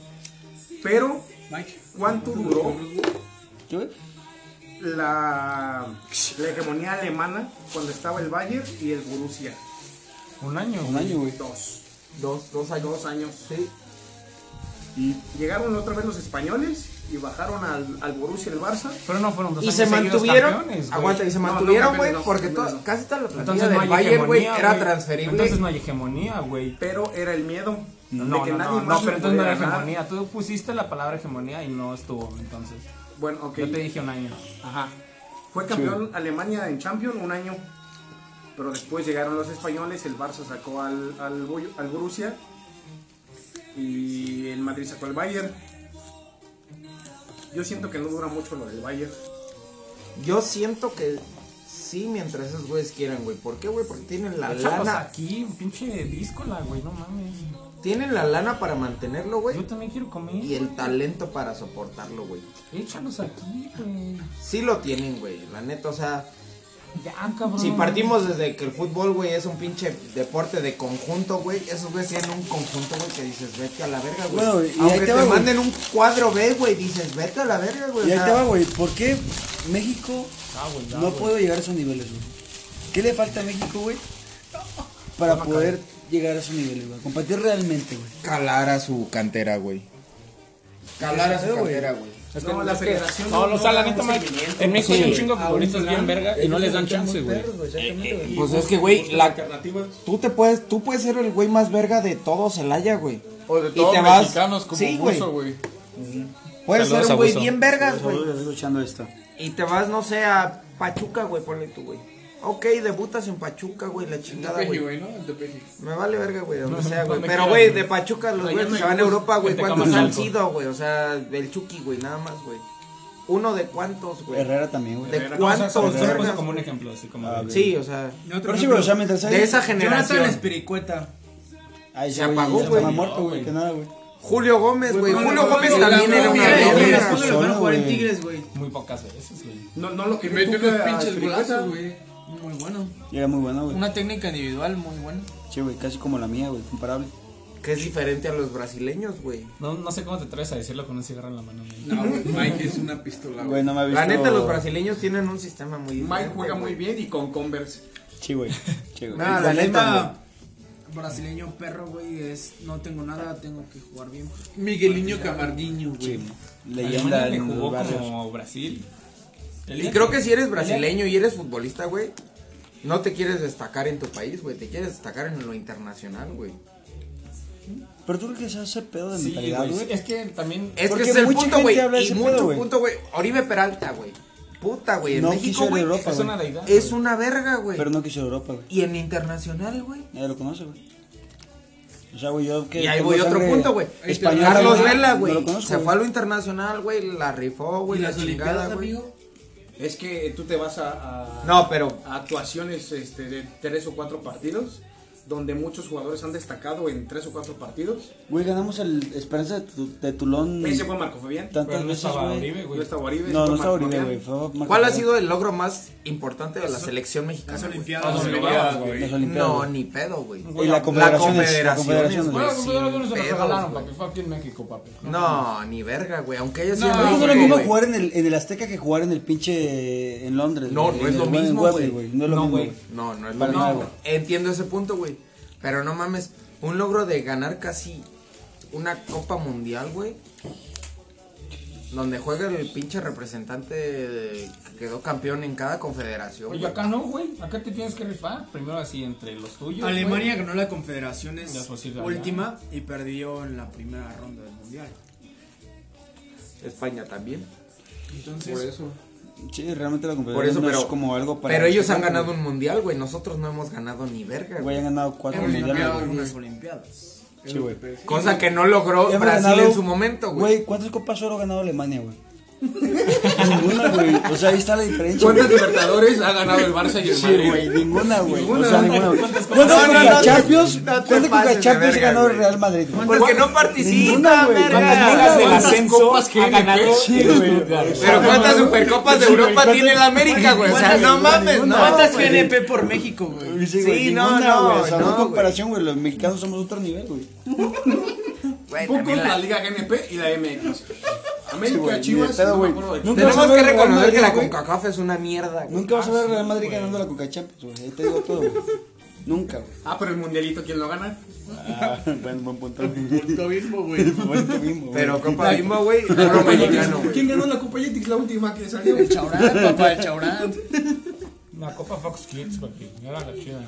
[SPEAKER 7] Pero,
[SPEAKER 9] Mike.
[SPEAKER 7] ¿cuánto duró
[SPEAKER 5] ¿Qué, güey?
[SPEAKER 7] la, la hegemonía alemana cuando estaba el Bayern y el Borussia?
[SPEAKER 1] Un año.
[SPEAKER 5] Un año, güey.
[SPEAKER 7] Dos.
[SPEAKER 3] Dos, dos años.
[SPEAKER 7] Dos años.
[SPEAKER 3] Sí.
[SPEAKER 7] Llegaron otra vez los españoles y bajaron al, al Borussia y el Barça.
[SPEAKER 1] Pero no fueron dos
[SPEAKER 3] Y
[SPEAKER 1] años
[SPEAKER 3] se
[SPEAKER 1] seguidos
[SPEAKER 3] mantuvieron.
[SPEAKER 1] campeones, güey.
[SPEAKER 3] Aguanta, y se
[SPEAKER 7] No, no,
[SPEAKER 3] mantuvieron,
[SPEAKER 7] campeones
[SPEAKER 3] güey,
[SPEAKER 7] no,
[SPEAKER 3] porque
[SPEAKER 7] campeones
[SPEAKER 3] to-
[SPEAKER 7] no.
[SPEAKER 3] casi toda la plantilla
[SPEAKER 1] Entonces no
[SPEAKER 3] del
[SPEAKER 1] hay
[SPEAKER 3] Bayern, güey,
[SPEAKER 1] hegemonía,
[SPEAKER 3] era
[SPEAKER 1] güey.
[SPEAKER 3] transferible.
[SPEAKER 1] Entonces no hay hegemonía, güey.
[SPEAKER 7] Pero era el miedo
[SPEAKER 1] No,
[SPEAKER 7] de
[SPEAKER 1] no,
[SPEAKER 7] que
[SPEAKER 1] no,
[SPEAKER 7] nadie
[SPEAKER 1] no,
[SPEAKER 7] más le
[SPEAKER 1] pero entonces no
[SPEAKER 7] pudiera
[SPEAKER 1] era
[SPEAKER 7] ganar.
[SPEAKER 1] hegemonía. Tú pusiste la palabra hegemonía y no estuvo, entonces.
[SPEAKER 7] Bueno, ok.
[SPEAKER 1] Yo te dije un año.
[SPEAKER 7] Ajá. Fue campeón Alemania en Champions un año. Pero después llegaron los españoles, el Barça sacó al, al, Bo- al Borussia y el Madrid sacó al Bayern. Yo siento que no dura mucho lo del Bayern.
[SPEAKER 3] Yo siento que sí, mientras esos güeyes quieran, güey. ¿Por qué, güey? Porque tienen la
[SPEAKER 1] Échalos
[SPEAKER 3] lana.
[SPEAKER 1] aquí, pinche díscola, güey, no mames.
[SPEAKER 3] Tienen la lana para mantenerlo, güey.
[SPEAKER 1] Yo también quiero comer.
[SPEAKER 3] Y el talento para soportarlo, güey.
[SPEAKER 1] Échalos aquí, güey.
[SPEAKER 3] Sí lo tienen, güey. La neta, o sea,
[SPEAKER 1] Ya, cabrón.
[SPEAKER 3] si partimos desde que el fútbol, güey, es un pinche deporte de conjunto, güey. Esos güeyes tienen un conjunto, güey, que dices, vete a la verga, güey.
[SPEAKER 5] Bueno, y ahí
[SPEAKER 3] Aunque
[SPEAKER 5] te
[SPEAKER 3] te,
[SPEAKER 5] va, güey.
[SPEAKER 3] manden un cuadro B, güey, dices, vete a la verga, güey.
[SPEAKER 5] Y
[SPEAKER 3] o
[SPEAKER 5] ahí
[SPEAKER 3] sea,
[SPEAKER 5] te va, güey. ¿Por qué México
[SPEAKER 1] Ah, güey, ya,
[SPEAKER 5] no
[SPEAKER 1] güey.
[SPEAKER 5] puedo llegar a esos niveles, güey? ¿Qué le falta a México, güey? Para poder llegar a esos niveles, güey. Competir realmente, güey.
[SPEAKER 3] Calar a su cantera, güey. Calar a su cantera, güey.
[SPEAKER 1] Es
[SPEAKER 7] No, la federación
[SPEAKER 1] No,
[SPEAKER 7] no
[SPEAKER 1] o sea, la
[SPEAKER 7] da
[SPEAKER 1] neta,
[SPEAKER 7] un
[SPEAKER 1] Mike,
[SPEAKER 7] seguimiento.
[SPEAKER 1] en México
[SPEAKER 5] Sí,
[SPEAKER 1] hay un
[SPEAKER 5] güey.
[SPEAKER 1] chingo de futbolistas bien verga y no les dan chance, güey.
[SPEAKER 3] Pues es que, güey, la,
[SPEAKER 7] Alternativas.
[SPEAKER 3] Tú te puedes, tú puedes ser el güey más verga de todo Celaya, güey.
[SPEAKER 9] O de
[SPEAKER 3] Y
[SPEAKER 9] todos
[SPEAKER 3] te vas-
[SPEAKER 9] mexicanos como
[SPEAKER 3] Sí, güey.
[SPEAKER 9] Buzo, güey.
[SPEAKER 3] Puedes
[SPEAKER 12] Saludos
[SPEAKER 3] ser
[SPEAKER 12] a
[SPEAKER 3] un güey
[SPEAKER 12] Buzo.
[SPEAKER 3] bien vergas, güey.
[SPEAKER 5] Saludos, estás escuchando esto.
[SPEAKER 3] Y te vas, no sé, a Pachuca, güey, ponle tú, güey. Ok, debutas en Pachuca, güey, la chingada,
[SPEAKER 9] Tepeji,
[SPEAKER 3] güey.
[SPEAKER 9] güey, ¿no? El Tepeji.
[SPEAKER 3] Me vale verga, güey, donde
[SPEAKER 1] No,
[SPEAKER 3] sea, güey.
[SPEAKER 1] no me
[SPEAKER 3] Pero,
[SPEAKER 1] queda,
[SPEAKER 3] güey,
[SPEAKER 1] güey.
[SPEAKER 3] de Pachuca, los
[SPEAKER 1] Allá
[SPEAKER 3] güeyes
[SPEAKER 1] no
[SPEAKER 3] que
[SPEAKER 1] hay
[SPEAKER 3] se van a
[SPEAKER 1] bus,
[SPEAKER 3] Europa, güey,
[SPEAKER 1] vete a
[SPEAKER 3] ¿cuántos han
[SPEAKER 1] Camachalco.
[SPEAKER 3] sido, güey? O sea, el Chucky, güey, nada más, güey. Uno de cuántos, güey.
[SPEAKER 5] Herrera también, güey.
[SPEAKER 3] De
[SPEAKER 1] No, o sea, solo
[SPEAKER 3] cuántos,
[SPEAKER 1] solo
[SPEAKER 3] vergas,
[SPEAKER 1] puse como un ejemplo, así como. de-
[SPEAKER 3] Sí, o sea,
[SPEAKER 5] Pero sí, güey, o sea, mientras hay...
[SPEAKER 3] de esa
[SPEAKER 11] Jonathan
[SPEAKER 3] generación.
[SPEAKER 11] Espiricueta.
[SPEAKER 5] Ay,
[SPEAKER 3] Se
[SPEAKER 5] ese
[SPEAKER 3] apagó,
[SPEAKER 5] ya
[SPEAKER 3] güey.
[SPEAKER 5] Está muerto, güey. Que nada, güey.
[SPEAKER 3] Julio Gómez, güey.
[SPEAKER 9] no,
[SPEAKER 3] Julio
[SPEAKER 9] no,
[SPEAKER 3] Gómez
[SPEAKER 9] no,
[SPEAKER 3] también
[SPEAKER 9] no,
[SPEAKER 3] era una
[SPEAKER 9] no, no,
[SPEAKER 3] verga.
[SPEAKER 11] Tigres, ¿cuándo lo van a
[SPEAKER 5] persona,
[SPEAKER 11] jugar en
[SPEAKER 5] güey.
[SPEAKER 11] Tigres, güey?
[SPEAKER 1] Muy pocas veces, güey.
[SPEAKER 7] No, no lo que
[SPEAKER 9] Y mete
[SPEAKER 7] Tuca
[SPEAKER 9] unos
[SPEAKER 7] a
[SPEAKER 9] pinches
[SPEAKER 7] Chiricueta.
[SPEAKER 9] golazos, güey.
[SPEAKER 11] Muy bueno.
[SPEAKER 5] Y era muy bueno, güey.
[SPEAKER 11] Una técnica individual muy buena.
[SPEAKER 5] Sí, güey, casi como la mía, güey. Comparable.
[SPEAKER 3] Que es diferente a los brasileños, güey.
[SPEAKER 1] No, no sé cómo te traes a decirlo con un cigarro en la mano, güey.
[SPEAKER 9] No, güey, Mike es una pistola, güey.
[SPEAKER 5] Güey, no me ha visto...
[SPEAKER 3] La neta, los brasileños tienen un sistema muy
[SPEAKER 7] Mike
[SPEAKER 3] diferente,
[SPEAKER 7] juega muy
[SPEAKER 3] güey.
[SPEAKER 7] bien y con Converse.
[SPEAKER 5] Sí, güey. Sí, güey.
[SPEAKER 3] Nah,
[SPEAKER 11] El
[SPEAKER 3] la neta,
[SPEAKER 11] problema
[SPEAKER 3] güey.
[SPEAKER 11] brasileño perro, güey, es no tengo nada, tengo que jugar bien.
[SPEAKER 9] Miguelinho Camarguinho, güey.
[SPEAKER 5] Leyenda
[SPEAKER 1] Alemania le
[SPEAKER 5] en los
[SPEAKER 1] jugó
[SPEAKER 5] barrios.
[SPEAKER 1] como Brasil.
[SPEAKER 3] Y creo que si eres brasileño y eres futbolista, güey, no te quieres destacar en tu país, güey. Te quieres destacar en lo internacional, güey.
[SPEAKER 5] Pero tú crees que sea ese pedo de
[SPEAKER 1] Sí,
[SPEAKER 5] mentalidad,
[SPEAKER 1] güey, sí,
[SPEAKER 5] güey.
[SPEAKER 1] Es que también.
[SPEAKER 3] Es
[SPEAKER 5] Porque
[SPEAKER 3] que ese es el
[SPEAKER 5] mucha
[SPEAKER 3] punto,
[SPEAKER 5] gente
[SPEAKER 3] güey.
[SPEAKER 5] habla de
[SPEAKER 3] Y
[SPEAKER 5] ese
[SPEAKER 3] mucho
[SPEAKER 5] pedo, güey.
[SPEAKER 3] punto, güey. Oribe Peralta, güey. Puta, güey. En
[SPEAKER 5] No quiso
[SPEAKER 3] México,
[SPEAKER 5] ir a
[SPEAKER 3] güey,
[SPEAKER 5] Europa,
[SPEAKER 1] Es
[SPEAKER 5] güey.
[SPEAKER 1] una deidad.
[SPEAKER 3] es una verga, güey.
[SPEAKER 5] Pero no quiso Europa, güey.
[SPEAKER 3] Y en internacional, güey.
[SPEAKER 5] Nadie lo conoce, güey. O sea, güey, yo que.
[SPEAKER 3] Y ahí
[SPEAKER 5] tengo
[SPEAKER 3] voy otro
[SPEAKER 5] sangre
[SPEAKER 3] punto, güey. Este,
[SPEAKER 5] Española,
[SPEAKER 3] Carlos
[SPEAKER 5] güey,
[SPEAKER 3] Vela, güey.
[SPEAKER 5] No lo conozco.
[SPEAKER 3] se
[SPEAKER 5] güey.
[SPEAKER 3] fue a lo internacional, güey. La rifó, güey.
[SPEAKER 11] ¿Y
[SPEAKER 3] La
[SPEAKER 11] las
[SPEAKER 3] chingada,
[SPEAKER 11] Olimpiadas,
[SPEAKER 3] güey.
[SPEAKER 11] amigo?
[SPEAKER 7] Es que tú te vas a. a-
[SPEAKER 3] No, pero
[SPEAKER 7] a actuaciones este, de tres o cuatro partidos, donde muchos jugadores han destacado en tres o cuatro partidos.
[SPEAKER 5] Güey, ganamos el Esperanza de, Tu- de Tulón.
[SPEAKER 7] Ese fue Marco Fabián.
[SPEAKER 5] Tantas
[SPEAKER 1] Pero no
[SPEAKER 5] veces,
[SPEAKER 1] estaba
[SPEAKER 5] güey.
[SPEAKER 1] Oribe, güey.
[SPEAKER 7] No estaba Oribe.
[SPEAKER 5] No,
[SPEAKER 7] fue
[SPEAKER 5] no estaba
[SPEAKER 7] Marco
[SPEAKER 5] Oribe,
[SPEAKER 7] Fabián.
[SPEAKER 5] güey. fue Marco
[SPEAKER 3] ¿Cuál ha
[SPEAKER 5] Fabián.
[SPEAKER 3] sido el logro más importante de la selección mexicana?
[SPEAKER 11] Las
[SPEAKER 3] güey?
[SPEAKER 11] Olimpiadas,
[SPEAKER 1] Las
[SPEAKER 11] güey.
[SPEAKER 1] Olimpiadas,
[SPEAKER 5] Las
[SPEAKER 1] güey.
[SPEAKER 5] Olimpiadas.
[SPEAKER 3] No,
[SPEAKER 5] güey.
[SPEAKER 3] ni pedo, güey.
[SPEAKER 5] Y la Confederaciones,
[SPEAKER 3] Confederaciones,
[SPEAKER 5] la Confederaciones,
[SPEAKER 3] güey,
[SPEAKER 5] güey.
[SPEAKER 1] Bueno,
[SPEAKER 3] sin
[SPEAKER 1] pues ahora no se lo
[SPEAKER 3] pedos,
[SPEAKER 1] regalaron,
[SPEAKER 3] güey.
[SPEAKER 1] papi. Fue aquí en México, papi.
[SPEAKER 3] No, ni verga, güey. Aunque haya sido.
[SPEAKER 11] No,
[SPEAKER 5] Pero
[SPEAKER 3] el
[SPEAKER 5] no es lo
[SPEAKER 3] güey,
[SPEAKER 5] mismo
[SPEAKER 3] güey.
[SPEAKER 5] jugar en el, en el Azteca que jugar en el pinche. en Londres.
[SPEAKER 3] No,
[SPEAKER 5] güey,
[SPEAKER 3] no
[SPEAKER 5] en
[SPEAKER 3] es
[SPEAKER 5] el-
[SPEAKER 3] lo
[SPEAKER 5] en el
[SPEAKER 3] mismo,
[SPEAKER 5] Wembley,
[SPEAKER 3] güey.
[SPEAKER 5] No es lo
[SPEAKER 1] No,
[SPEAKER 5] mismo,
[SPEAKER 1] güey.
[SPEAKER 5] güey.
[SPEAKER 3] No, no es lo
[SPEAKER 5] Para
[SPEAKER 3] mismo.
[SPEAKER 5] nada,
[SPEAKER 3] güey. Entiendo ese punto, güey. Pero no mames, un logro de ganar casi una Copa Mundial, güey. Donde juega el pinche representante que quedó campeón en cada confederación.
[SPEAKER 1] Oye,
[SPEAKER 3] güey.
[SPEAKER 1] acá no, güey. Acá te tienes que rifar. Primero así entre los tuyos. güey.
[SPEAKER 11] Alemania ganó la
[SPEAKER 1] Ya
[SPEAKER 11] Confederaciones
[SPEAKER 1] fue así, ganó.
[SPEAKER 11] última y perdió en la primera ronda del mundial.
[SPEAKER 3] España también.
[SPEAKER 11] Entonces,
[SPEAKER 9] Por eso.
[SPEAKER 5] Sí, realmente la
[SPEAKER 3] Por
[SPEAKER 5] competitividad
[SPEAKER 3] eso,
[SPEAKER 5] no
[SPEAKER 3] pero.
[SPEAKER 5] es como algo para.
[SPEAKER 3] pero ellos han ganado un mundial, güey. Nosotros no hemos ganado ni verga,
[SPEAKER 5] Güey, han ganado cuatro
[SPEAKER 3] Hemos
[SPEAKER 5] mundiales.
[SPEAKER 3] ganado
[SPEAKER 5] güey.
[SPEAKER 11] unas Olimpiadas.
[SPEAKER 5] Sí, güey.
[SPEAKER 3] Cosa que no logró
[SPEAKER 5] Hemos
[SPEAKER 3] Brasil
[SPEAKER 5] ganado-
[SPEAKER 3] en su momento, güey.
[SPEAKER 5] Güey, ¿cuántas copas oro ha ganado Alemania, güey? ninguna, güey. O sea, ahí está la diferencia.
[SPEAKER 3] ¿Cuántas
[SPEAKER 5] güey.
[SPEAKER 3] Libertadores ha ganado el Barça y el
[SPEAKER 5] Sí,
[SPEAKER 3] Madrid?
[SPEAKER 5] güey, ninguna, güey.
[SPEAKER 3] Ninguna.
[SPEAKER 5] O sea, ninguna. güey.
[SPEAKER 3] ¿Cuántas copas?
[SPEAKER 5] ¿Cuántas
[SPEAKER 3] No, no,
[SPEAKER 5] Copa
[SPEAKER 3] no, no,
[SPEAKER 5] Champions?
[SPEAKER 3] no te
[SPEAKER 5] ¿Cuántas
[SPEAKER 3] pases
[SPEAKER 5] Copa
[SPEAKER 3] de
[SPEAKER 5] Champions ha
[SPEAKER 3] verga,
[SPEAKER 5] ganado el
[SPEAKER 3] güey.
[SPEAKER 5] Real Madrid? güey?
[SPEAKER 3] Porque no participa,
[SPEAKER 5] Ninguna, güey.
[SPEAKER 3] verga.
[SPEAKER 5] ¿Cuántas ligas del
[SPEAKER 3] ¿Cuántas
[SPEAKER 5] ascenso
[SPEAKER 3] copas que ha ganado?
[SPEAKER 5] Sí, güey.
[SPEAKER 3] Pero cuántas supercopas de Europa tiene el América, güey. O sea, no mames, no.
[SPEAKER 11] ¿Cuántas
[SPEAKER 3] güey.
[SPEAKER 11] GNP por México, güey?
[SPEAKER 5] Sí, güey,
[SPEAKER 3] Sí, no,
[SPEAKER 5] ninguna,
[SPEAKER 3] no,
[SPEAKER 5] güey. O sea,
[SPEAKER 3] no,
[SPEAKER 5] no
[SPEAKER 3] güey.
[SPEAKER 5] comparación, güey. Los mexicanos somos otro nivel, güey.
[SPEAKER 3] Güey,
[SPEAKER 7] Pocos
[SPEAKER 3] también
[SPEAKER 7] la...
[SPEAKER 3] la-
[SPEAKER 7] Liga GNP y la MX.
[SPEAKER 5] Sí,
[SPEAKER 7] América,
[SPEAKER 5] güey, ni de
[SPEAKER 7] Chivas,
[SPEAKER 5] pedo,
[SPEAKER 7] no me
[SPEAKER 5] güey.
[SPEAKER 7] acuerdo de-
[SPEAKER 5] Nunca vas a
[SPEAKER 3] Tenemos
[SPEAKER 5] ver
[SPEAKER 3] que
[SPEAKER 5] al Real
[SPEAKER 3] reconocer que
[SPEAKER 5] Madrid,
[SPEAKER 3] la
[SPEAKER 5] güey.
[SPEAKER 3] CONCACAF es una mierda, güey.
[SPEAKER 5] Nunca vas a ver al Real Madrid ganando la Coca Champions, güey. Ahí te digo todo, güey. Nunca, güey.
[SPEAKER 7] Ah, pero el mundialito, ¿quién lo gana?
[SPEAKER 5] Ah, buen, buen punto. El punto mismo, güey.
[SPEAKER 3] Pero Copa Bimbo, güey, oro mexicano, güey.
[SPEAKER 7] ¿Quién ganó la Copa Yetix, la última que salió?
[SPEAKER 11] El Chaurán, papá, el Chaurán.
[SPEAKER 1] La Copa Fox Kids, papi. Era la chida.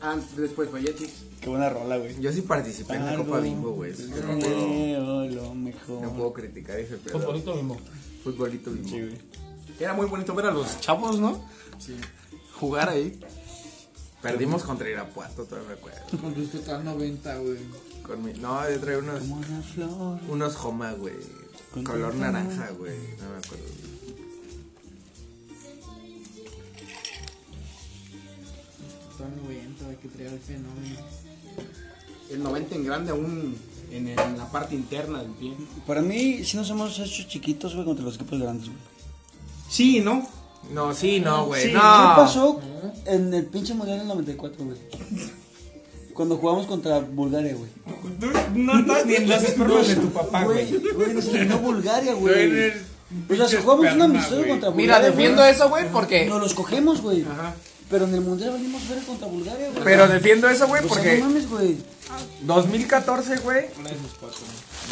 [SPEAKER 7] Antes, Ah, después fue Yetix.
[SPEAKER 5] Qué buena rola, güey.
[SPEAKER 3] Yo sí participé en la Copa Bimbo, güey. eso sí, No puedo-
[SPEAKER 5] Creo lo
[SPEAKER 3] no
[SPEAKER 5] mejor.
[SPEAKER 3] puedo criticar ese pedo.
[SPEAKER 1] Futbolito mismo.
[SPEAKER 3] Futbolito Bimbo.
[SPEAKER 7] Era muy bonito ver a los chavos, ¿no? Jugar ahí.
[SPEAKER 3] Perdimos contra Irapuato, todavía me acuerdo.
[SPEAKER 9] Con tus total 90, güey.
[SPEAKER 3] Con mi- No, yo traía unos,
[SPEAKER 5] Como una flor.
[SPEAKER 3] unos Homa, güey.
[SPEAKER 5] Con
[SPEAKER 3] Color
[SPEAKER 5] tu-
[SPEAKER 3] naranja, güey. No me acuerdo.
[SPEAKER 9] Total 90, hay que traer el fenómeno.
[SPEAKER 7] El 90 en grande aún en, el- en la parte interna del pie.
[SPEAKER 5] Para mí, sí nos hemos hecho chiquitos, güey, contra los equipos grandes, güey.
[SPEAKER 7] Sí, ¿no?
[SPEAKER 3] No, sí, no, güey.
[SPEAKER 5] Sí,
[SPEAKER 3] no.
[SPEAKER 5] ¿Qué pasó en el pinche Mundial del 94, güey? Cuando jugamos contra Bulgaria, güey.
[SPEAKER 1] No estás ni en las espermas de tu papá, güey.
[SPEAKER 5] Güey, nos eliminó Bulgaria, güey. O sea, si jugamos una amistosa contra Bulgaria.
[SPEAKER 3] Mira, defiendo
[SPEAKER 5] güey,
[SPEAKER 3] eso, güey, porque.
[SPEAKER 5] Nos los cogemos, güey. Pero en el Mundial venimos ver contra Bulgaria, güey.
[SPEAKER 3] Pero defiendo eso, güey,
[SPEAKER 5] O sea,
[SPEAKER 3] porque.
[SPEAKER 5] no mames, güey.
[SPEAKER 3] 2014, güey.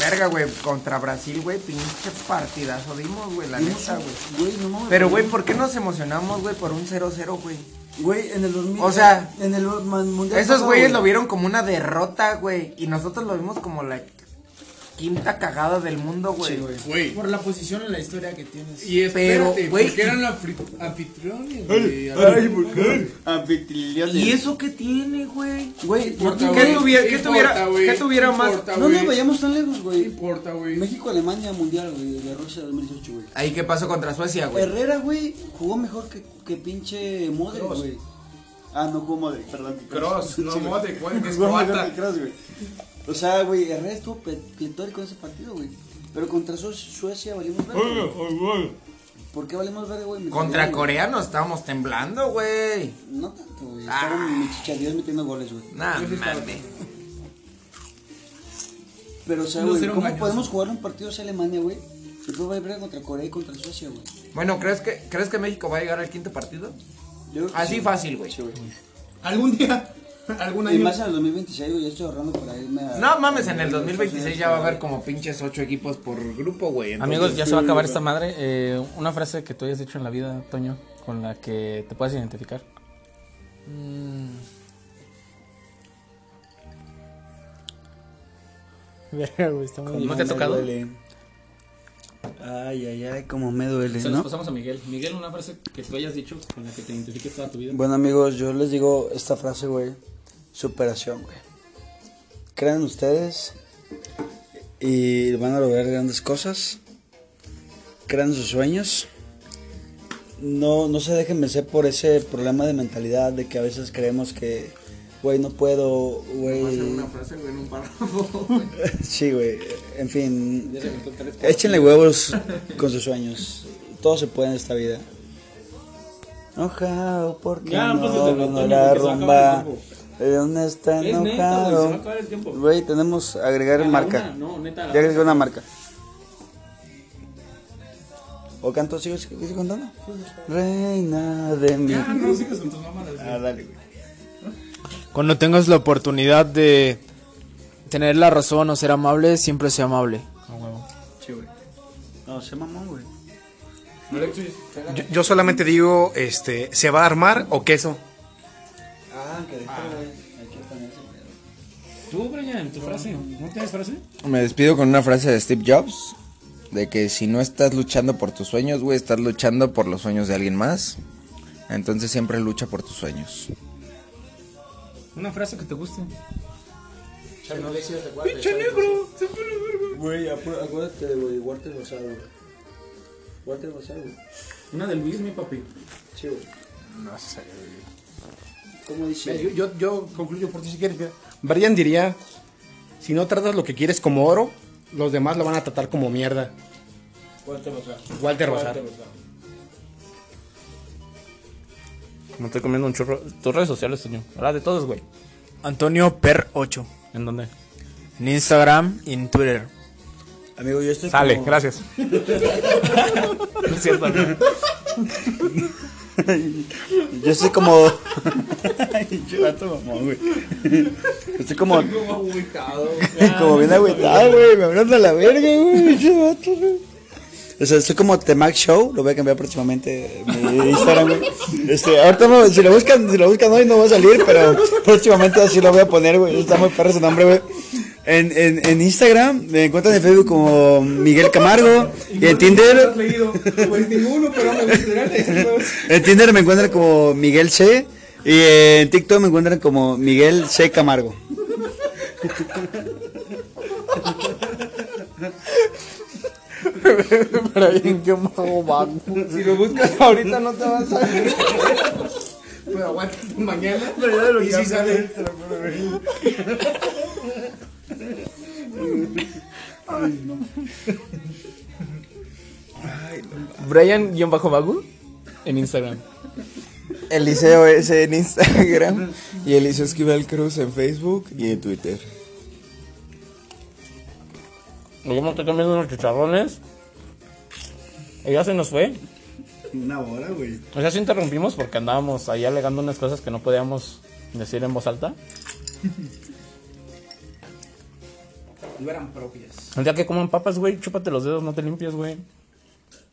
[SPEAKER 3] Verga, güey, contra Brasil, güey, pinche partidazo dimos, güey, la neta, güey.
[SPEAKER 5] Güey, no mames.
[SPEAKER 3] Pero, güey, ¿por qué nos emocionamos, güey, por un 0-0, güey?
[SPEAKER 5] Güey, en el 2000.
[SPEAKER 3] O sea,
[SPEAKER 5] en el man- Mundial.
[SPEAKER 3] Esos
[SPEAKER 5] pasado,
[SPEAKER 3] güeyes lo vieron como una derrota, güey, y nosotros lo vimos como la quinta cagada del mundo, güey.
[SPEAKER 9] Güey.
[SPEAKER 11] Por la posición en la historia que tienes.
[SPEAKER 9] Y espérate,
[SPEAKER 3] Pero, güey.
[SPEAKER 9] porque eran los afri- anfitriones, güey.
[SPEAKER 5] Ay, Bulgaria. Anfitriones.
[SPEAKER 3] ¿Y eso qué tiene, güey?
[SPEAKER 5] Güey, no,
[SPEAKER 9] Importa,
[SPEAKER 3] ¿Qué
[SPEAKER 9] güey.
[SPEAKER 3] tuviera- qué
[SPEAKER 9] Importa,
[SPEAKER 3] tuviera-
[SPEAKER 9] güey.
[SPEAKER 3] qué tuviera más?
[SPEAKER 9] Importa,
[SPEAKER 5] no nos
[SPEAKER 9] güey.
[SPEAKER 5] vayamos tan lejos,
[SPEAKER 9] No
[SPEAKER 5] güey.
[SPEAKER 9] importa, güey.
[SPEAKER 5] México-Alemania mundial, güey, de Rusia 2018, güey.
[SPEAKER 3] Ahí, ¿qué pasó contra Suecia, güey?
[SPEAKER 5] Herrera, güey, jugó mejor que, que pinche Modric,
[SPEAKER 7] Kroos.
[SPEAKER 5] güey. Ah, no jugó Modric, perdón.
[SPEAKER 7] Kroos, no,
[SPEAKER 5] Sí, güey.
[SPEAKER 7] Modric, güey, que es
[SPEAKER 5] Jugó mejor
[SPEAKER 7] croata.
[SPEAKER 5] que Kroos, güey. O sea, güey, Herrera estuvo pe- pletórico en ese partido, güey. Pero contra Su- Suecia valimos verga, güey. ¿Por qué valimos verga, güey?
[SPEAKER 3] Contra
[SPEAKER 5] Mentalidad, güey.
[SPEAKER 3] coreanos estábamos temblando, güey.
[SPEAKER 5] No tanto, güey.
[SPEAKER 3] Ah.
[SPEAKER 5] Estaban michichadíos metiendo goles, güey.
[SPEAKER 3] Nah, mames.
[SPEAKER 5] Pero, o sea,
[SPEAKER 11] No
[SPEAKER 5] güey,
[SPEAKER 11] será
[SPEAKER 5] ¿cómo
[SPEAKER 11] engañoso.
[SPEAKER 5] podemos jugar un partido hacia Alemania, güey? Y después va a ir contra Corea y contra Suecia, güey.
[SPEAKER 3] Bueno, ¿crees que, ¿crees que México va a llegar al quinto partido?
[SPEAKER 5] Yo creo que
[SPEAKER 3] Así
[SPEAKER 5] sí.
[SPEAKER 3] fácil, güey.
[SPEAKER 5] Sí, güey.
[SPEAKER 7] Algún día, algún
[SPEAKER 5] Y
[SPEAKER 7] año.
[SPEAKER 5] más en el 2026, güey, ya estoy ahorrando para irme a...
[SPEAKER 3] No mames, en el 2026 ya va a haber como pinches ocho equipos por grupo, güey. entonces-
[SPEAKER 12] Amigos, ya se va a acabar esta madre. Eh, una frase que tú hayas dicho en la vida, Toño, con la que te puedas identificar. Mm. Verga, güey, está muy ¿No te ha tocado?
[SPEAKER 5] Ay, ay, ay, como me duele,
[SPEAKER 12] Se las
[SPEAKER 5] ¿no?
[SPEAKER 12] pasamos a Miguel. Miguel, una frase que tú hayas dicho con la que te identifiques toda tu vida.
[SPEAKER 5] Bueno, amigos, yo les digo esta frase, güey. Superación, güey. Crean ustedes y van a lograr grandes cosas. Crean sus sueños. No, no se dejen vencer por ese problema de mentalidad de que a veces creemos que, güey, no puedo, güey.
[SPEAKER 3] frase, güey, en un párrafo.
[SPEAKER 5] Sí, güey. En fin. Échenle huevos con sus sueños. Todo se puede en esta vida. Enojado porque
[SPEAKER 8] Ya, pues,
[SPEAKER 5] no
[SPEAKER 8] desde el
[SPEAKER 5] vino
[SPEAKER 8] otoño,
[SPEAKER 5] la
[SPEAKER 8] porque se va a
[SPEAKER 5] rumba.
[SPEAKER 8] acabar el
[SPEAKER 5] ¿De dónde está
[SPEAKER 12] Es neta, güey, se va a
[SPEAKER 5] enojado?
[SPEAKER 12] acabar el tiempo.
[SPEAKER 5] Güey, tenemos agregar
[SPEAKER 12] A la
[SPEAKER 5] marca.
[SPEAKER 12] una, no, neta, a la
[SPEAKER 5] ya agregué una marca. ¿O canto sigo, sigo contando? Reina de mi.
[SPEAKER 8] Ah, no, sigues con tus mamadas.
[SPEAKER 5] Ah, dale, güey.
[SPEAKER 10] Cuando tengas la oportunidad de tener la razón o ser amable, siempre sea amable.
[SPEAKER 5] Sí, güey. No, se mamón, güey.
[SPEAKER 13] Yo, yo solamente digo, este, ¿se va a armar o queso?
[SPEAKER 5] Ah, que deja, güey. Hay que ponerse, güey.
[SPEAKER 12] Tú, Brian, tu frase. ¿No tienes frase?
[SPEAKER 3] Me despido con una frase de Steve Jobs. De que si no estás luchando por tus sueños, güey, estás luchando por los sueños de alguien más. Entonces siempre lucha por tus sueños.
[SPEAKER 1] Una frase que te guste.
[SPEAKER 14] ¡Pinche negro! ¡Se fue la verga! Güey, apro- acuérdate, güey, Walter Rosado. güey. Walter Rosado. güey.
[SPEAKER 15] Una del Luis, mi papi.
[SPEAKER 14] Sí, güey.
[SPEAKER 7] No sé, güey.
[SPEAKER 14] ¿Cómo dice?
[SPEAKER 7] Mira, yo, yo, yo concluyo por ti si quieres. mira. Brian diría, si no tratas lo que quieres como oro, los demás lo van a tratar como mierda.
[SPEAKER 14] Walter Rosado.
[SPEAKER 7] Walter Rosado.
[SPEAKER 1] Me estoy comiendo un chorro. Tus redes sociales, Toño. Habla de todos, güey.
[SPEAKER 16] Antonio Per 8.
[SPEAKER 1] ¿En dónde?
[SPEAKER 16] En Instagram y en Twitter.
[SPEAKER 5] Amigo, yo estoy
[SPEAKER 1] Sale, como- gracias.
[SPEAKER 16] No es cierto, amigo.
[SPEAKER 5] Yo soy como. Ay, yo vato mamón, güey. Estoy como.
[SPEAKER 9] Estoy como agüitado,
[SPEAKER 5] como bien agüitado, güey. Me hablan a la verga, güey. Yo vato, güey. O sea, estoy como Temac Show. Lo voy a cambiar próximamente. Mi Instagram, güey. Este, ahorita no- si lo buscan, si lo buscan hoy no va a salir, pero próximamente así lo voy a poner, güey. Está muy perro su nombre, güey. En, en, en Instagram, me encuentran en Facebook como Miguel Camargo. Y en Tinder.
[SPEAKER 9] has leído? Pues ninguno, pero me gustaría leerlos.
[SPEAKER 5] En Tinder me encuentran como Miguel C. Y en TikTok me encuentran como Miguel C. Camargo.
[SPEAKER 16] Pero bien que mago
[SPEAKER 9] Si lo buscas ahorita no te vas a salir.
[SPEAKER 7] Pero aguanta mañana.
[SPEAKER 9] Pero ya lo
[SPEAKER 7] y
[SPEAKER 9] cambié,
[SPEAKER 7] sí sale.
[SPEAKER 9] te lo juro,
[SPEAKER 1] Brian-Bagu en Instagram.
[SPEAKER 3] Eliseo S en Instagram y Eliseo Esquivel Cruz en Facebook y en Twitter.
[SPEAKER 1] Yo me estoy comiendo unos chicharrones. Y ya se nos fue.
[SPEAKER 5] Una hora, güey.
[SPEAKER 1] O sea, sí interrumpimos porque andábamos ahí alegando unas cosas que no podíamos decir en voz alta.
[SPEAKER 7] No eran propias.
[SPEAKER 1] El día que coman papas, güey, chúpate los dedos, no te limpias, güey.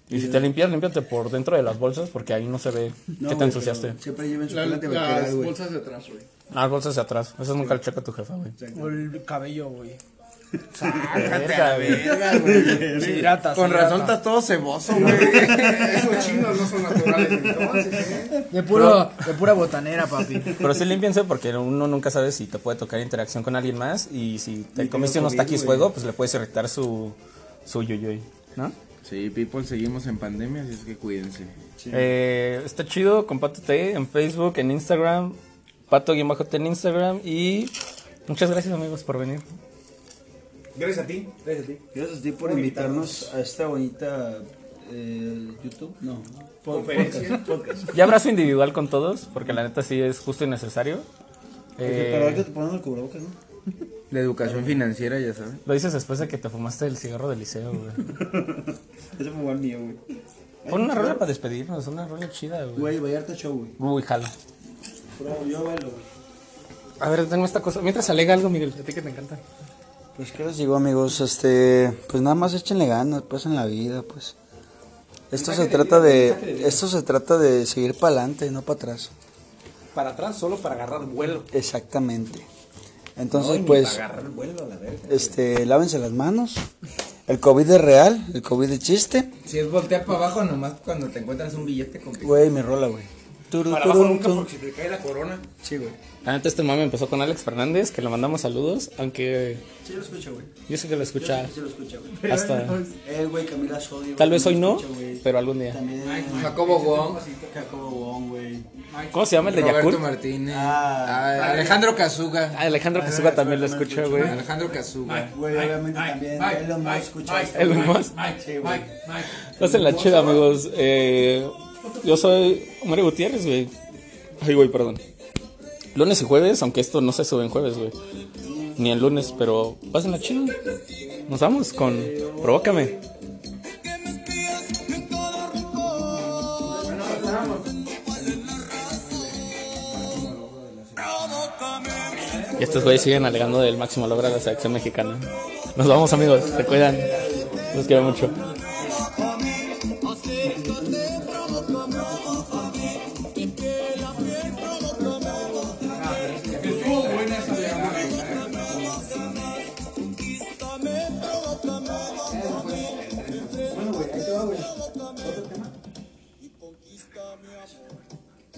[SPEAKER 1] Y si te limpias, límpiate por dentro de las bolsas porque ahí no se ve que te ensuciaste.
[SPEAKER 5] Siempre lleven
[SPEAKER 9] La-
[SPEAKER 5] chocolate
[SPEAKER 9] Las
[SPEAKER 5] bacterial, güey.
[SPEAKER 9] bolsas de atrás, güey.
[SPEAKER 1] Ah, bolsas de atrás. Esas nunca le checa tu jefa, güey.
[SPEAKER 10] O el cabello, güey.
[SPEAKER 1] Sácate a la verga, güey.
[SPEAKER 10] Se hidrata, se
[SPEAKER 3] Con
[SPEAKER 10] hidrata.
[SPEAKER 3] razón estás todo ceboso, güey.
[SPEAKER 7] Esos chinos no son naturales entonces, ¿eh?
[SPEAKER 10] De, puro, de pura botanera, papi.
[SPEAKER 1] Pero sí límpiense porque uno nunca sabe si te puede tocar interacción con alguien más y si te
[SPEAKER 3] Y que
[SPEAKER 1] comiste
[SPEAKER 3] no
[SPEAKER 1] unos
[SPEAKER 3] comí,
[SPEAKER 1] taquis
[SPEAKER 3] güey.
[SPEAKER 1] fuego, pues le puedes irritar su, su yuyuy, ¿no?
[SPEAKER 3] Sí, people, seguimos en pandemia, así es que cuídense.
[SPEAKER 1] Eh, está chido con Pato T en Facebook, en Instagram, Pato-T en Instagram y muchas gracias amigos por venir.
[SPEAKER 7] Gracias a ti.
[SPEAKER 5] Gracias a ti. Gracias a ti por invitarnos a esta bonita eh, YouTube. No.
[SPEAKER 7] Conferencia.
[SPEAKER 1] Ya abrazo individual con todos, porque la neta sí es justo y necesario. Eh,
[SPEAKER 5] Pero ahorita te ponen el cubrebocas, ¿no?
[SPEAKER 3] La educación financiera, ya saben.
[SPEAKER 1] lo dices después de que te fumaste el cigarro del liceo, güey.
[SPEAKER 5] Ese fue el mío, güey.
[SPEAKER 1] Pon una rola para despedirnos, una rola chida, güey.
[SPEAKER 5] Güey, Vallarta Show, güey.
[SPEAKER 1] Uy, jalo.
[SPEAKER 5] Pero yo bailo, güey.
[SPEAKER 1] A ver, tengo esta cosa. Mientras alega algo, Miguel, a ti que te encanta.
[SPEAKER 5] Pues qué les digo amigos, este, pues nada más échenle ganas, pues en la vida, pues. Esto se
[SPEAKER 7] Mensaje de
[SPEAKER 5] trata
[SPEAKER 7] vida, mensaje de
[SPEAKER 5] de,
[SPEAKER 7] vida.
[SPEAKER 5] esto se trata de seguir para adelante, no para atrás.
[SPEAKER 7] Para atrás solo para agarrar vuelo.
[SPEAKER 5] Exactamente. Entonces,
[SPEAKER 7] No, y ni
[SPEAKER 5] pues,
[SPEAKER 7] para agarrar vuelo a la verga.
[SPEAKER 5] este, lávense las manos. El COVID es real, el COVID es chiste.
[SPEAKER 3] Si es voltear para abajo, nomás cuando te encuentras un billete con
[SPEAKER 5] Güey, me rola, güey. Turu,
[SPEAKER 7] Para
[SPEAKER 5] turu,
[SPEAKER 7] abajo nunca
[SPEAKER 5] tun.
[SPEAKER 7] porque se te cae la corona.
[SPEAKER 5] Sí, güey.
[SPEAKER 1] La neta, este mame empezó con Alex Fernández, que le mandamos saludos, aunque
[SPEAKER 5] Sí lo escucho, güey.
[SPEAKER 1] yo sé que lo escucha.
[SPEAKER 5] Sí lo escucho, güey.
[SPEAKER 1] güey. Hasta-
[SPEAKER 5] Eh, güey, Camila Sodi. güey,
[SPEAKER 1] Tal vez hoy no,
[SPEAKER 5] escucho, güey.
[SPEAKER 1] pero algún día.
[SPEAKER 5] También.
[SPEAKER 3] Jacobo Wong.
[SPEAKER 5] Jacobo Wong, güey.
[SPEAKER 1] ¿Cómo se llama el de
[SPEAKER 3] Roberto
[SPEAKER 1] Yakul?
[SPEAKER 3] Martínez.
[SPEAKER 5] Ah.
[SPEAKER 3] Ah, Alejandro Cazuga.
[SPEAKER 1] Alejandro Kazuga también lo escucha, güey.
[SPEAKER 3] Alejandro Cazuga.
[SPEAKER 5] Güey, obviamente también. Elon Musk escucha esto,
[SPEAKER 1] Elon
[SPEAKER 5] güey.
[SPEAKER 1] Musk.
[SPEAKER 5] Sí, güey.
[SPEAKER 1] Pásenla chida, amigos. Eh, yo soy Mario Gutiérrez, güey. Ay, güey, perdón. Lunes y jueves, aunque esto no se sube en jueves, güey. Ni el lunes, pero pásenla chida. Nos vamos con Provócame. Y estos güeyes siguen alegando del máximo logro de la selección mexicana. Nos vamos, amigos. Se cuidan. Los quiero mucho.